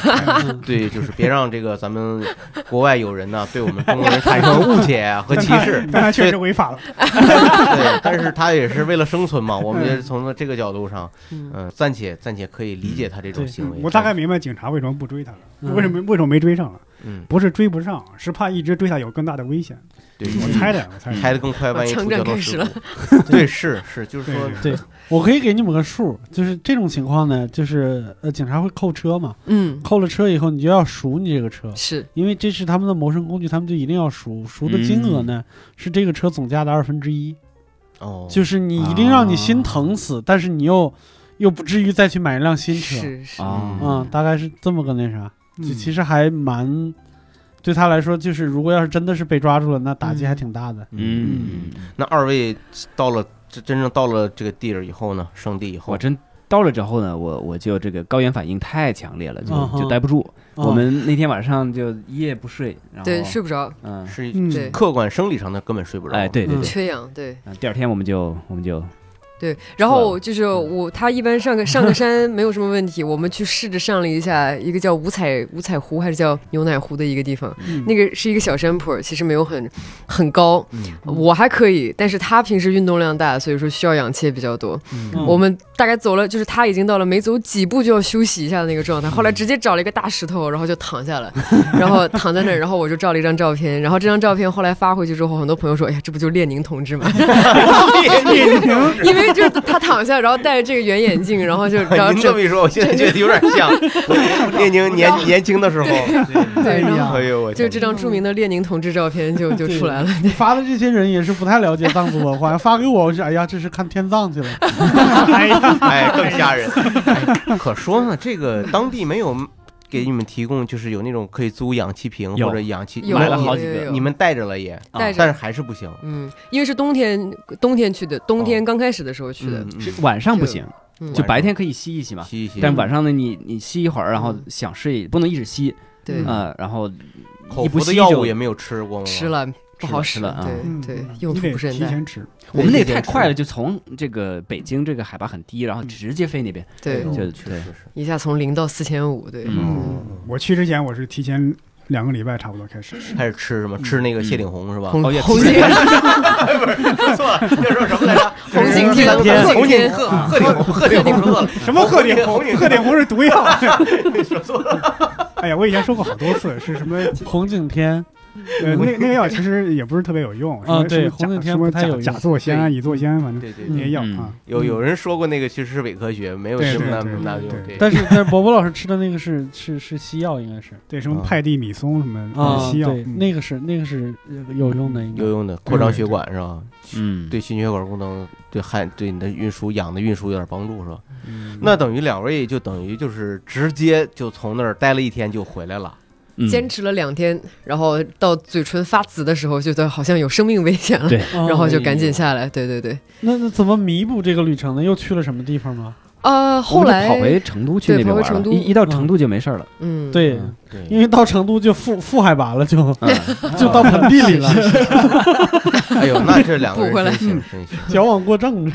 [SPEAKER 3] 嗯
[SPEAKER 5] 对，就是别让这个咱们国外友人呢、对我们中国人产生误解和歧 视。
[SPEAKER 2] 但他确实违法了。
[SPEAKER 5] 对，但是他也是为了生存嘛，我们也是从这个角度上，
[SPEAKER 6] 嗯
[SPEAKER 5] 嗯，暂且暂且可以理解他这种
[SPEAKER 3] 对
[SPEAKER 5] 行为。
[SPEAKER 2] 嗯我大概明白警察为什么不追他了，
[SPEAKER 3] 嗯
[SPEAKER 2] 为什么为什么没追上了？
[SPEAKER 5] 嗯，
[SPEAKER 2] 不是追不上，是怕一直追他有更大的危险。
[SPEAKER 5] 对，
[SPEAKER 2] 我猜的，我猜的。
[SPEAKER 5] 开嗯得更快，万一出交通事
[SPEAKER 6] 我
[SPEAKER 5] 故， 对，是是，就是说，
[SPEAKER 2] 对
[SPEAKER 3] 对我可以给你们个数，就是这种情况呢，就是呃，警察会扣车嘛，
[SPEAKER 6] 嗯，
[SPEAKER 3] 扣了车以后，你就要赎你这个车，
[SPEAKER 6] 是
[SPEAKER 3] 因为这是他们的谋生工具，他们就一定要赎，赎的金额呢、
[SPEAKER 6] 嗯
[SPEAKER 3] 是这个车总价的二分之一，
[SPEAKER 5] 哦，
[SPEAKER 3] 就是你一定让你心疼死，但是你又又不至于再去买一辆新车，
[SPEAKER 6] 是
[SPEAKER 7] 哦
[SPEAKER 6] 是，
[SPEAKER 7] 啊
[SPEAKER 3] 嗯，大概是这么个那啥，
[SPEAKER 2] 嗯
[SPEAKER 3] 就其实还蛮。对他来说，就是如果要是真的是被抓住了，那打击还挺大的。
[SPEAKER 7] 嗯，
[SPEAKER 5] 那二位到了这真正到了这个地儿以后呢，圣地以后
[SPEAKER 7] 我，真到了之后呢，我我就这个高原反应太强烈了，
[SPEAKER 3] 嗯
[SPEAKER 7] 就
[SPEAKER 3] 哼
[SPEAKER 7] 就待不住。
[SPEAKER 3] 嗯
[SPEAKER 7] 我们那天晚上就一夜不睡，然后
[SPEAKER 6] 对，睡不着，
[SPEAKER 7] 嗯，
[SPEAKER 5] 是
[SPEAKER 2] 嗯
[SPEAKER 6] 对
[SPEAKER 5] 客观生理上的根本睡不着。
[SPEAKER 7] 哎，对对
[SPEAKER 3] 嗯
[SPEAKER 7] 对，
[SPEAKER 6] 缺氧，对。
[SPEAKER 7] 嗯第二天我们就我们就
[SPEAKER 6] 对，然后就是我，他一般上个上个山没有什么问题，我们去试着上了一下一个叫五彩五彩湖还是叫牛奶湖的一个地方，
[SPEAKER 3] 嗯
[SPEAKER 6] 那个是一个小山坡，其实没有很很高，
[SPEAKER 5] 嗯
[SPEAKER 6] 我还可以，但是他平时运动量大，所以说需要氧气也比较多。
[SPEAKER 3] 嗯
[SPEAKER 6] 我们大概走了，就是他已经到了没走几步就要休息一下的那个状态，
[SPEAKER 7] 嗯
[SPEAKER 6] 后来直接找了一个大石头，然后就躺下了，然后躺在那儿，然后我就照了一张照片，然后这张照片后来发回去之后，很多朋友说，哎呀，这不就列宁同志吗？ 因为就是他躺下，然后戴着这个圆眼镜，然后就然 后
[SPEAKER 5] 您 这
[SPEAKER 6] 整
[SPEAKER 5] 么一说，我现在觉得有点 像 列宁年年轻的时候。
[SPEAKER 6] 对，然后
[SPEAKER 5] 哎呦我
[SPEAKER 6] 就
[SPEAKER 5] 天
[SPEAKER 6] 这张著名的列宁同志照片就就
[SPEAKER 7] 嗯
[SPEAKER 6] 出来了。
[SPEAKER 3] 你发的这些人也是不太了解藏族文化， 发给我，我是哎呀，这是看天葬去了。
[SPEAKER 2] 哎 呀，
[SPEAKER 5] 哎，更吓人。哎可说呢，这个当地没有给你们提供，就是有那种可以租氧气瓶
[SPEAKER 7] 有
[SPEAKER 5] 或者氧气，
[SPEAKER 6] 有
[SPEAKER 7] 买了
[SPEAKER 6] 有
[SPEAKER 7] 好
[SPEAKER 6] 有
[SPEAKER 7] 几
[SPEAKER 6] 有
[SPEAKER 7] 个啊
[SPEAKER 6] 有
[SPEAKER 5] 你们带着了也，
[SPEAKER 6] 带
[SPEAKER 5] 但
[SPEAKER 6] 着
[SPEAKER 5] 是。还是不行。
[SPEAKER 6] 嗯，因为是冬天，冬天去的，冬
[SPEAKER 7] 哦
[SPEAKER 6] 天刚开始的时候去的，
[SPEAKER 5] 嗯，
[SPEAKER 7] 是晚上不行，
[SPEAKER 6] 嗯
[SPEAKER 7] 就白天可以吸一吸嘛。
[SPEAKER 5] 吸一吸，
[SPEAKER 7] 但晚上呢，你你吸一会儿，然后想睡，不能一直吸，
[SPEAKER 6] 对，
[SPEAKER 7] 呃，然后
[SPEAKER 5] 口
[SPEAKER 7] 一不
[SPEAKER 5] 服的
[SPEAKER 7] 吸
[SPEAKER 5] 药
[SPEAKER 7] 就
[SPEAKER 5] 物也没有吃过吗？
[SPEAKER 6] 吃。了不好使
[SPEAKER 7] 吃了啊吃了
[SPEAKER 2] 嗯
[SPEAKER 6] 对对
[SPEAKER 2] 嗯，
[SPEAKER 6] 用
[SPEAKER 2] 你
[SPEAKER 6] 途
[SPEAKER 2] 得
[SPEAKER 6] 不是
[SPEAKER 2] 提
[SPEAKER 6] 很大，
[SPEAKER 2] 前吃。
[SPEAKER 7] 我们那
[SPEAKER 5] 对
[SPEAKER 7] 也
[SPEAKER 5] 对
[SPEAKER 7] 太
[SPEAKER 5] 对
[SPEAKER 7] 快
[SPEAKER 5] 是
[SPEAKER 7] 了，就从这个北京这个海拔很低，然后直接飞那边，
[SPEAKER 6] 对，
[SPEAKER 7] 就
[SPEAKER 5] 确
[SPEAKER 7] 对
[SPEAKER 5] 实是。
[SPEAKER 6] 一下从零到四千五，对，
[SPEAKER 7] 嗯
[SPEAKER 2] 我去之前，我是提前两个礼拜差不多开始。
[SPEAKER 5] 开始吃什么？吃那个谢顶红是吧？
[SPEAKER 6] 红
[SPEAKER 7] 哦也
[SPEAKER 6] 红
[SPEAKER 7] 是
[SPEAKER 6] 警
[SPEAKER 5] 错了，这说什么来着？
[SPEAKER 6] 红景
[SPEAKER 5] 这
[SPEAKER 6] 天
[SPEAKER 5] 是天，
[SPEAKER 6] 红景天
[SPEAKER 5] 鹤鹤顶红，鹤顶红错了，
[SPEAKER 2] 什么鹤顶
[SPEAKER 5] 红
[SPEAKER 2] 红
[SPEAKER 5] 顶？
[SPEAKER 2] 鹤顶红是毒 药。
[SPEAKER 5] 说错了。
[SPEAKER 2] 哎呀，我以前说过好多次，是什 么？
[SPEAKER 3] 红景天，
[SPEAKER 2] 呃，那那个药其实也不是特别有用。什
[SPEAKER 3] 啊
[SPEAKER 2] 么什
[SPEAKER 3] 对
[SPEAKER 2] 么甲
[SPEAKER 3] 红景天
[SPEAKER 2] 什么
[SPEAKER 3] 不太有用
[SPEAKER 2] 甲甲唑酰胺、乙唑酰胺，反正
[SPEAKER 5] 对对
[SPEAKER 2] 那
[SPEAKER 5] 对，
[SPEAKER 2] 些药
[SPEAKER 7] 嗯
[SPEAKER 2] 啊。
[SPEAKER 5] 有有人说过那个其实是伪科学，没有
[SPEAKER 2] 对
[SPEAKER 5] 什么
[SPEAKER 2] 对
[SPEAKER 5] 大
[SPEAKER 2] 对
[SPEAKER 5] 什么大
[SPEAKER 2] 对
[SPEAKER 5] 用。
[SPEAKER 2] 对
[SPEAKER 5] 对
[SPEAKER 3] 但是但是伯伯老师吃的那个是是是西药，应该是
[SPEAKER 2] 对，什么
[SPEAKER 5] 啊
[SPEAKER 2] 派地米松什么呃西药
[SPEAKER 3] 啊对，，
[SPEAKER 2] 嗯
[SPEAKER 3] 那个是那个是呃有用的，应该
[SPEAKER 5] 有用的扩张血管是吧？
[SPEAKER 7] 嗯，
[SPEAKER 5] 对心血管功能，对汗，对你的运输氧的运输有点帮助是吧？
[SPEAKER 2] 嗯
[SPEAKER 5] 那等于两位就等于就是直接就从那儿待了一天就回来了。
[SPEAKER 7] 嗯，
[SPEAKER 6] 坚持了两天，然后到嘴唇发紫的时候，觉得好像有生命危险了
[SPEAKER 5] 嗯
[SPEAKER 7] 对，
[SPEAKER 3] 哦
[SPEAKER 6] 然后就赶紧下来。对对对，
[SPEAKER 3] 那那怎么弥补这个旅程呢？又去了什么地方吗？
[SPEAKER 5] 哦
[SPEAKER 6] 呃，后
[SPEAKER 7] 我们就
[SPEAKER 6] 来
[SPEAKER 7] 跑回成都去
[SPEAKER 6] 对
[SPEAKER 7] 那边
[SPEAKER 6] 跑回
[SPEAKER 7] 玩
[SPEAKER 6] 成
[SPEAKER 7] 了，
[SPEAKER 6] 都
[SPEAKER 7] 一一到成都就没事儿了。
[SPEAKER 6] 嗯，
[SPEAKER 3] 对，
[SPEAKER 7] 嗯
[SPEAKER 5] 对
[SPEAKER 3] 因为到成都就负负海拔了，就
[SPEAKER 7] 嗯
[SPEAKER 3] 就到盆地里 了，
[SPEAKER 5] 哎呦，那这两个 人
[SPEAKER 6] 补回来
[SPEAKER 5] 真行真行。
[SPEAKER 3] 矫枉过正。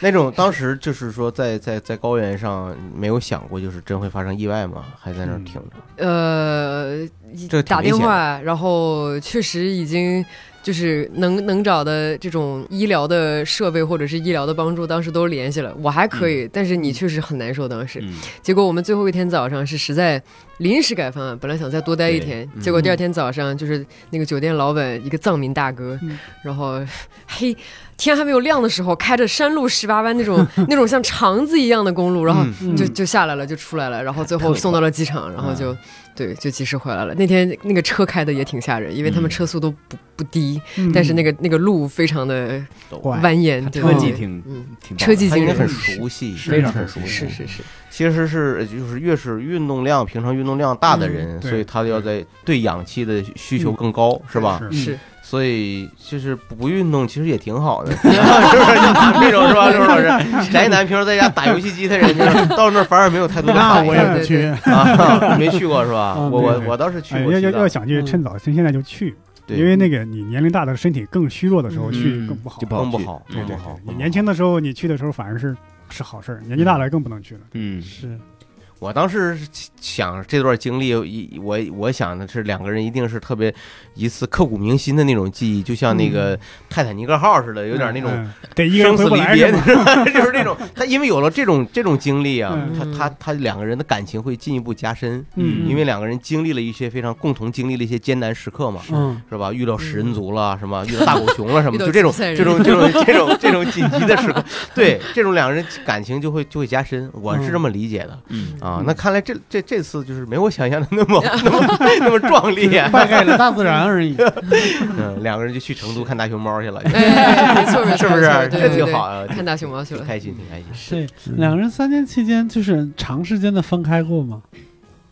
[SPEAKER 5] 那种当时就是说在在在高原上没有想过，就是真会发生意外吗？还在那儿
[SPEAKER 2] 嗯
[SPEAKER 5] 挺着，
[SPEAKER 6] 呃，
[SPEAKER 5] 这个挺
[SPEAKER 6] 打
[SPEAKER 5] 危险
[SPEAKER 6] 电
[SPEAKER 5] 的
[SPEAKER 6] 话，然后确实已经就是能能找的这种医疗的设备或者是医疗的帮助，当时都联系了，我还可
[SPEAKER 5] 嗯
[SPEAKER 6] 以，但是你确实很难受。当时，
[SPEAKER 7] 嗯
[SPEAKER 6] 结果我们最后一天早上是实在临时改方案，本来想再多待一天，
[SPEAKER 7] 对嗯
[SPEAKER 6] 结果第二天早上就是那个酒店老板一个藏民大哥，
[SPEAKER 2] 嗯
[SPEAKER 6] 然后嘿。天还没有亮的时候，开着山路十八弯 那种那种像肠子一样的公路，然后
[SPEAKER 3] 嗯
[SPEAKER 6] 就就下来了，就出来了，然后最
[SPEAKER 7] 特
[SPEAKER 6] 后
[SPEAKER 7] 别快嗯
[SPEAKER 6] 送到了机场，然后就、对，就及时回来了。那天那个车开的也挺吓人，因为他们
[SPEAKER 7] 嗯
[SPEAKER 6] 车速都不不低，
[SPEAKER 2] 嗯
[SPEAKER 6] 但是那个那个路非常的
[SPEAKER 3] 乖
[SPEAKER 6] 蜿蜒，对
[SPEAKER 7] 车技
[SPEAKER 6] 对
[SPEAKER 7] 挺
[SPEAKER 6] 嗯，
[SPEAKER 7] 挺棒的
[SPEAKER 6] 车技
[SPEAKER 5] 他应
[SPEAKER 6] 惊
[SPEAKER 5] 该很
[SPEAKER 6] 人，
[SPEAKER 5] 熟悉，
[SPEAKER 7] 非常熟悉
[SPEAKER 6] 是是是，
[SPEAKER 5] 其实是就是越是运动量平常运动量大的人，
[SPEAKER 2] 嗯对
[SPEAKER 5] 所以他要在对氧气的需求更高，是吧？
[SPEAKER 2] 是嗯
[SPEAKER 6] 是
[SPEAKER 5] 所以就是不运动其实也挺 好的，是 不是？像这种是 吧，周老师？宅男平时在家打游戏机的人，就是到 那儿反而没有太多的
[SPEAKER 3] 那
[SPEAKER 5] 反
[SPEAKER 3] 我
[SPEAKER 5] 应
[SPEAKER 3] 也不去，
[SPEAKER 5] 啊，没去过是吧？
[SPEAKER 3] 嗯
[SPEAKER 5] 我
[SPEAKER 2] 对
[SPEAKER 5] 我
[SPEAKER 2] 对
[SPEAKER 5] 我倒是去
[SPEAKER 2] 哎，
[SPEAKER 5] 过
[SPEAKER 2] 要
[SPEAKER 5] 西
[SPEAKER 2] 要要
[SPEAKER 5] 藏，
[SPEAKER 2] 想去，
[SPEAKER 3] 嗯
[SPEAKER 2] 趁早趁现在就去，
[SPEAKER 5] 对
[SPEAKER 2] 因为那个你年龄大的身体更虚弱的时候
[SPEAKER 6] 嗯
[SPEAKER 2] 去更不好
[SPEAKER 7] 就。不好
[SPEAKER 5] 更不
[SPEAKER 7] 去
[SPEAKER 5] 好，
[SPEAKER 2] 对
[SPEAKER 5] 更不
[SPEAKER 2] 对
[SPEAKER 5] 好
[SPEAKER 2] 对，。
[SPEAKER 5] 更
[SPEAKER 2] 你
[SPEAKER 5] 不
[SPEAKER 2] 年
[SPEAKER 5] 好
[SPEAKER 2] 轻的时候你去的时候反而是是好事儿，年纪大了更不能去了。
[SPEAKER 7] 嗯，
[SPEAKER 3] 是
[SPEAKER 5] 我当时想这段经历，一我我想的是两个人一定是特别一次刻骨铭心的那种记忆，就像那个泰坦尼克号似的，有点那种
[SPEAKER 2] 嗯得 一个人
[SPEAKER 5] 生
[SPEAKER 2] 回
[SPEAKER 5] 死
[SPEAKER 2] 不
[SPEAKER 5] 离
[SPEAKER 2] 来
[SPEAKER 5] 别
[SPEAKER 2] 是吧，
[SPEAKER 5] 就是那种他因为有了这种这种经历啊，
[SPEAKER 2] 嗯
[SPEAKER 5] 他他他两个人的感情会进一步加深，
[SPEAKER 3] 嗯
[SPEAKER 5] 因为两个人经历了一些非常共同经历了一些艰难时刻嘛。
[SPEAKER 3] 嗯，
[SPEAKER 5] 是吧？遇到食人族了，什么遇到大狗熊了，什么
[SPEAKER 6] 遇到
[SPEAKER 5] 就这种
[SPEAKER 6] 吉赛人
[SPEAKER 5] 这种这种这种这种紧急的时刻，对这种两个人感情就会就会加深，我是这么理解的
[SPEAKER 7] 嗯
[SPEAKER 5] 啊。那看来这这这次就是没我想象的那么那么那么壮烈，
[SPEAKER 3] 败给了大自然而 已。
[SPEAKER 5] 嗯，两个人就去成都看大熊猫去了，
[SPEAKER 6] 哎，没错 没
[SPEAKER 5] 是
[SPEAKER 6] 错，
[SPEAKER 5] 不是
[SPEAKER 6] 没错？对
[SPEAKER 5] 这
[SPEAKER 6] 对
[SPEAKER 5] 挺
[SPEAKER 6] 对
[SPEAKER 5] 好啊，
[SPEAKER 6] 看大熊猫去
[SPEAKER 5] 挺
[SPEAKER 6] 了，
[SPEAKER 5] 开心，挺开心。
[SPEAKER 3] 对，两个人三年期间就是长时间的分开过嘛。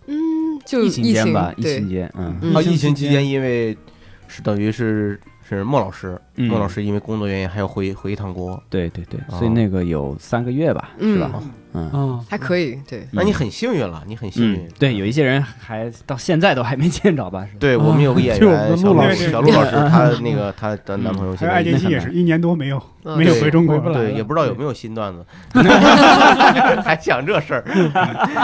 [SPEAKER 6] 嗯，就
[SPEAKER 7] 疫情
[SPEAKER 6] 疫
[SPEAKER 7] 间吧，疫
[SPEAKER 6] 对
[SPEAKER 7] 情，间，嗯
[SPEAKER 6] 嗯
[SPEAKER 5] 啊，疫情期间因为是等于是是孟老师，
[SPEAKER 7] 嗯
[SPEAKER 5] 孟老师因为工作原因还要回回一趟国，
[SPEAKER 7] 对对对，
[SPEAKER 5] 哦
[SPEAKER 7] 所以那个有三个月吧，是吧？嗯，
[SPEAKER 3] 啊，
[SPEAKER 6] 还可以，对，
[SPEAKER 5] 那你很幸运了，你很幸
[SPEAKER 7] 嗯
[SPEAKER 5] 运。，
[SPEAKER 7] 对，有一些人还到现在都还没见着吧？是吧
[SPEAKER 5] 对我们有个演
[SPEAKER 3] 就我们
[SPEAKER 5] 员
[SPEAKER 3] 的
[SPEAKER 5] 小
[SPEAKER 3] 陆
[SPEAKER 5] 陆
[SPEAKER 2] 老
[SPEAKER 5] 老
[SPEAKER 2] 师嗯
[SPEAKER 5] 师，小陆老师，他那个他的男朋友
[SPEAKER 2] 还
[SPEAKER 5] 现
[SPEAKER 2] 有
[SPEAKER 5] 在
[SPEAKER 2] 爱
[SPEAKER 5] 已
[SPEAKER 2] 珍
[SPEAKER 5] 经
[SPEAKER 2] 惜也是一年多没有
[SPEAKER 6] 嗯
[SPEAKER 2] 没有
[SPEAKER 5] 对
[SPEAKER 2] 回中
[SPEAKER 3] 回
[SPEAKER 2] 国
[SPEAKER 3] 不来
[SPEAKER 2] 了，
[SPEAKER 5] 对，
[SPEAKER 3] 了
[SPEAKER 5] 也不知道有没有新段子，还想这事儿，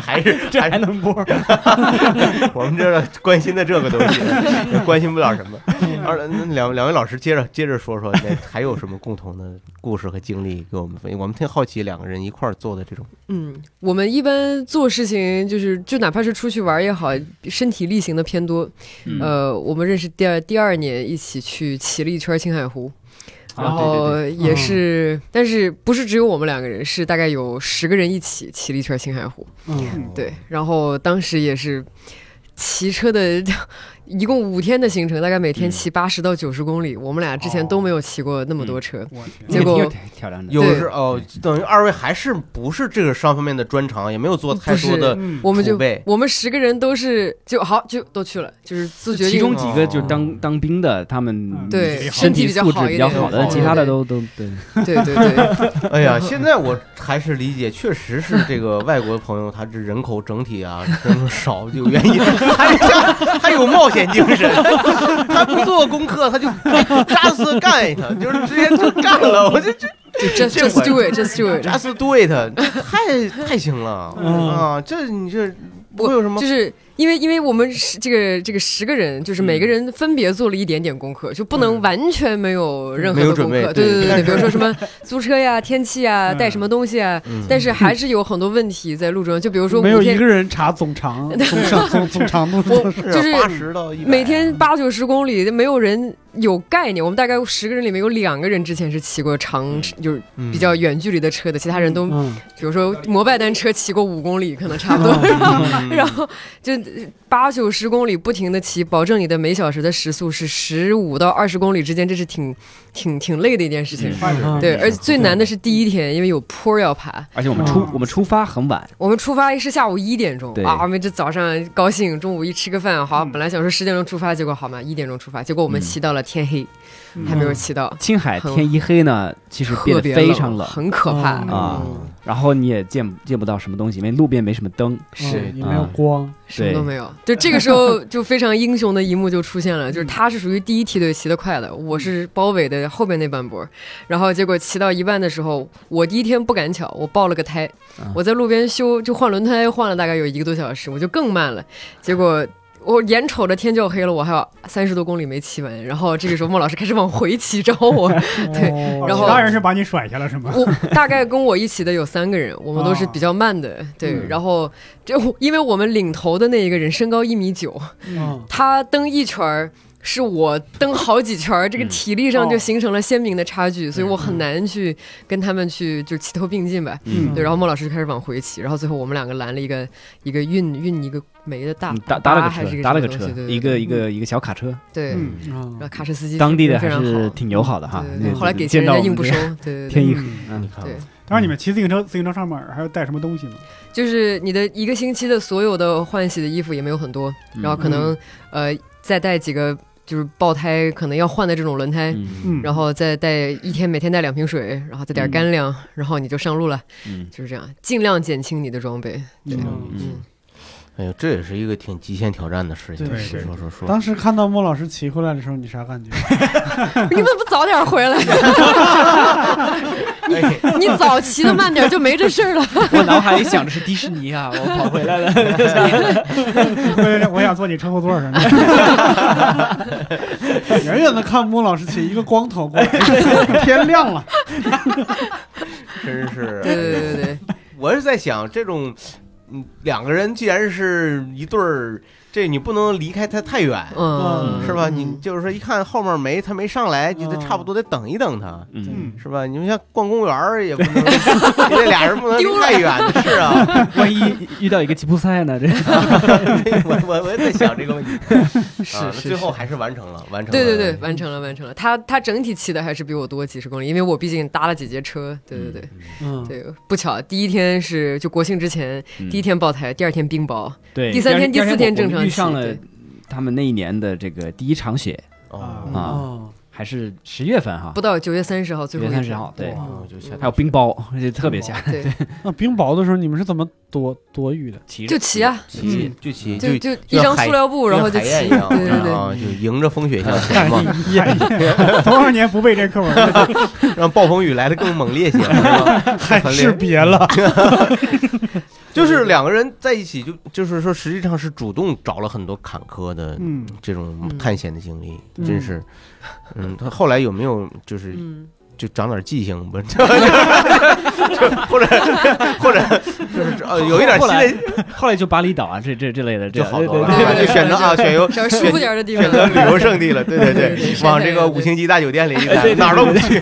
[SPEAKER 5] 还是
[SPEAKER 7] 这
[SPEAKER 5] 还
[SPEAKER 7] 还
[SPEAKER 5] 是
[SPEAKER 7] 能 播？嗯
[SPEAKER 5] 我们这关心的这个东 西，关心不了什么。二那两两位老师接着接着说说，那还有什么共同的故事和经历给我们分享？我们挺好奇两个人一块儿做的这种，
[SPEAKER 6] 嗯，我们一般做事情就是，就哪怕是出去玩也好，身体力行的偏多。
[SPEAKER 7] 嗯
[SPEAKER 6] 呃，我们认识第二第二年一起去骑了一圈青海湖，
[SPEAKER 7] 啊
[SPEAKER 6] 然后
[SPEAKER 7] 对
[SPEAKER 6] 也是，但是不是只有我们两个人，是大概有十个人一起骑了一圈青海湖。
[SPEAKER 3] 嗯，
[SPEAKER 6] 对，然后当时也是骑车的， 一共五天的行程，大概每天
[SPEAKER 7] 嗯
[SPEAKER 6] 骑八十到九十公里。我们俩之前都没有骑过那么多车，
[SPEAKER 2] 我天
[SPEAKER 6] 结果
[SPEAKER 7] 挺有挑战的，
[SPEAKER 5] 有
[SPEAKER 6] 对
[SPEAKER 5] 是哦，等于二位还是不是这个上方面的专长，也没有做太多的
[SPEAKER 2] 嗯
[SPEAKER 6] 我们
[SPEAKER 5] 储
[SPEAKER 6] 就
[SPEAKER 5] 备
[SPEAKER 6] 我们十个人都是就好就都去了，就是自觉
[SPEAKER 7] 其
[SPEAKER 6] 运
[SPEAKER 7] 中
[SPEAKER 6] 动
[SPEAKER 7] 几个就是当当兵的，他们
[SPEAKER 2] 嗯
[SPEAKER 6] 对
[SPEAKER 7] 身体
[SPEAKER 6] 身体比较
[SPEAKER 7] 素质
[SPEAKER 6] 好一
[SPEAKER 7] 比较
[SPEAKER 6] 点
[SPEAKER 7] 好的，
[SPEAKER 5] 对
[SPEAKER 7] 其他的都都对，
[SPEAKER 6] 对对对。
[SPEAKER 5] 哎呀，现在我还是理解，确实是这个外国朋友，他这人口整体啊，人口少有原因，他他他有冒险精神，他不做功课，他就扎死干一他，就是直接就干了，我就这
[SPEAKER 6] 就 just
[SPEAKER 5] 这
[SPEAKER 6] just do it, just do it。
[SPEAKER 5] 扎死对他，太太行了
[SPEAKER 3] 嗯
[SPEAKER 5] 啊！这你这不
[SPEAKER 6] 不
[SPEAKER 5] 会有什么
[SPEAKER 6] 就是因为因为我们十这个这个十个人，就是每个人分别做了一点点功课，就不能完全没有任何
[SPEAKER 5] 没有
[SPEAKER 6] 的
[SPEAKER 5] 准
[SPEAKER 6] 功
[SPEAKER 5] 备
[SPEAKER 6] 课。
[SPEAKER 5] 对
[SPEAKER 6] 对对
[SPEAKER 5] 但
[SPEAKER 6] 对，
[SPEAKER 5] 是
[SPEAKER 6] 比如说什么租车呀、天气呀、
[SPEAKER 2] 嗯
[SPEAKER 6] 带什么东西啊
[SPEAKER 5] 嗯，
[SPEAKER 6] 但是还是有很多问题在路中。就比如说
[SPEAKER 3] 没有
[SPEAKER 6] 五
[SPEAKER 3] 一
[SPEAKER 6] 天
[SPEAKER 3] 个，人查总 长、总长、总总长度
[SPEAKER 6] 我
[SPEAKER 3] 都是。
[SPEAKER 6] 就是
[SPEAKER 5] 八十到一百，
[SPEAKER 6] 每天八九十公里，没有人有概念。我们大概十个人里面有两个人之前是骑过长，就是比较远距离的车的，其他人都
[SPEAKER 3] 嗯，
[SPEAKER 7] 嗯
[SPEAKER 6] 比如说摩拜单车骑过五公里，可能差不多。然后就八九十公里不停的骑，保证你的每小时的时速是十五到二十公里之间，这是挺挺挺累的一件事情。
[SPEAKER 7] 嗯
[SPEAKER 3] 嗯
[SPEAKER 6] 对，而且最难的是第一天，因为有坡要爬。
[SPEAKER 7] 而且我们出
[SPEAKER 3] 嗯
[SPEAKER 7] 我们出发很晚，
[SPEAKER 6] 我们出发是下午一点钟
[SPEAKER 7] 对
[SPEAKER 6] 啊，我们这早上高兴，中午一吃个饭，好，本来想说十点钟出发，结果好嘛，一点钟出发，结果我们
[SPEAKER 7] 嗯
[SPEAKER 6] 骑到了天黑，还
[SPEAKER 2] 嗯
[SPEAKER 6] 没有骑到，
[SPEAKER 7] 青海
[SPEAKER 6] 很
[SPEAKER 7] 天一黑呢，其实变
[SPEAKER 6] 特
[SPEAKER 7] 得
[SPEAKER 6] 别
[SPEAKER 7] 嗯非常冷
[SPEAKER 6] 很可怕
[SPEAKER 3] 哦
[SPEAKER 7] 啊
[SPEAKER 6] 嗯，
[SPEAKER 7] 然后你也见见不到什么东西，因为路边没什么灯。
[SPEAKER 3] 嗯
[SPEAKER 6] 是
[SPEAKER 3] 也没有光，
[SPEAKER 6] 什么都没有。嗯就这个时候，就非常英雄的一幕就出现了，就是他是属于第一梯队骑得快的，我是包尾的后边那半波。然后结果骑到一半的时候，我第一天不敢巧，我爆了个胎
[SPEAKER 7] 啊，
[SPEAKER 6] 我在路边修，就换轮胎，换了大概有一个多小时，我就更慢了。结果。我眼瞅着天就要黑了，我还有三十多公里没骑完。然后这个时候，莫老师开始往回骑 找我， 对
[SPEAKER 3] 哦
[SPEAKER 6] 然后
[SPEAKER 2] 当然是把你甩下了，是吗？
[SPEAKER 6] 我大概跟我一起的有三个人，我们都是比较慢的，对。
[SPEAKER 7] 哦嗯
[SPEAKER 6] 然后这因为我们领头的那一个人身高一米九，
[SPEAKER 3] 嗯
[SPEAKER 6] 他蹬一圈儿。是我蹬好几圈儿，这个
[SPEAKER 7] 嗯
[SPEAKER 6] 体力上就
[SPEAKER 2] 哦
[SPEAKER 6] 形成了鲜明的差距，所以我很难去跟他们去就齐头并进吧。
[SPEAKER 7] 嗯
[SPEAKER 6] 对，然后莫老师就开始往回骑，然后最后我们两个拦了一个一个运运一个煤的大
[SPEAKER 7] 嗯搭搭了
[SPEAKER 6] 还是
[SPEAKER 7] 个车，
[SPEAKER 6] 个
[SPEAKER 7] 搭了
[SPEAKER 6] 什
[SPEAKER 7] 个
[SPEAKER 6] 么
[SPEAKER 7] 车
[SPEAKER 6] 东西，对
[SPEAKER 7] 一个一个一个小卡车，
[SPEAKER 6] 对，
[SPEAKER 2] 嗯
[SPEAKER 3] 嗯
[SPEAKER 6] 然后卡车司机
[SPEAKER 7] 当地的
[SPEAKER 6] 非
[SPEAKER 7] 还
[SPEAKER 6] 常好
[SPEAKER 7] 是挺友好的哈
[SPEAKER 6] 对。对
[SPEAKER 7] 那
[SPEAKER 6] 对后来给钱
[SPEAKER 7] 见
[SPEAKER 6] 人
[SPEAKER 7] 到
[SPEAKER 6] 家
[SPEAKER 7] 我
[SPEAKER 6] 硬
[SPEAKER 7] 们
[SPEAKER 6] 不
[SPEAKER 7] 这
[SPEAKER 6] 收
[SPEAKER 7] 个，
[SPEAKER 6] 对对对
[SPEAKER 7] 天一
[SPEAKER 2] 嗯
[SPEAKER 7] 嗯，
[SPEAKER 6] 对。
[SPEAKER 2] 当然，你们骑自行车，自行车上面还要带什么东西吗？
[SPEAKER 6] 就是你的一个星期的所有的换洗的衣服也没有很多，
[SPEAKER 7] 嗯
[SPEAKER 6] 然后可能呃再带几个就是爆胎可能要换的这种轮胎，
[SPEAKER 7] 嗯
[SPEAKER 2] 嗯，
[SPEAKER 6] 然后再带一天每天带两瓶水，然后再点
[SPEAKER 7] 嗯
[SPEAKER 6] 干粮，然后你就上路了，
[SPEAKER 7] 嗯
[SPEAKER 6] 就是这样，尽量减轻你的装备。 对，
[SPEAKER 3] 嗯
[SPEAKER 6] 嗯，
[SPEAKER 5] 哎呦，这也是一个挺极限挑战的事情。
[SPEAKER 3] 对
[SPEAKER 2] 对
[SPEAKER 5] 说说说，
[SPEAKER 3] 当时看到莫老师骑回来的时候，你啥 感觉？
[SPEAKER 6] 你们不早点回来，
[SPEAKER 5] 哎
[SPEAKER 6] 你早骑的慢点就没这事儿了。
[SPEAKER 7] 我脑海里想着是迪士尼啊，我跑回来了。
[SPEAKER 2] 我嗯我想坐你车后座上。
[SPEAKER 3] 远远的看莫老师骑一个光头过来， 天亮 了，
[SPEAKER 5] 真是。
[SPEAKER 6] 对对对对对，
[SPEAKER 5] 我是在想，这种，嗯，两个人既然是一对儿，这你不能离开他太远，
[SPEAKER 6] 嗯，
[SPEAKER 3] 嗯
[SPEAKER 5] 是吧？
[SPEAKER 6] 嗯
[SPEAKER 5] 你就是说，一看后面没他没上来，你得
[SPEAKER 3] 嗯
[SPEAKER 5] 差不多得等一等他，
[SPEAKER 7] 嗯，
[SPEAKER 2] 嗯，
[SPEAKER 5] 是吧？你们像逛公园儿也不 能，你这俩人不能离太远，是啊。
[SPEAKER 6] 嗯
[SPEAKER 7] 万一遇到一个吉普赛呢？这
[SPEAKER 5] 我我我也在想这个问题，
[SPEAKER 6] 是
[SPEAKER 5] 啊，
[SPEAKER 6] 是
[SPEAKER 5] 最后还是完成了，完成了。
[SPEAKER 6] 对对对，完成了完成了。他他整体骑的还是比我多几十公里，因为我毕竟搭了几节车。对对对。
[SPEAKER 3] 嗯，
[SPEAKER 6] 对，不巧，第一天是就国庆之前，第一
[SPEAKER 7] 天
[SPEAKER 6] 天爆胎，第二天冰雹，
[SPEAKER 7] 对，
[SPEAKER 6] 第三天
[SPEAKER 7] 二
[SPEAKER 6] 第四天
[SPEAKER 7] 我
[SPEAKER 6] 正常
[SPEAKER 7] 遇上
[SPEAKER 6] 期
[SPEAKER 7] 了
[SPEAKER 6] 对
[SPEAKER 7] 他们那一年的这个第一场雪，
[SPEAKER 5] 哦，
[SPEAKER 7] 啊
[SPEAKER 3] 哦，
[SPEAKER 7] 还是十月份哈
[SPEAKER 6] 不，到九月三十号最
[SPEAKER 7] 九
[SPEAKER 6] 后
[SPEAKER 7] 月
[SPEAKER 6] 一天
[SPEAKER 7] 三十号，对，
[SPEAKER 5] 哇我就吓
[SPEAKER 7] 还有冰 雹，就特别吓人。
[SPEAKER 6] 对，
[SPEAKER 3] 那冰雹的时候你们是怎么躲躲雨的？
[SPEAKER 7] 骑着嗯
[SPEAKER 6] 就骑啊，
[SPEAKER 5] 骑就骑
[SPEAKER 6] 就
[SPEAKER 5] 就
[SPEAKER 6] 就一张塑料布，然后就
[SPEAKER 5] 海燕
[SPEAKER 6] 骑，
[SPEAKER 5] 一
[SPEAKER 6] 对
[SPEAKER 5] 样，
[SPEAKER 6] 对对，
[SPEAKER 5] 啊，就迎着风雪向前 嘛，
[SPEAKER 2] 多少年不背这课文了？
[SPEAKER 5] 让暴风雨来的更猛烈些嘛，是 吧很烈
[SPEAKER 3] 别了，
[SPEAKER 5] 就是两个人在一起就，就是说，实际上是主动找了很多坎坷的
[SPEAKER 2] 嗯，
[SPEAKER 5] 这种
[SPEAKER 6] 嗯
[SPEAKER 5] 探险的经历，
[SPEAKER 3] 对
[SPEAKER 5] 真 是。嗯，他后来有没有就是
[SPEAKER 6] 嗯，
[SPEAKER 5] 就长点记性 不？就或者或者就是呃有一点
[SPEAKER 7] 后
[SPEAKER 5] 新
[SPEAKER 7] 来
[SPEAKER 5] 的
[SPEAKER 7] 后来就巴厘岛啊，这这这类的，这
[SPEAKER 5] 就好多了，
[SPEAKER 6] 对
[SPEAKER 5] 对吧
[SPEAKER 6] 对对
[SPEAKER 5] 就选择啊选游
[SPEAKER 6] 找嗯舒服点的地
[SPEAKER 5] 选择
[SPEAKER 6] 方，
[SPEAKER 5] 旅游胜地了，对对
[SPEAKER 6] 对对
[SPEAKER 5] 对
[SPEAKER 6] 对，
[SPEAKER 5] 往这个五星级大酒店里一待，哪儿都不去。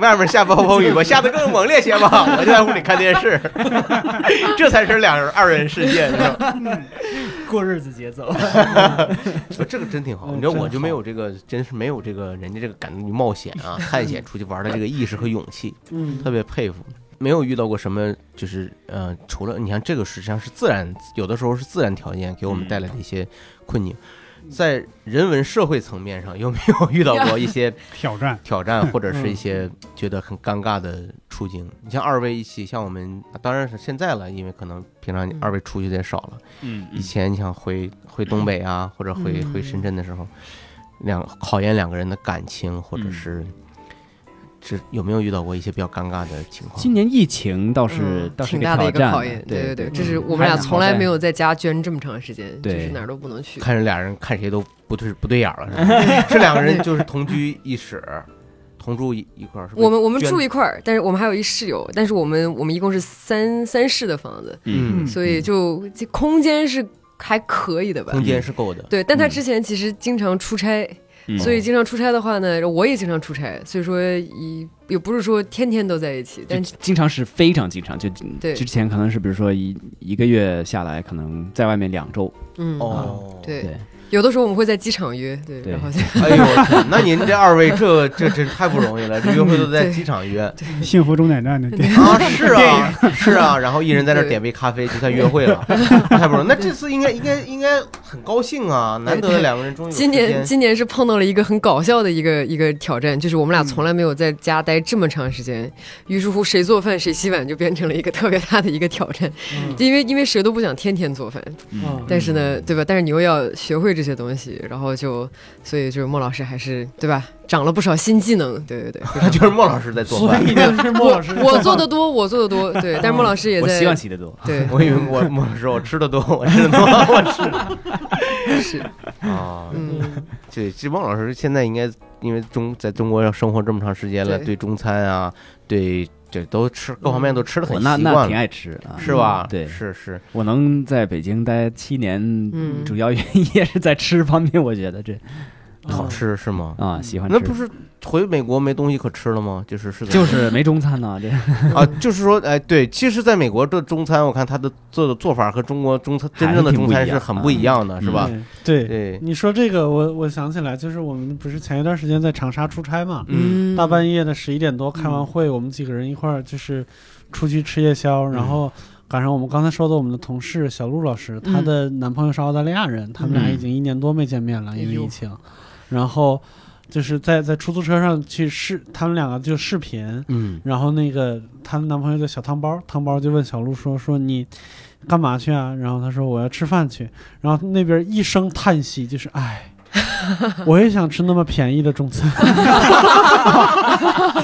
[SPEAKER 5] 外面下暴风雨吧，下的更猛烈些吧，我就在屋里看电视， 这才是两人二人世界，是吧？
[SPEAKER 7] 过日子节奏。
[SPEAKER 5] 不这个真挺好，
[SPEAKER 3] 嗯
[SPEAKER 5] 你知道
[SPEAKER 3] 真
[SPEAKER 5] 我就
[SPEAKER 3] 好
[SPEAKER 5] 没有这个，真是没有这个人家这个敢于冒险啊、探险出去玩的这个意识和勇气，
[SPEAKER 3] 嗯
[SPEAKER 5] 特别佩服。没有遇到过什么，就是呃，除了你看这个，实际上是自然，有的时候是自然条件给我们带来的一些困境。
[SPEAKER 3] 嗯
[SPEAKER 5] 在人文社会层面上，有没有遇到过一些
[SPEAKER 2] 挑战。
[SPEAKER 5] 挑战，或者是一
[SPEAKER 3] 嗯
[SPEAKER 5] 些觉得很尴尬的处境？你像二位一起，像我们，当然是现在了，因为可能平常
[SPEAKER 6] 嗯
[SPEAKER 5] 二位出去的也少了。
[SPEAKER 7] 嗯，
[SPEAKER 5] 以前你想回回东北啊，或者回
[SPEAKER 6] 嗯
[SPEAKER 5] 回深圳的时候，两考验两个人的感情，或者
[SPEAKER 7] 嗯
[SPEAKER 5] 是这有没有遇到过一些比较尴尬的情况？
[SPEAKER 7] 今年疫情倒是
[SPEAKER 6] 嗯
[SPEAKER 7] 倒是
[SPEAKER 6] 挺大的一个
[SPEAKER 7] 挑战
[SPEAKER 6] 考验，
[SPEAKER 7] 对
[SPEAKER 6] 对对，
[SPEAKER 7] 对，
[SPEAKER 6] 这是
[SPEAKER 3] 嗯
[SPEAKER 6] 我们俩
[SPEAKER 7] 还是
[SPEAKER 6] 从来
[SPEAKER 7] 好在
[SPEAKER 6] 没有在家捐这么长时间，就
[SPEAKER 7] 对
[SPEAKER 6] 是哪儿都不能去，
[SPEAKER 5] 看着俩人看谁都不对不对眼儿了，是吧 这两个人就是同居一室，同住一一块儿。是不是
[SPEAKER 6] 我们我们
[SPEAKER 5] 捐
[SPEAKER 6] 住一块儿，但是我们还有一室友，但是我们我们一共是三三室的房子，
[SPEAKER 5] 嗯，
[SPEAKER 6] 所以就这空间是还可以的吧，
[SPEAKER 5] 空间是够的。
[SPEAKER 6] 对，但他
[SPEAKER 7] 嗯
[SPEAKER 6] 之前其实经常出差，
[SPEAKER 7] 嗯
[SPEAKER 6] 所以经常出差的话呢，我也经常出差，所以说也也不是说天天都在一起，
[SPEAKER 7] 就
[SPEAKER 6] 但
[SPEAKER 7] 经常是非常经常，就
[SPEAKER 6] 对
[SPEAKER 7] 之前可能是比如说一一个月下来，可能在外面两周，
[SPEAKER 6] 嗯，
[SPEAKER 5] 哦，
[SPEAKER 6] 对
[SPEAKER 7] 对
[SPEAKER 6] 有的时候我们会在机场约，对，
[SPEAKER 7] 对
[SPEAKER 6] 然后
[SPEAKER 5] 哎呦，我天那您这二位这这这太不容易 了，这约会都在机场约
[SPEAKER 2] 幸福终点站的电
[SPEAKER 5] 啊，是啊是啊，然后一人在这儿点杯咖啡就算约会了，太不容易。那这次应该应该应该很高兴啊，难得的两个人终于有
[SPEAKER 6] 今
[SPEAKER 5] 时
[SPEAKER 6] 年
[SPEAKER 5] 间
[SPEAKER 6] 今年是碰到了一个很搞笑的一个一个挑战，就是我们俩
[SPEAKER 5] 嗯
[SPEAKER 6] 从来没有在家待这么长时间，于是乎谁做饭谁洗碗就变成了一个特别大的一个挑战， 因为因为谁都不想天天做饭，
[SPEAKER 3] 嗯
[SPEAKER 6] 哦但是呢，对吧？但是你又要学会这些东西，然后就所以就是莫老师还是对吧，长了不少新技能，对对对。
[SPEAKER 5] 就是莫老师在做
[SPEAKER 3] 所
[SPEAKER 5] 饭。
[SPEAKER 3] 以就是莫老师，
[SPEAKER 6] 我我做的多，我做的多， 对，但是莫老师也
[SPEAKER 7] 我
[SPEAKER 6] 在
[SPEAKER 7] 习惯洗的多。
[SPEAKER 6] 对，
[SPEAKER 5] 我以为莫莫老师说我吃的多，我吃的多，我
[SPEAKER 6] 是，
[SPEAKER 5] 吃啊。
[SPEAKER 6] 嗯，
[SPEAKER 5] 对，这孟老师现在应该因为中在中国要生活这么长时间了，
[SPEAKER 6] 对
[SPEAKER 5] 对中餐啊，对这都吃各方面都吃的很嗯
[SPEAKER 7] 我
[SPEAKER 5] 习
[SPEAKER 7] 哦那那
[SPEAKER 5] 惯
[SPEAKER 7] 挺
[SPEAKER 5] 了，
[SPEAKER 7] 爱吃啊，
[SPEAKER 5] 是吧？
[SPEAKER 7] 对
[SPEAKER 5] 是是，
[SPEAKER 7] 我能在北京待七年，
[SPEAKER 6] 嗯
[SPEAKER 7] 主要原因也是在吃方面，我觉得这
[SPEAKER 3] 嗯哦
[SPEAKER 5] 好吃是吗？
[SPEAKER 7] 啊喜欢吃。
[SPEAKER 5] 那不是回美国没东西可吃了吗？就是是
[SPEAKER 7] 就是没中餐呢？这
[SPEAKER 5] 啊，就是说，哎，对，其实在美国这中餐，我看他的做的做法和中国中餐
[SPEAKER 7] 还
[SPEAKER 5] 真正的
[SPEAKER 7] 挺
[SPEAKER 5] 中
[SPEAKER 7] 不一
[SPEAKER 5] 餐是
[SPEAKER 7] 样
[SPEAKER 5] 很
[SPEAKER 7] 啊
[SPEAKER 5] 不一样的，是吧？
[SPEAKER 3] 嗯对。
[SPEAKER 5] 对，
[SPEAKER 3] 你说这个，我我想起来，就是我们不是前一段时间在长沙出差嘛，
[SPEAKER 5] 嗯，
[SPEAKER 3] 大半夜的十一点多开完会，我们几个人一块儿就是出去吃夜宵，然
[SPEAKER 5] 嗯
[SPEAKER 3] 后赶上我们刚才说的我们的同事小陆老师，她的
[SPEAKER 5] 嗯
[SPEAKER 3] 男朋友是澳大利亚人，他们俩已经一年多没见面了，因为疫情，然后就是在在出租车上去视，他们两个就视频，
[SPEAKER 7] 嗯，
[SPEAKER 3] 然后那个她男朋友叫小汤包，汤包就问小鹿说说你干嘛去啊？然后她说我要吃饭去。然后那边一声叹息，就是 唉，我也想吃那么便宜的中餐。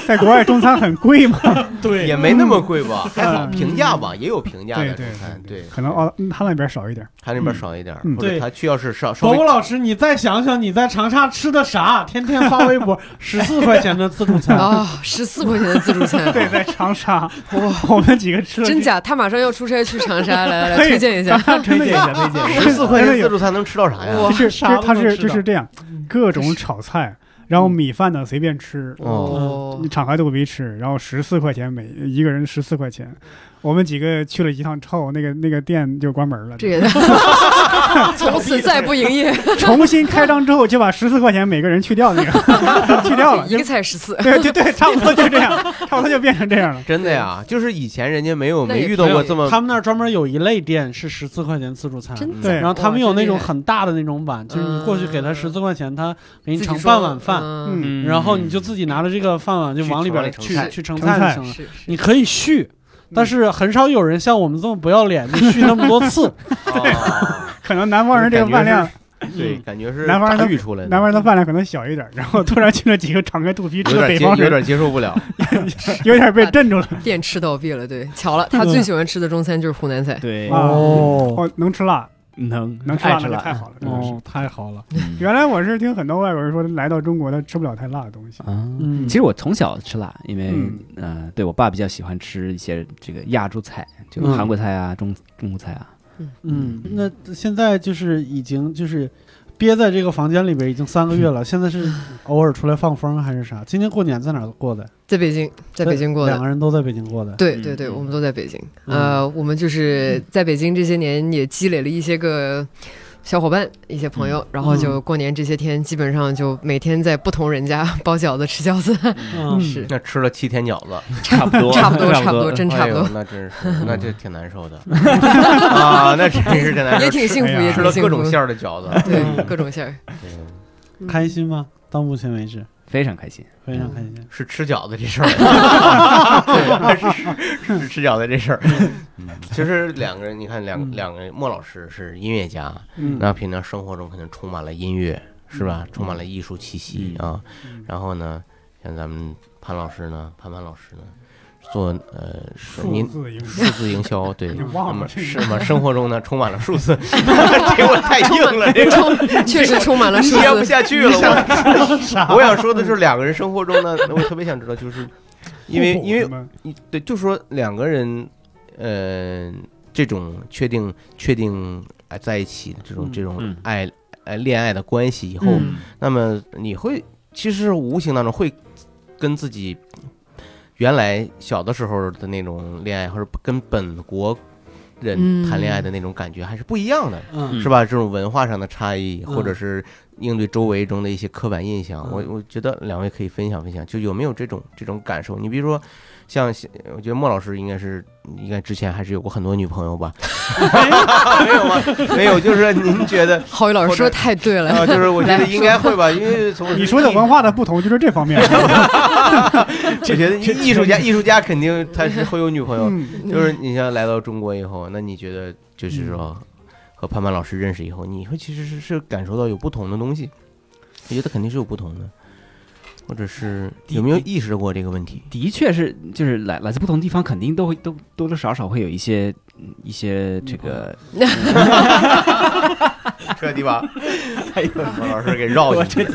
[SPEAKER 2] 在国外中餐很贵嘛，
[SPEAKER 3] 对
[SPEAKER 5] 也没那么贵吧，还好评价吧，也有评价
[SPEAKER 2] 嗯对
[SPEAKER 5] 的中
[SPEAKER 2] 对
[SPEAKER 5] 餐，对，
[SPEAKER 2] 可能哦澳他那边少一点。
[SPEAKER 5] 他那边少一点儿，
[SPEAKER 2] 嗯
[SPEAKER 5] 或者
[SPEAKER 3] 对
[SPEAKER 5] 他去要是稍稍
[SPEAKER 3] 宝
[SPEAKER 5] 微
[SPEAKER 3] 宝老师，你再想想你在长沙吃的啥？天天发微 博，十四块钱的自助餐，
[SPEAKER 6] 啊，十四块钱的自助餐，
[SPEAKER 2] 对，在长沙，我们几个吃了
[SPEAKER 6] 真假？他马上要出差去长沙，来来来，
[SPEAKER 2] 嘿
[SPEAKER 6] 推荐一 下。
[SPEAKER 2] 推荐一 下，推荐
[SPEAKER 5] 十四块钱自助餐能吃到啥呀？
[SPEAKER 6] 哇
[SPEAKER 2] 是
[SPEAKER 3] 哦啥
[SPEAKER 2] 是
[SPEAKER 3] 都
[SPEAKER 2] 它
[SPEAKER 3] 能
[SPEAKER 2] 是
[SPEAKER 3] 吃
[SPEAKER 2] 就是
[SPEAKER 3] 到
[SPEAKER 2] 这样，各种炒菜，然后米饭呢随便吃，
[SPEAKER 6] 哦
[SPEAKER 2] 你，敞开肚皮吃，然后十四块钱每一个人十四块钱，我们几个去了一趟之后，那个那个店就关门了，
[SPEAKER 6] 这也从此再不营业，
[SPEAKER 2] 重新开张之后就把十四块钱每个人去掉那个 去掉了，
[SPEAKER 6] 一
[SPEAKER 2] 就
[SPEAKER 6] 个菜十四。
[SPEAKER 2] 对对对，差不多就这样，差不多就变成这样了。
[SPEAKER 5] 真的呀，就是以前人家没有
[SPEAKER 6] 那
[SPEAKER 5] 没
[SPEAKER 6] 也
[SPEAKER 5] 遇到
[SPEAKER 6] 挺
[SPEAKER 5] 过
[SPEAKER 6] 有
[SPEAKER 5] 这么
[SPEAKER 3] 他们那儿专门有一类店是十四块钱自助餐。
[SPEAKER 6] 真
[SPEAKER 2] 对
[SPEAKER 6] 的，嗯
[SPEAKER 3] 然后他们有那种
[SPEAKER 6] 哇
[SPEAKER 3] 很大的那种碗，就是你过去给他十四块钱，他给你
[SPEAKER 6] 自己
[SPEAKER 3] 盛
[SPEAKER 6] 说
[SPEAKER 3] 半碗饭，
[SPEAKER 6] 嗯
[SPEAKER 7] 嗯
[SPEAKER 3] 然后你就自己拿着这个饭碗就
[SPEAKER 5] 去
[SPEAKER 3] 往里边
[SPEAKER 5] 盛
[SPEAKER 3] 去
[SPEAKER 5] 菜
[SPEAKER 3] 去盛
[SPEAKER 2] 盛
[SPEAKER 3] 菜
[SPEAKER 2] 菜
[SPEAKER 3] 就行了。
[SPEAKER 6] 嗯是
[SPEAKER 3] 你
[SPEAKER 6] 是，
[SPEAKER 3] 可以续，但是很少有人像我们这么不要脸，就续那么多次。
[SPEAKER 5] 啊，
[SPEAKER 2] 可能南方人这个饭量，
[SPEAKER 5] 对，感觉是
[SPEAKER 2] 南方人
[SPEAKER 5] 炸
[SPEAKER 2] 的
[SPEAKER 5] 育出来的，
[SPEAKER 2] 南方人的饭量可能小一点，然后突然去了几个敞开肚皮吃
[SPEAKER 5] 有
[SPEAKER 2] 的
[SPEAKER 5] 点
[SPEAKER 2] 北
[SPEAKER 5] 接
[SPEAKER 2] 方
[SPEAKER 5] 有
[SPEAKER 2] 人，
[SPEAKER 5] 点接受 不了。
[SPEAKER 2] 有点被震住了。
[SPEAKER 6] 店吃倒闭了，对，巧了，他最喜欢吃的中餐就是湖南菜，
[SPEAKER 7] 对，
[SPEAKER 2] 啊
[SPEAKER 3] 哦
[SPEAKER 2] 哦，能吃辣，
[SPEAKER 7] 能
[SPEAKER 2] 能吃
[SPEAKER 7] 爱
[SPEAKER 2] 辣
[SPEAKER 7] 吃
[SPEAKER 2] 那就
[SPEAKER 7] 辣，嗯
[SPEAKER 2] 太好了，真的是。
[SPEAKER 3] 哦，太好了。
[SPEAKER 2] 原来我是听很多外国人说，来到中国他吃不了太辣的东西。
[SPEAKER 7] 啊。
[SPEAKER 3] 嗯
[SPEAKER 7] 其实我从小吃辣，因为
[SPEAKER 2] 嗯
[SPEAKER 7] 呃，对我爸比较喜欢吃一些这个亚洲菜，就
[SPEAKER 3] 嗯
[SPEAKER 7] 韩国菜啊、中中国菜啊。
[SPEAKER 3] 嗯，那现在就是已经就是憋在这个房间里边已经三个月了，现在 是偶尔出来放风还是啥？今年过年在哪儿过的？
[SPEAKER 6] 在北京，在北京过的
[SPEAKER 3] 两。个人都在北京过的。
[SPEAKER 6] 对
[SPEAKER 7] 嗯
[SPEAKER 6] 对对，
[SPEAKER 7] 嗯
[SPEAKER 6] 我们都在北京。
[SPEAKER 3] 嗯
[SPEAKER 6] 呃，我们就是在北京这些年也积累了一些个小伙伴、一些朋友，然后就过年这些天基本上就每天在不同人家 包饺子、吃饺子，
[SPEAKER 3] 嗯，
[SPEAKER 6] 是
[SPEAKER 5] 那吃了七天饺子，
[SPEAKER 7] 差不多，
[SPEAKER 6] 差不多差
[SPEAKER 7] 差
[SPEAKER 6] 不多，真差
[SPEAKER 5] 哎
[SPEAKER 6] 不
[SPEAKER 5] 呦
[SPEAKER 6] 多，，
[SPEAKER 5] 那真是， 那这挺难受的啊，那真是挺难受，
[SPEAKER 6] 也挺幸福，
[SPEAKER 2] 哎呀
[SPEAKER 6] 也
[SPEAKER 5] 吃
[SPEAKER 6] 挺
[SPEAKER 5] 了各
[SPEAKER 6] 幸
[SPEAKER 5] 种
[SPEAKER 6] 福。
[SPEAKER 5] 馅儿的饺子。嗯
[SPEAKER 6] 对，各种馅儿，
[SPEAKER 5] 对
[SPEAKER 3] 开心吗？到目前为止
[SPEAKER 7] 非常开心。
[SPEAKER 3] 非常开心。
[SPEAKER 5] 是吃饺子这 事儿，是是吃饺子这 事儿。其实两个人，你看两
[SPEAKER 3] 嗯
[SPEAKER 5] 两个人，莫老师是音乐家，
[SPEAKER 3] 嗯
[SPEAKER 5] 那平常生活中肯定充满了音乐，是
[SPEAKER 6] 嗯
[SPEAKER 5] 吧？充满了艺术气息啊。然后呢，像咱们潘老师呢，潘潘老师呢，做呃，
[SPEAKER 2] 数
[SPEAKER 5] 您
[SPEAKER 2] 字营
[SPEAKER 5] 数
[SPEAKER 2] 销，
[SPEAKER 5] 字营销，对，
[SPEAKER 2] 你
[SPEAKER 5] 那
[SPEAKER 2] 忘
[SPEAKER 5] 么
[SPEAKER 2] 了
[SPEAKER 5] 是吗？生活中呢，充满了数字， 给我太硬了，这个
[SPEAKER 6] 充确实充满 了数
[SPEAKER 5] 接不
[SPEAKER 6] 字。
[SPEAKER 5] 下去了。我我想说的是，两个人生活中呢，我特别想知道，就是因为
[SPEAKER 2] 互补
[SPEAKER 5] 因为
[SPEAKER 2] 什么
[SPEAKER 5] 你对，就说两个人，呃，这种确定确定哎在一起的这种
[SPEAKER 3] 嗯
[SPEAKER 5] 这种
[SPEAKER 7] 嗯
[SPEAKER 5] 爱哎恋爱的关系以后，
[SPEAKER 6] 嗯
[SPEAKER 5] 那么你会其实无形当中会跟自己原来小的时候的那种恋爱，或者跟本国人
[SPEAKER 6] 嗯
[SPEAKER 5] 谈恋爱的那种感觉还是不一样的，
[SPEAKER 3] 嗯
[SPEAKER 5] 是吧？这种文化上的差异，
[SPEAKER 3] 嗯
[SPEAKER 5] 或者是应对周围中的一些刻板印象，
[SPEAKER 3] 嗯
[SPEAKER 5] 我我觉得两位可以分享分享，就有没有这种这种感受？你比如说。像我觉得莫老师应该是应该之前还是有过很多女朋友吧？ 没有吗？没有，就是您觉得
[SPEAKER 6] 郝宇老师
[SPEAKER 5] 或者
[SPEAKER 6] 说得太对了，
[SPEAKER 5] 啊，就是我觉得
[SPEAKER 6] 来
[SPEAKER 5] 应该会吧，因为 从
[SPEAKER 2] 你说的文化的不同就是这 方面。
[SPEAKER 5] 我觉得艺术家，艺术家肯定他是会有女朋友。
[SPEAKER 2] 嗯，
[SPEAKER 5] 就是你像来到中国以后，那你觉得就是说和潘潘老师认识以后，你会其实是是感受到有不同的东西，我觉得肯定是有不同的，或者是有没有意识过这个问题？
[SPEAKER 7] 的确是，就是来来自不同地方，肯定都会都多多少少会有一些嗯一些这个，
[SPEAKER 5] 彻底把潘老师给绕进去，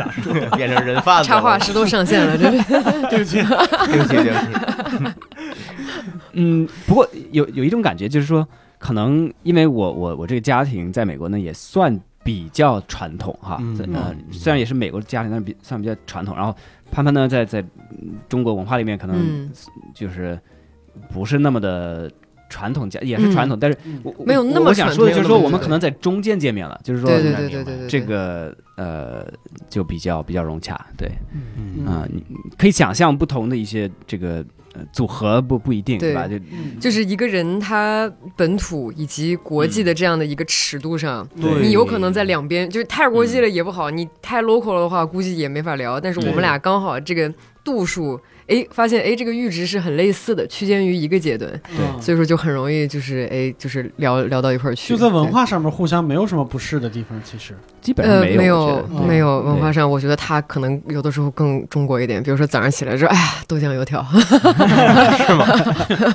[SPEAKER 5] 变成人贩子了。
[SPEAKER 6] 插画师都上线了，这是
[SPEAKER 5] 对不起，对不起，
[SPEAKER 7] 嗯，不过有有一种感觉，就是说，可能因为我我我这个家庭在美国呢也算比较传统哈，
[SPEAKER 5] 嗯
[SPEAKER 7] 在呃
[SPEAKER 5] 嗯
[SPEAKER 7] 虽然也是美国的家庭，但是比算比较传统。然后潘潘呢，在在嗯中国文化里面可能
[SPEAKER 6] 嗯，
[SPEAKER 7] 就是不是那么的传统家，也是传统，但是
[SPEAKER 5] 嗯
[SPEAKER 7] 我我
[SPEAKER 6] 嗯没有那么
[SPEAKER 7] 我想说的就是
[SPEAKER 5] 传
[SPEAKER 7] 说
[SPEAKER 5] 统
[SPEAKER 7] 我们可能在中间见面了，就是说
[SPEAKER 6] 对对
[SPEAKER 5] 那
[SPEAKER 6] 对
[SPEAKER 5] 明白
[SPEAKER 6] 对对对，
[SPEAKER 7] 这个呃就比较比较融洽，对
[SPEAKER 5] 嗯
[SPEAKER 7] 啊、你你可以想象不同的一些这个呃组合不不一定
[SPEAKER 6] 对嗯
[SPEAKER 7] 吧？就
[SPEAKER 6] 就是一个人他本土以及国际的这样的一个尺度上，
[SPEAKER 5] 对
[SPEAKER 6] 你有可能在两边，就是太国际了也不好，你太 local 了的话，估计也没法聊。但是我们俩刚好这个度数，哎，发现哎这个阈值是很类似的，区间于一个阶段，
[SPEAKER 3] 对
[SPEAKER 6] 所以说就很容易就是哎就是聊聊到一块儿去。
[SPEAKER 3] 就在文化上面互相没有什么不适的地方，其实
[SPEAKER 7] 基本上
[SPEAKER 6] 呃，
[SPEAKER 7] 没有，
[SPEAKER 6] 没
[SPEAKER 7] 我
[SPEAKER 6] 有
[SPEAKER 7] 觉得，嗯
[SPEAKER 3] 对
[SPEAKER 6] 没有文化上，我觉得他可能有的时候更中国一点。比如说早上起来说，哎呀，豆浆油条，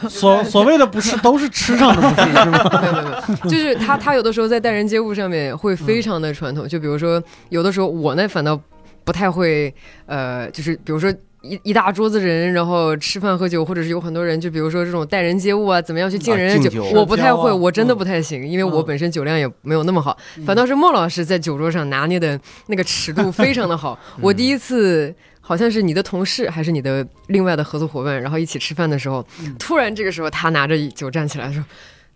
[SPEAKER 3] 所所谓的不 适都是吃上的不适，是 吗？
[SPEAKER 6] 没有没有没有，就是他他有的时候在待人接物上面会非常的传统，就比如说有的时候我呢反倒不太会，呃，就是比如说。一一大桌子人，然后吃饭喝酒，或者是有很多人，就比如说这种待人接物啊，怎么样去敬人
[SPEAKER 5] 啊
[SPEAKER 6] 家
[SPEAKER 5] 敬
[SPEAKER 6] 酒，
[SPEAKER 5] 酒
[SPEAKER 6] 我不太会，
[SPEAKER 3] 社交啊
[SPEAKER 6] 我真的
[SPEAKER 3] 嗯
[SPEAKER 6] 不太行，因为我
[SPEAKER 3] 嗯
[SPEAKER 6] 本身酒量也没有那么好，反倒是莫老师在酒桌上拿捏的那个尺度非常的好。我第一次好像是你的同事还是你的另外的合作伙伴，然后一起吃饭的时候，突然这个时候他拿着酒站起来说。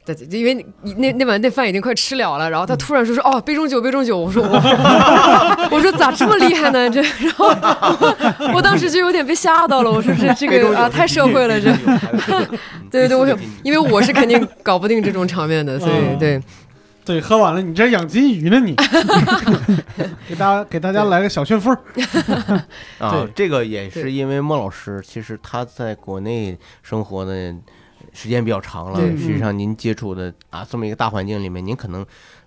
[SPEAKER 6] 对，因为你那那碗那饭已经快吃了了，
[SPEAKER 5] 嗯
[SPEAKER 6] 然后他突然说说、哦，杯中酒，杯中酒。我说我我说咋这么厉害呢？这，然后我我当时就有点被吓到了。我说这这个啊，太社会了这。对对对，我有因为我是肯定搞不定这种场面的，所以
[SPEAKER 3] 嗯
[SPEAKER 6] 对
[SPEAKER 3] 对，喝完了，你这养金鱼 呢你？给大家给大家来个小旋风，
[SPEAKER 5] 啊
[SPEAKER 3] 对，
[SPEAKER 5] 这个也
[SPEAKER 6] 对
[SPEAKER 5] 是因为莫老师，其实他在国内生活的时间比较长了，
[SPEAKER 6] 对
[SPEAKER 5] 实际上您接触的啊这么一个大环境里面，您可能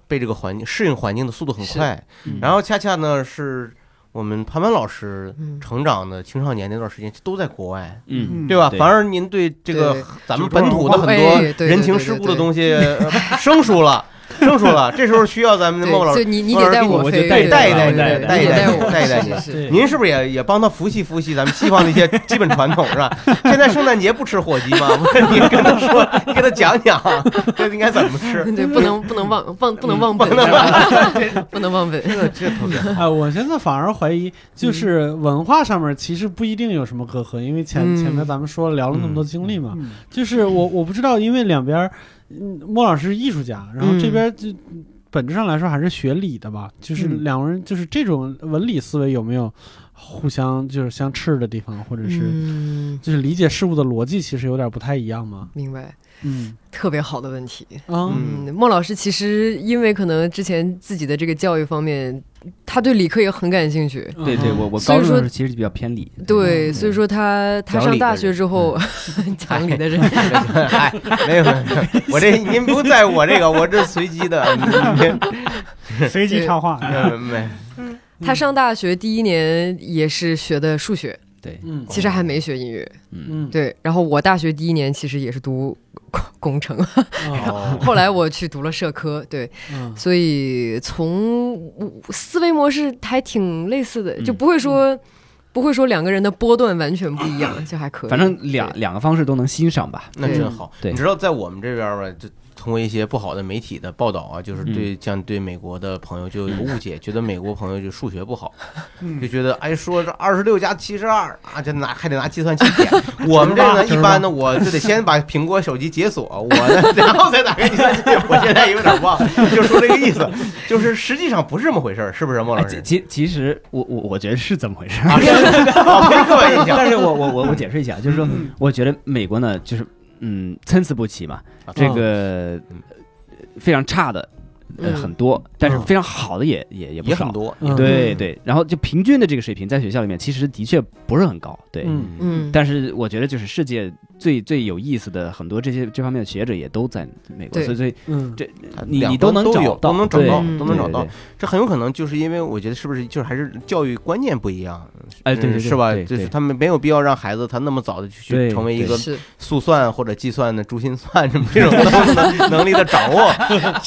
[SPEAKER 5] 被这个环境适应环境的速度很快，
[SPEAKER 7] 嗯
[SPEAKER 5] 然后恰恰呢是我们潘潘老师
[SPEAKER 6] 嗯
[SPEAKER 5] 成长的青少年那段时间都在国外。
[SPEAKER 7] 嗯，
[SPEAKER 5] 对吧？
[SPEAKER 7] 对
[SPEAKER 5] 反而您对这
[SPEAKER 6] 对
[SPEAKER 5] 个
[SPEAKER 6] 对
[SPEAKER 5] 咱们本土的很
[SPEAKER 6] 哎
[SPEAKER 5] 多
[SPEAKER 6] 对对
[SPEAKER 5] 人情
[SPEAKER 6] 对
[SPEAKER 5] 世故
[SPEAKER 6] 对
[SPEAKER 5] 的
[SPEAKER 6] 对
[SPEAKER 5] 东西呃生疏了，生疏了。这时候需要咱们 的莫老
[SPEAKER 6] 对，
[SPEAKER 5] 师
[SPEAKER 6] 就你你
[SPEAKER 5] 莫
[SPEAKER 6] 得
[SPEAKER 5] 老师
[SPEAKER 6] 带
[SPEAKER 5] 给
[SPEAKER 6] 我
[SPEAKER 7] 我
[SPEAKER 6] 飞，
[SPEAKER 7] 就带
[SPEAKER 6] 对
[SPEAKER 5] 带
[SPEAKER 6] 对
[SPEAKER 5] 带
[SPEAKER 6] 对
[SPEAKER 5] 带
[SPEAKER 6] 对
[SPEAKER 5] 带
[SPEAKER 6] 你
[SPEAKER 5] 带
[SPEAKER 6] 带我
[SPEAKER 5] 带带
[SPEAKER 6] 是
[SPEAKER 5] 你
[SPEAKER 6] 是是
[SPEAKER 5] 您是不是也也帮他复习复习咱们西方的一些基本传统是吧？ 现在圣诞节不吃火鸡吗？ 你跟他说，你给他讲讲， 这应该怎么吃。
[SPEAKER 6] 对，不能不能忘忘不能忘本，
[SPEAKER 5] 嗯
[SPEAKER 6] 不能忘本。
[SPEAKER 5] 这这特别好，
[SPEAKER 3] 哎，我现在反而怀疑，就是文化上面其实不一定有什么隔阂，因为前、
[SPEAKER 6] 嗯
[SPEAKER 3] 前面咱们说聊了那么多经历嘛，
[SPEAKER 2] 嗯
[SPEAKER 3] 就是我我不知道，因为两边儿，嗯，莫老师是艺术家，然后
[SPEAKER 6] 嗯
[SPEAKER 3] 这边就。本质上来说还是学理的吧，就是
[SPEAKER 2] 嗯
[SPEAKER 3] 两个人就是这种文理思维有没有互相就是相斥的地方，或者是、
[SPEAKER 6] 嗯，
[SPEAKER 3] 就是理解事物的逻辑其实有点不太一样嘛。
[SPEAKER 6] 明白，
[SPEAKER 3] 嗯
[SPEAKER 6] 特别好的问题。
[SPEAKER 3] 啊，
[SPEAKER 5] 嗯
[SPEAKER 6] 嗯，莫老师其实因为可能之前自己的这个教育方面，他对理科也很感兴趣。
[SPEAKER 7] 对对，我我
[SPEAKER 6] 所以
[SPEAKER 7] 高中的
[SPEAKER 6] 说
[SPEAKER 7] 时候其实比较偏理，
[SPEAKER 6] 对，所以说他他
[SPEAKER 5] 讲理
[SPEAKER 6] 上大
[SPEAKER 5] 的
[SPEAKER 6] 学
[SPEAKER 5] 人
[SPEAKER 6] 之后，嗯嗯 讲理的人，
[SPEAKER 5] 哎，没有没有，没有我这您不在乎我这个， 我这随机的，嗯
[SPEAKER 2] 随机插话，
[SPEAKER 5] 嗯没
[SPEAKER 6] 他上大学第一年也是学的数学，
[SPEAKER 7] 对，
[SPEAKER 3] 嗯
[SPEAKER 6] 其实还没学音乐。
[SPEAKER 3] 嗯
[SPEAKER 6] 对，然后我大学第一年其实也是读工工程，
[SPEAKER 5] 嗯
[SPEAKER 3] 啊
[SPEAKER 5] 哦
[SPEAKER 6] 后来我去读了社科。对，
[SPEAKER 3] 嗯
[SPEAKER 6] 所以从思维模式还挺类似的，
[SPEAKER 7] 嗯
[SPEAKER 6] 就不会说、不会说两个人的波段完全不一样，就还可以。
[SPEAKER 7] 反正两两个方式都能欣赏吧。
[SPEAKER 5] 那真好。
[SPEAKER 7] 对
[SPEAKER 5] 你知道在我们这边吧，就通过一些不好的媒体的报道啊，就是对像对美国的朋友就有误解，觉得美国朋友就数学不好，就
[SPEAKER 2] 嗯，
[SPEAKER 5] 觉得哎说这二十六加七十二啊，这拿还得拿计算器 点。我们这呢
[SPEAKER 3] 78
[SPEAKER 5] 一般呢，我就得先把苹果手机解锁，我呢然后再打开计算器。我现在有点忘，就说这个意思，就是实际上不是这么回事儿，是不是莫
[SPEAKER 7] 哎
[SPEAKER 5] 老
[SPEAKER 7] 其
[SPEAKER 5] 师？
[SPEAKER 7] 其其实我我我觉得是这么回 事儿，
[SPEAKER 5] 啊，是啊不是刻板印象。
[SPEAKER 7] 但是我我我我解释一下，就是说，
[SPEAKER 6] 嗯
[SPEAKER 7] 我觉得美国呢，就是嗯参差不齐嘛，
[SPEAKER 5] 啊
[SPEAKER 7] 这个
[SPEAKER 5] 嗯
[SPEAKER 7] 呃非常差的呃
[SPEAKER 6] 嗯
[SPEAKER 7] 很多，但是
[SPEAKER 3] 嗯
[SPEAKER 7] 非常好的也也也不
[SPEAKER 5] 也很
[SPEAKER 7] 少。
[SPEAKER 5] 多，
[SPEAKER 3] 嗯
[SPEAKER 7] 对对，然后就平均的这个水平，在学校里面其实的确不是很高，对。
[SPEAKER 3] 嗯
[SPEAKER 6] 嗯，
[SPEAKER 7] 但是我觉得，就是世界最最有意思的很多这些这方面的学者也都在美国，
[SPEAKER 6] 对嗯
[SPEAKER 7] 所以所以
[SPEAKER 3] 嗯
[SPEAKER 7] 这
[SPEAKER 5] 它
[SPEAKER 7] 你
[SPEAKER 5] 两
[SPEAKER 7] 你都
[SPEAKER 5] 端
[SPEAKER 7] 能
[SPEAKER 5] 都
[SPEAKER 7] 找
[SPEAKER 5] 有
[SPEAKER 7] 到
[SPEAKER 5] 都能找到，
[SPEAKER 6] 对
[SPEAKER 5] 都能找
[SPEAKER 7] 对
[SPEAKER 5] 到
[SPEAKER 7] 对。
[SPEAKER 5] 这很有可能就是因为我觉得是不是就是还是教育观念不一样，
[SPEAKER 7] 哎对对
[SPEAKER 5] 嗯
[SPEAKER 7] 对
[SPEAKER 5] 是吧？
[SPEAKER 7] 对
[SPEAKER 5] 就是
[SPEAKER 7] 对
[SPEAKER 5] 他们没有必要让孩子他那么早的去去
[SPEAKER 7] 对
[SPEAKER 5] 成为一
[SPEAKER 7] 对
[SPEAKER 5] 个
[SPEAKER 6] 是
[SPEAKER 5] 速算或者计算的珠心算什么这种 能能力的掌握，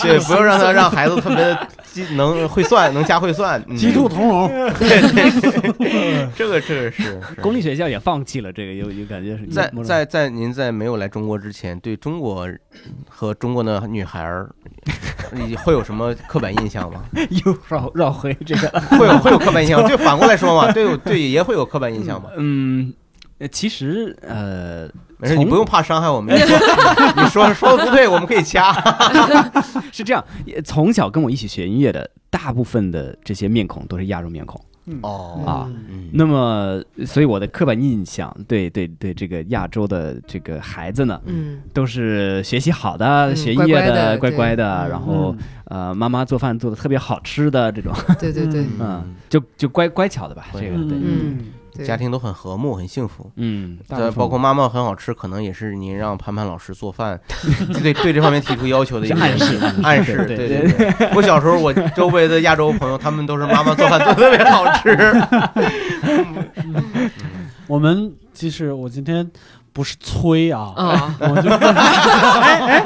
[SPEAKER 5] 对，不要让他让孩子特别的记能会算，能加会 算，嗯
[SPEAKER 3] 鸡兔同笼，
[SPEAKER 5] 对对对，这个这个是是
[SPEAKER 7] 公立学校也放弃了这个，有有感觉是
[SPEAKER 5] 在
[SPEAKER 7] 某种
[SPEAKER 5] 在在您在没有来中国之前，对中国和中国的女孩儿你会有什么刻板印象吗？
[SPEAKER 7] 又绕绕回这个
[SPEAKER 5] 会有会有刻板印 象，就反过来说嘛，对我对爷会有刻板印象吗？
[SPEAKER 7] 嗯，呃其实呃，
[SPEAKER 5] 没事，
[SPEAKER 7] 从
[SPEAKER 5] 你不用怕伤害我们，你说 你说说的不对，我们可以掐。
[SPEAKER 7] 是这样，也从小跟我一起学音乐的大部分的这些面孔都是亚洲面孔。
[SPEAKER 5] 哦
[SPEAKER 7] 啊
[SPEAKER 5] 嗯
[SPEAKER 7] 那么，所以我的刻板印象对对对这个亚洲的这个孩子呢，
[SPEAKER 6] 嗯
[SPEAKER 7] 都是学习好的、
[SPEAKER 6] 嗯
[SPEAKER 7] 学音乐
[SPEAKER 6] 乖乖的
[SPEAKER 7] 乖乖的，
[SPEAKER 6] 对
[SPEAKER 7] 然后、
[SPEAKER 3] 嗯
[SPEAKER 7] 呃妈妈做饭做的特别好吃的这种，
[SPEAKER 6] 对对对，
[SPEAKER 7] 嗯，就就乖乖巧的吧，
[SPEAKER 5] 乖
[SPEAKER 7] 这个
[SPEAKER 5] 巧
[SPEAKER 7] 对，
[SPEAKER 6] 嗯，对
[SPEAKER 5] 家庭都很和睦，很幸福。
[SPEAKER 7] 嗯，大部
[SPEAKER 5] 对，
[SPEAKER 7] 分
[SPEAKER 5] 包括妈妈很好吃，可能也是您让潘潘老师做饭， 对对这方面提出要求的一
[SPEAKER 7] 是
[SPEAKER 5] 个
[SPEAKER 7] 暗示
[SPEAKER 5] 暗示。
[SPEAKER 7] 对
[SPEAKER 5] 对对， 我小时候我周围的亚洲朋友，他们都是妈妈做饭做得特别好 吃。
[SPEAKER 3] 我们即使我今天不是催啊，
[SPEAKER 6] 啊，
[SPEAKER 3] 我就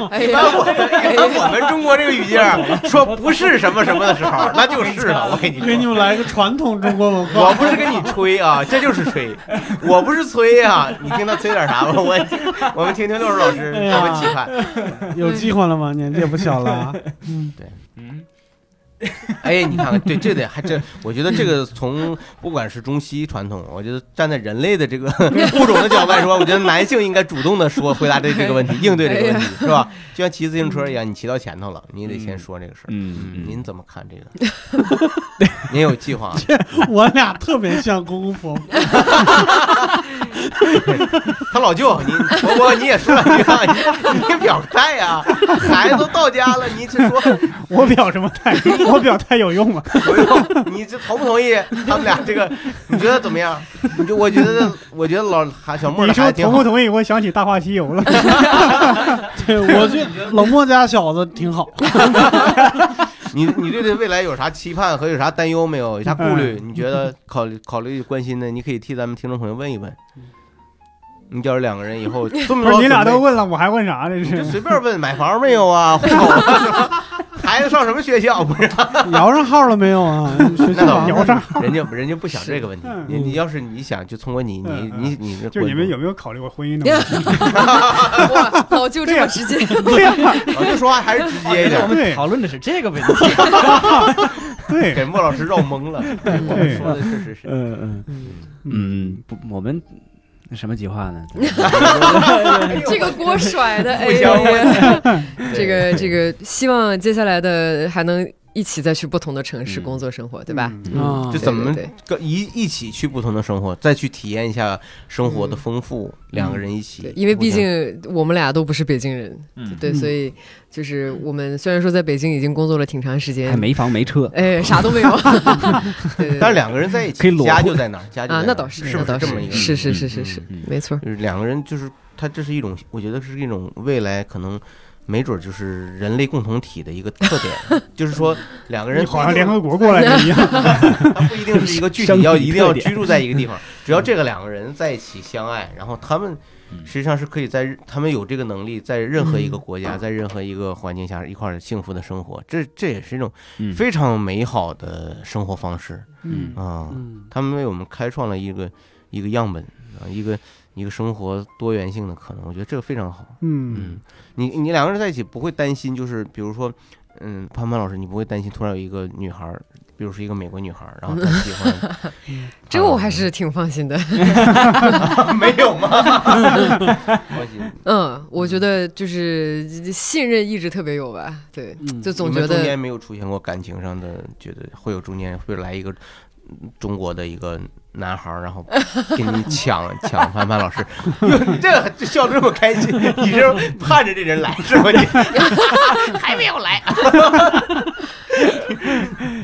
[SPEAKER 6] 哎
[SPEAKER 5] 一般
[SPEAKER 6] 呀，
[SPEAKER 5] 我们一般我们中国这个语境儿说不是什么什么的时候， 那就是了。我跟你
[SPEAKER 3] 给 你
[SPEAKER 5] 说。
[SPEAKER 3] 们来个传统中国文化。
[SPEAKER 5] 我不是跟你吹啊，这就是吹，我不是吹啊，你听他吹点啥吧？我我们听听六叔老 师
[SPEAKER 3] 哎呀
[SPEAKER 5] 什么期盼？
[SPEAKER 3] 有计划了吗？年纪也不小了啊，
[SPEAKER 5] 哎，你看看，对，这得还真，我觉得这个从不管是中西传统，我觉得站在人类的这个物种的角度来说，我觉得男性应该主动的说回答对这个问题，应对这个问题，是吧？就像骑自行车一样，你骑到前头了，你得先说这个事儿。
[SPEAKER 7] 嗯，
[SPEAKER 5] 您怎么看这个？您有计划？
[SPEAKER 3] 我俩特别像公公婆婆。
[SPEAKER 5] 他老舅，你婆婆你也说，你看你你表态呀、孩子都到家了，你这说
[SPEAKER 2] 我表什么态？我表态有用 吗？
[SPEAKER 5] 不用，你这同 不同意？他们俩这个，你觉得怎么样？你就我觉得，我觉得老孩小莫
[SPEAKER 2] 你
[SPEAKER 5] 的孩
[SPEAKER 2] 说
[SPEAKER 5] 子挺
[SPEAKER 2] 同不
[SPEAKER 5] 好。
[SPEAKER 2] 同意？我想起《大话西游》了。
[SPEAKER 3] 对，我觉得冷漠家小子挺好。
[SPEAKER 5] 你你对这未来有啥期盼和有啥担忧没有？有啥顾虑？
[SPEAKER 2] 嗯
[SPEAKER 5] 你觉得考虑考虑关心的，你可以替咱们听众朋友问一问。你要是两个人以 后这么
[SPEAKER 2] 不是
[SPEAKER 5] 多，
[SPEAKER 2] 你俩都问了，我还问啥？这
[SPEAKER 5] 你就是随便问买房没有 啊，户口啊什么， 孩子上什么学校不是？
[SPEAKER 3] 摇上号了没有啊？学
[SPEAKER 5] 那
[SPEAKER 3] 校
[SPEAKER 5] 倒
[SPEAKER 3] 房子
[SPEAKER 5] 不是
[SPEAKER 2] 摇上，
[SPEAKER 5] 人家人家不想这个问题，
[SPEAKER 2] 嗯
[SPEAKER 5] 你你要是你想，就通过你你
[SPEAKER 2] 嗯嗯
[SPEAKER 5] 你你这
[SPEAKER 2] 就是你们
[SPEAKER 5] 观
[SPEAKER 2] 有没有考虑过婚姻的问题？
[SPEAKER 6] 哇，老舅这么直接，
[SPEAKER 2] 对呀，
[SPEAKER 5] 点老师哦说话还是直接一点，
[SPEAKER 2] 我们讨
[SPEAKER 7] 论的是这个问题。
[SPEAKER 2] 对
[SPEAKER 5] 给莫老师绕懵 了。对
[SPEAKER 2] 嗯
[SPEAKER 5] 我们说的确实是，
[SPEAKER 3] 嗯嗯，
[SPEAKER 7] 嗯，不，我们什么计划呢？
[SPEAKER 6] 这个锅甩的，哎
[SPEAKER 5] 哎互相
[SPEAKER 6] 呀，这
[SPEAKER 5] 对
[SPEAKER 6] 个这个，希望接下来的还能一起再去不同的城市
[SPEAKER 7] 嗯
[SPEAKER 6] 工作生活，对吧？？
[SPEAKER 2] 嗯
[SPEAKER 3] 啊
[SPEAKER 5] 就怎么
[SPEAKER 6] 对对
[SPEAKER 5] 跟一一起去不同的生活，再去体验一下生活的丰富，两个人一起
[SPEAKER 6] 嗯对，，因为毕竟我们俩都不是北京人，对，
[SPEAKER 3] 嗯
[SPEAKER 6] 所以就是我们虽然说在北京已经工作了挺长时
[SPEAKER 7] 还
[SPEAKER 6] 间，
[SPEAKER 7] 没房没车，
[SPEAKER 6] 哎，啥都没 有，对对对
[SPEAKER 5] 但是两个人在一起，
[SPEAKER 7] 可以裸
[SPEAKER 5] 家
[SPEAKER 7] 婚
[SPEAKER 5] 就在哪儿，家就在哪
[SPEAKER 6] 啊，
[SPEAKER 5] 儿
[SPEAKER 6] 那倒
[SPEAKER 5] 是，
[SPEAKER 6] 是，
[SPEAKER 5] 不
[SPEAKER 6] 那倒
[SPEAKER 5] 这么一个？
[SPEAKER 6] 是是是是是
[SPEAKER 7] 嗯嗯，
[SPEAKER 6] 没错，
[SPEAKER 5] 就是两个人就是他，这是一种，我觉得是一种未来可能。没准就是人类共同体的一个特点，就是说两个人
[SPEAKER 2] 你好像联合国 过来的一样。
[SPEAKER 5] 它不一定是一个具体要一定要居住在一个地 方，只要这个两个人在一起相爱，然后他们
[SPEAKER 7] 嗯
[SPEAKER 5] 实际上是可以在日他们有这个能力，在任何一个国家，在任何一个环境下一块儿幸福的生活，这这也是一种
[SPEAKER 7] 嗯
[SPEAKER 5] 非常美好的生活方式
[SPEAKER 7] 嗯
[SPEAKER 5] 啊、
[SPEAKER 3] 嗯
[SPEAKER 5] 他们为我们开创了一个一个样本啊，一个一个生活多元性的可能，我觉得这个非常好。
[SPEAKER 2] 嗯，
[SPEAKER 5] 嗯，你你两个人在一起不会担心，就是比如说，嗯，潘潘老师，你不会担心突然有一个女孩儿，比如是一个美国女孩儿，然后她喜欢，
[SPEAKER 6] 这个我还是挺放心的。
[SPEAKER 5] 啊没有 吗？放心，
[SPEAKER 6] 嗯，我觉得就是信任一直特别有吧，对，
[SPEAKER 3] 嗯
[SPEAKER 6] 就总
[SPEAKER 5] 你们
[SPEAKER 6] 觉
[SPEAKER 5] 中
[SPEAKER 6] 得
[SPEAKER 5] 间没有出现过感情上的，觉得会有中间会来一个嗯中国的一个男孩儿，然后跟你抢抢潘潘老师， 哟，你这这笑得这么开心，你是盼着这人来是吧？你
[SPEAKER 6] 还没有来，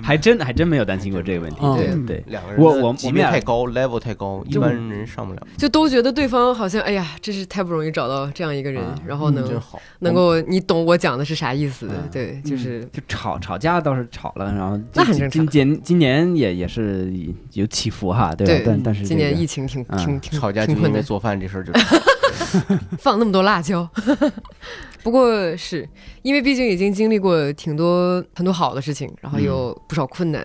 [SPEAKER 7] 还真还真没有担心过这个问题。
[SPEAKER 3] 嗯
[SPEAKER 7] 对
[SPEAKER 2] 嗯
[SPEAKER 7] 对，
[SPEAKER 5] 两个人
[SPEAKER 7] 我我
[SPEAKER 5] 的
[SPEAKER 7] 我
[SPEAKER 5] 级
[SPEAKER 7] 们
[SPEAKER 5] 别
[SPEAKER 7] 俩
[SPEAKER 5] 太高，level 太高，一
[SPEAKER 7] 就
[SPEAKER 5] 般人上不了，
[SPEAKER 6] 就都觉得对方好像哎呀，真是太不容易找到这样一个人，
[SPEAKER 7] 啊
[SPEAKER 6] 然后能、
[SPEAKER 5] 真好。
[SPEAKER 6] 能够你懂我讲的是啥意思，
[SPEAKER 7] 嗯
[SPEAKER 6] 对，就是
[SPEAKER 7] 就吵吵架倒是吵了，然后
[SPEAKER 6] 那很
[SPEAKER 7] 今
[SPEAKER 6] 正常
[SPEAKER 7] 今年今年也也是有起伏哈，对吧？
[SPEAKER 6] 对
[SPEAKER 7] 但但嗯是
[SPEAKER 6] 今年
[SPEAKER 7] 这个
[SPEAKER 6] 疫情挺、
[SPEAKER 7] 啊
[SPEAKER 6] 挺挺
[SPEAKER 5] 吵架就
[SPEAKER 6] 嗯挺困
[SPEAKER 5] 因为
[SPEAKER 6] 难，
[SPEAKER 5] 做饭这事儿就
[SPEAKER 6] 放那么多辣椒。 不过是因为毕竟已经经历过挺多很多好的事情，然后有
[SPEAKER 7] 嗯
[SPEAKER 6] 不少困难，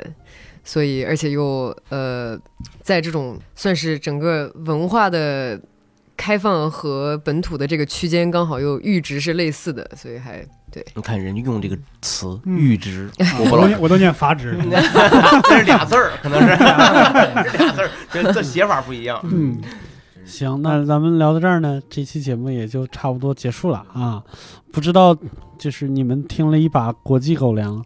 [SPEAKER 6] 所以而且又呃，在这种算是整个文化的开放和本土的这个区间，刚好又阈值是类似的，所以还
[SPEAKER 5] 你看人家用这个词“
[SPEAKER 2] 嗯
[SPEAKER 5] 阈值”，我
[SPEAKER 2] 我
[SPEAKER 5] 不
[SPEAKER 2] 都
[SPEAKER 5] 老，嗯
[SPEAKER 2] 念我都念法指，
[SPEAKER 5] 这是俩字儿，可能是这俩字儿，这这写法不一样。
[SPEAKER 2] 嗯，
[SPEAKER 3] 行，那咱们聊到这儿呢，这期节目也就差不多结束了啊。不知道，就是你们听了一把国际狗粮，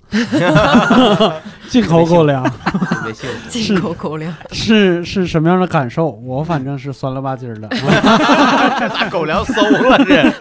[SPEAKER 3] 进口狗粮
[SPEAKER 5] 特别幸福。
[SPEAKER 6] 进口狗粮。
[SPEAKER 3] 是是什么样的感受？我反正是酸了吧唧儿的。啊
[SPEAKER 5] 这咋狗粮馊了？这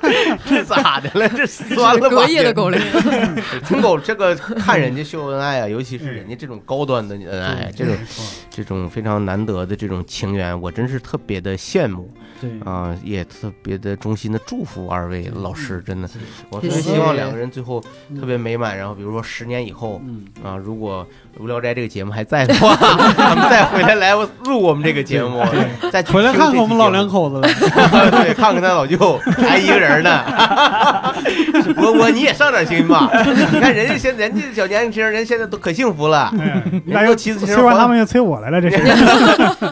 [SPEAKER 5] 这咋的了？这酸了吧？
[SPEAKER 6] 隔夜的狗粮，
[SPEAKER 5] 这，听狗这个看人家秀恩爱啊，尤其是人家这种高端的恩爱，哎这种
[SPEAKER 2] 没错
[SPEAKER 5] 这种非常难得的这种情缘，我真是特别的羡慕
[SPEAKER 3] 对，
[SPEAKER 5] 啊、也特别的衷心的祝福二位老师，真的，我特别
[SPEAKER 6] 谢谢
[SPEAKER 5] 希望两个人最后
[SPEAKER 3] 嗯
[SPEAKER 5] 特别美满，然后比如说十年以后。
[SPEAKER 3] 嗯，
[SPEAKER 5] 啊，如果《无聊斋》这个节目还在的 话，咱们再回来来录我们这个节目，再去
[SPEAKER 3] 回来看看我们老两
[SPEAKER 5] 两
[SPEAKER 3] 口
[SPEAKER 5] 口。
[SPEAKER 3] 子了。
[SPEAKER 5] 对，看看他老舅还一个人呢。 伯伯，你也上点心吧！你看人家现人家小年轻人现在都可幸福了，
[SPEAKER 2] 哎 呀
[SPEAKER 5] 人
[SPEAKER 2] 那
[SPEAKER 5] 都
[SPEAKER 2] 又
[SPEAKER 5] 骑自行车
[SPEAKER 2] 催完他们又催我来了， 这是。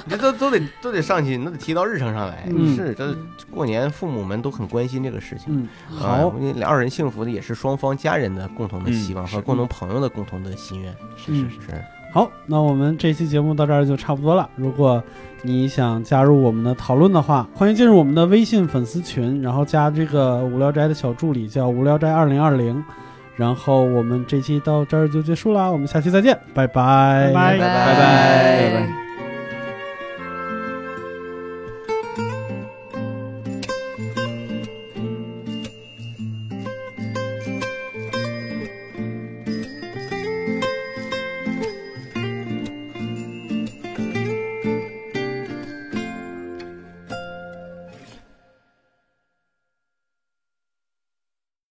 [SPEAKER 5] 这都都得都得上心，都得提到日程上来。
[SPEAKER 3] 嗯
[SPEAKER 5] 是，这过年父母们都很关心这个事情。
[SPEAKER 3] 嗯，
[SPEAKER 5] 啊
[SPEAKER 3] 好，，
[SPEAKER 5] 因为二人幸福的也是双方家人的共同的希望
[SPEAKER 7] 嗯
[SPEAKER 5] 和
[SPEAKER 7] 是
[SPEAKER 5] 共同朋友的共同的心愿。
[SPEAKER 3] 是是是。
[SPEAKER 5] 是，
[SPEAKER 3] 好，那我们这期节目到这儿就差不多了。如果你想加入我们的讨论的话，欢迎进入我们的微信粉丝群，然后加这个无聊斋的小助理叫无聊斋二零二零。然后哎我们这期到这儿就结束啦，我们下期再见，拜拜
[SPEAKER 2] 拜拜
[SPEAKER 5] 拜拜
[SPEAKER 6] 拜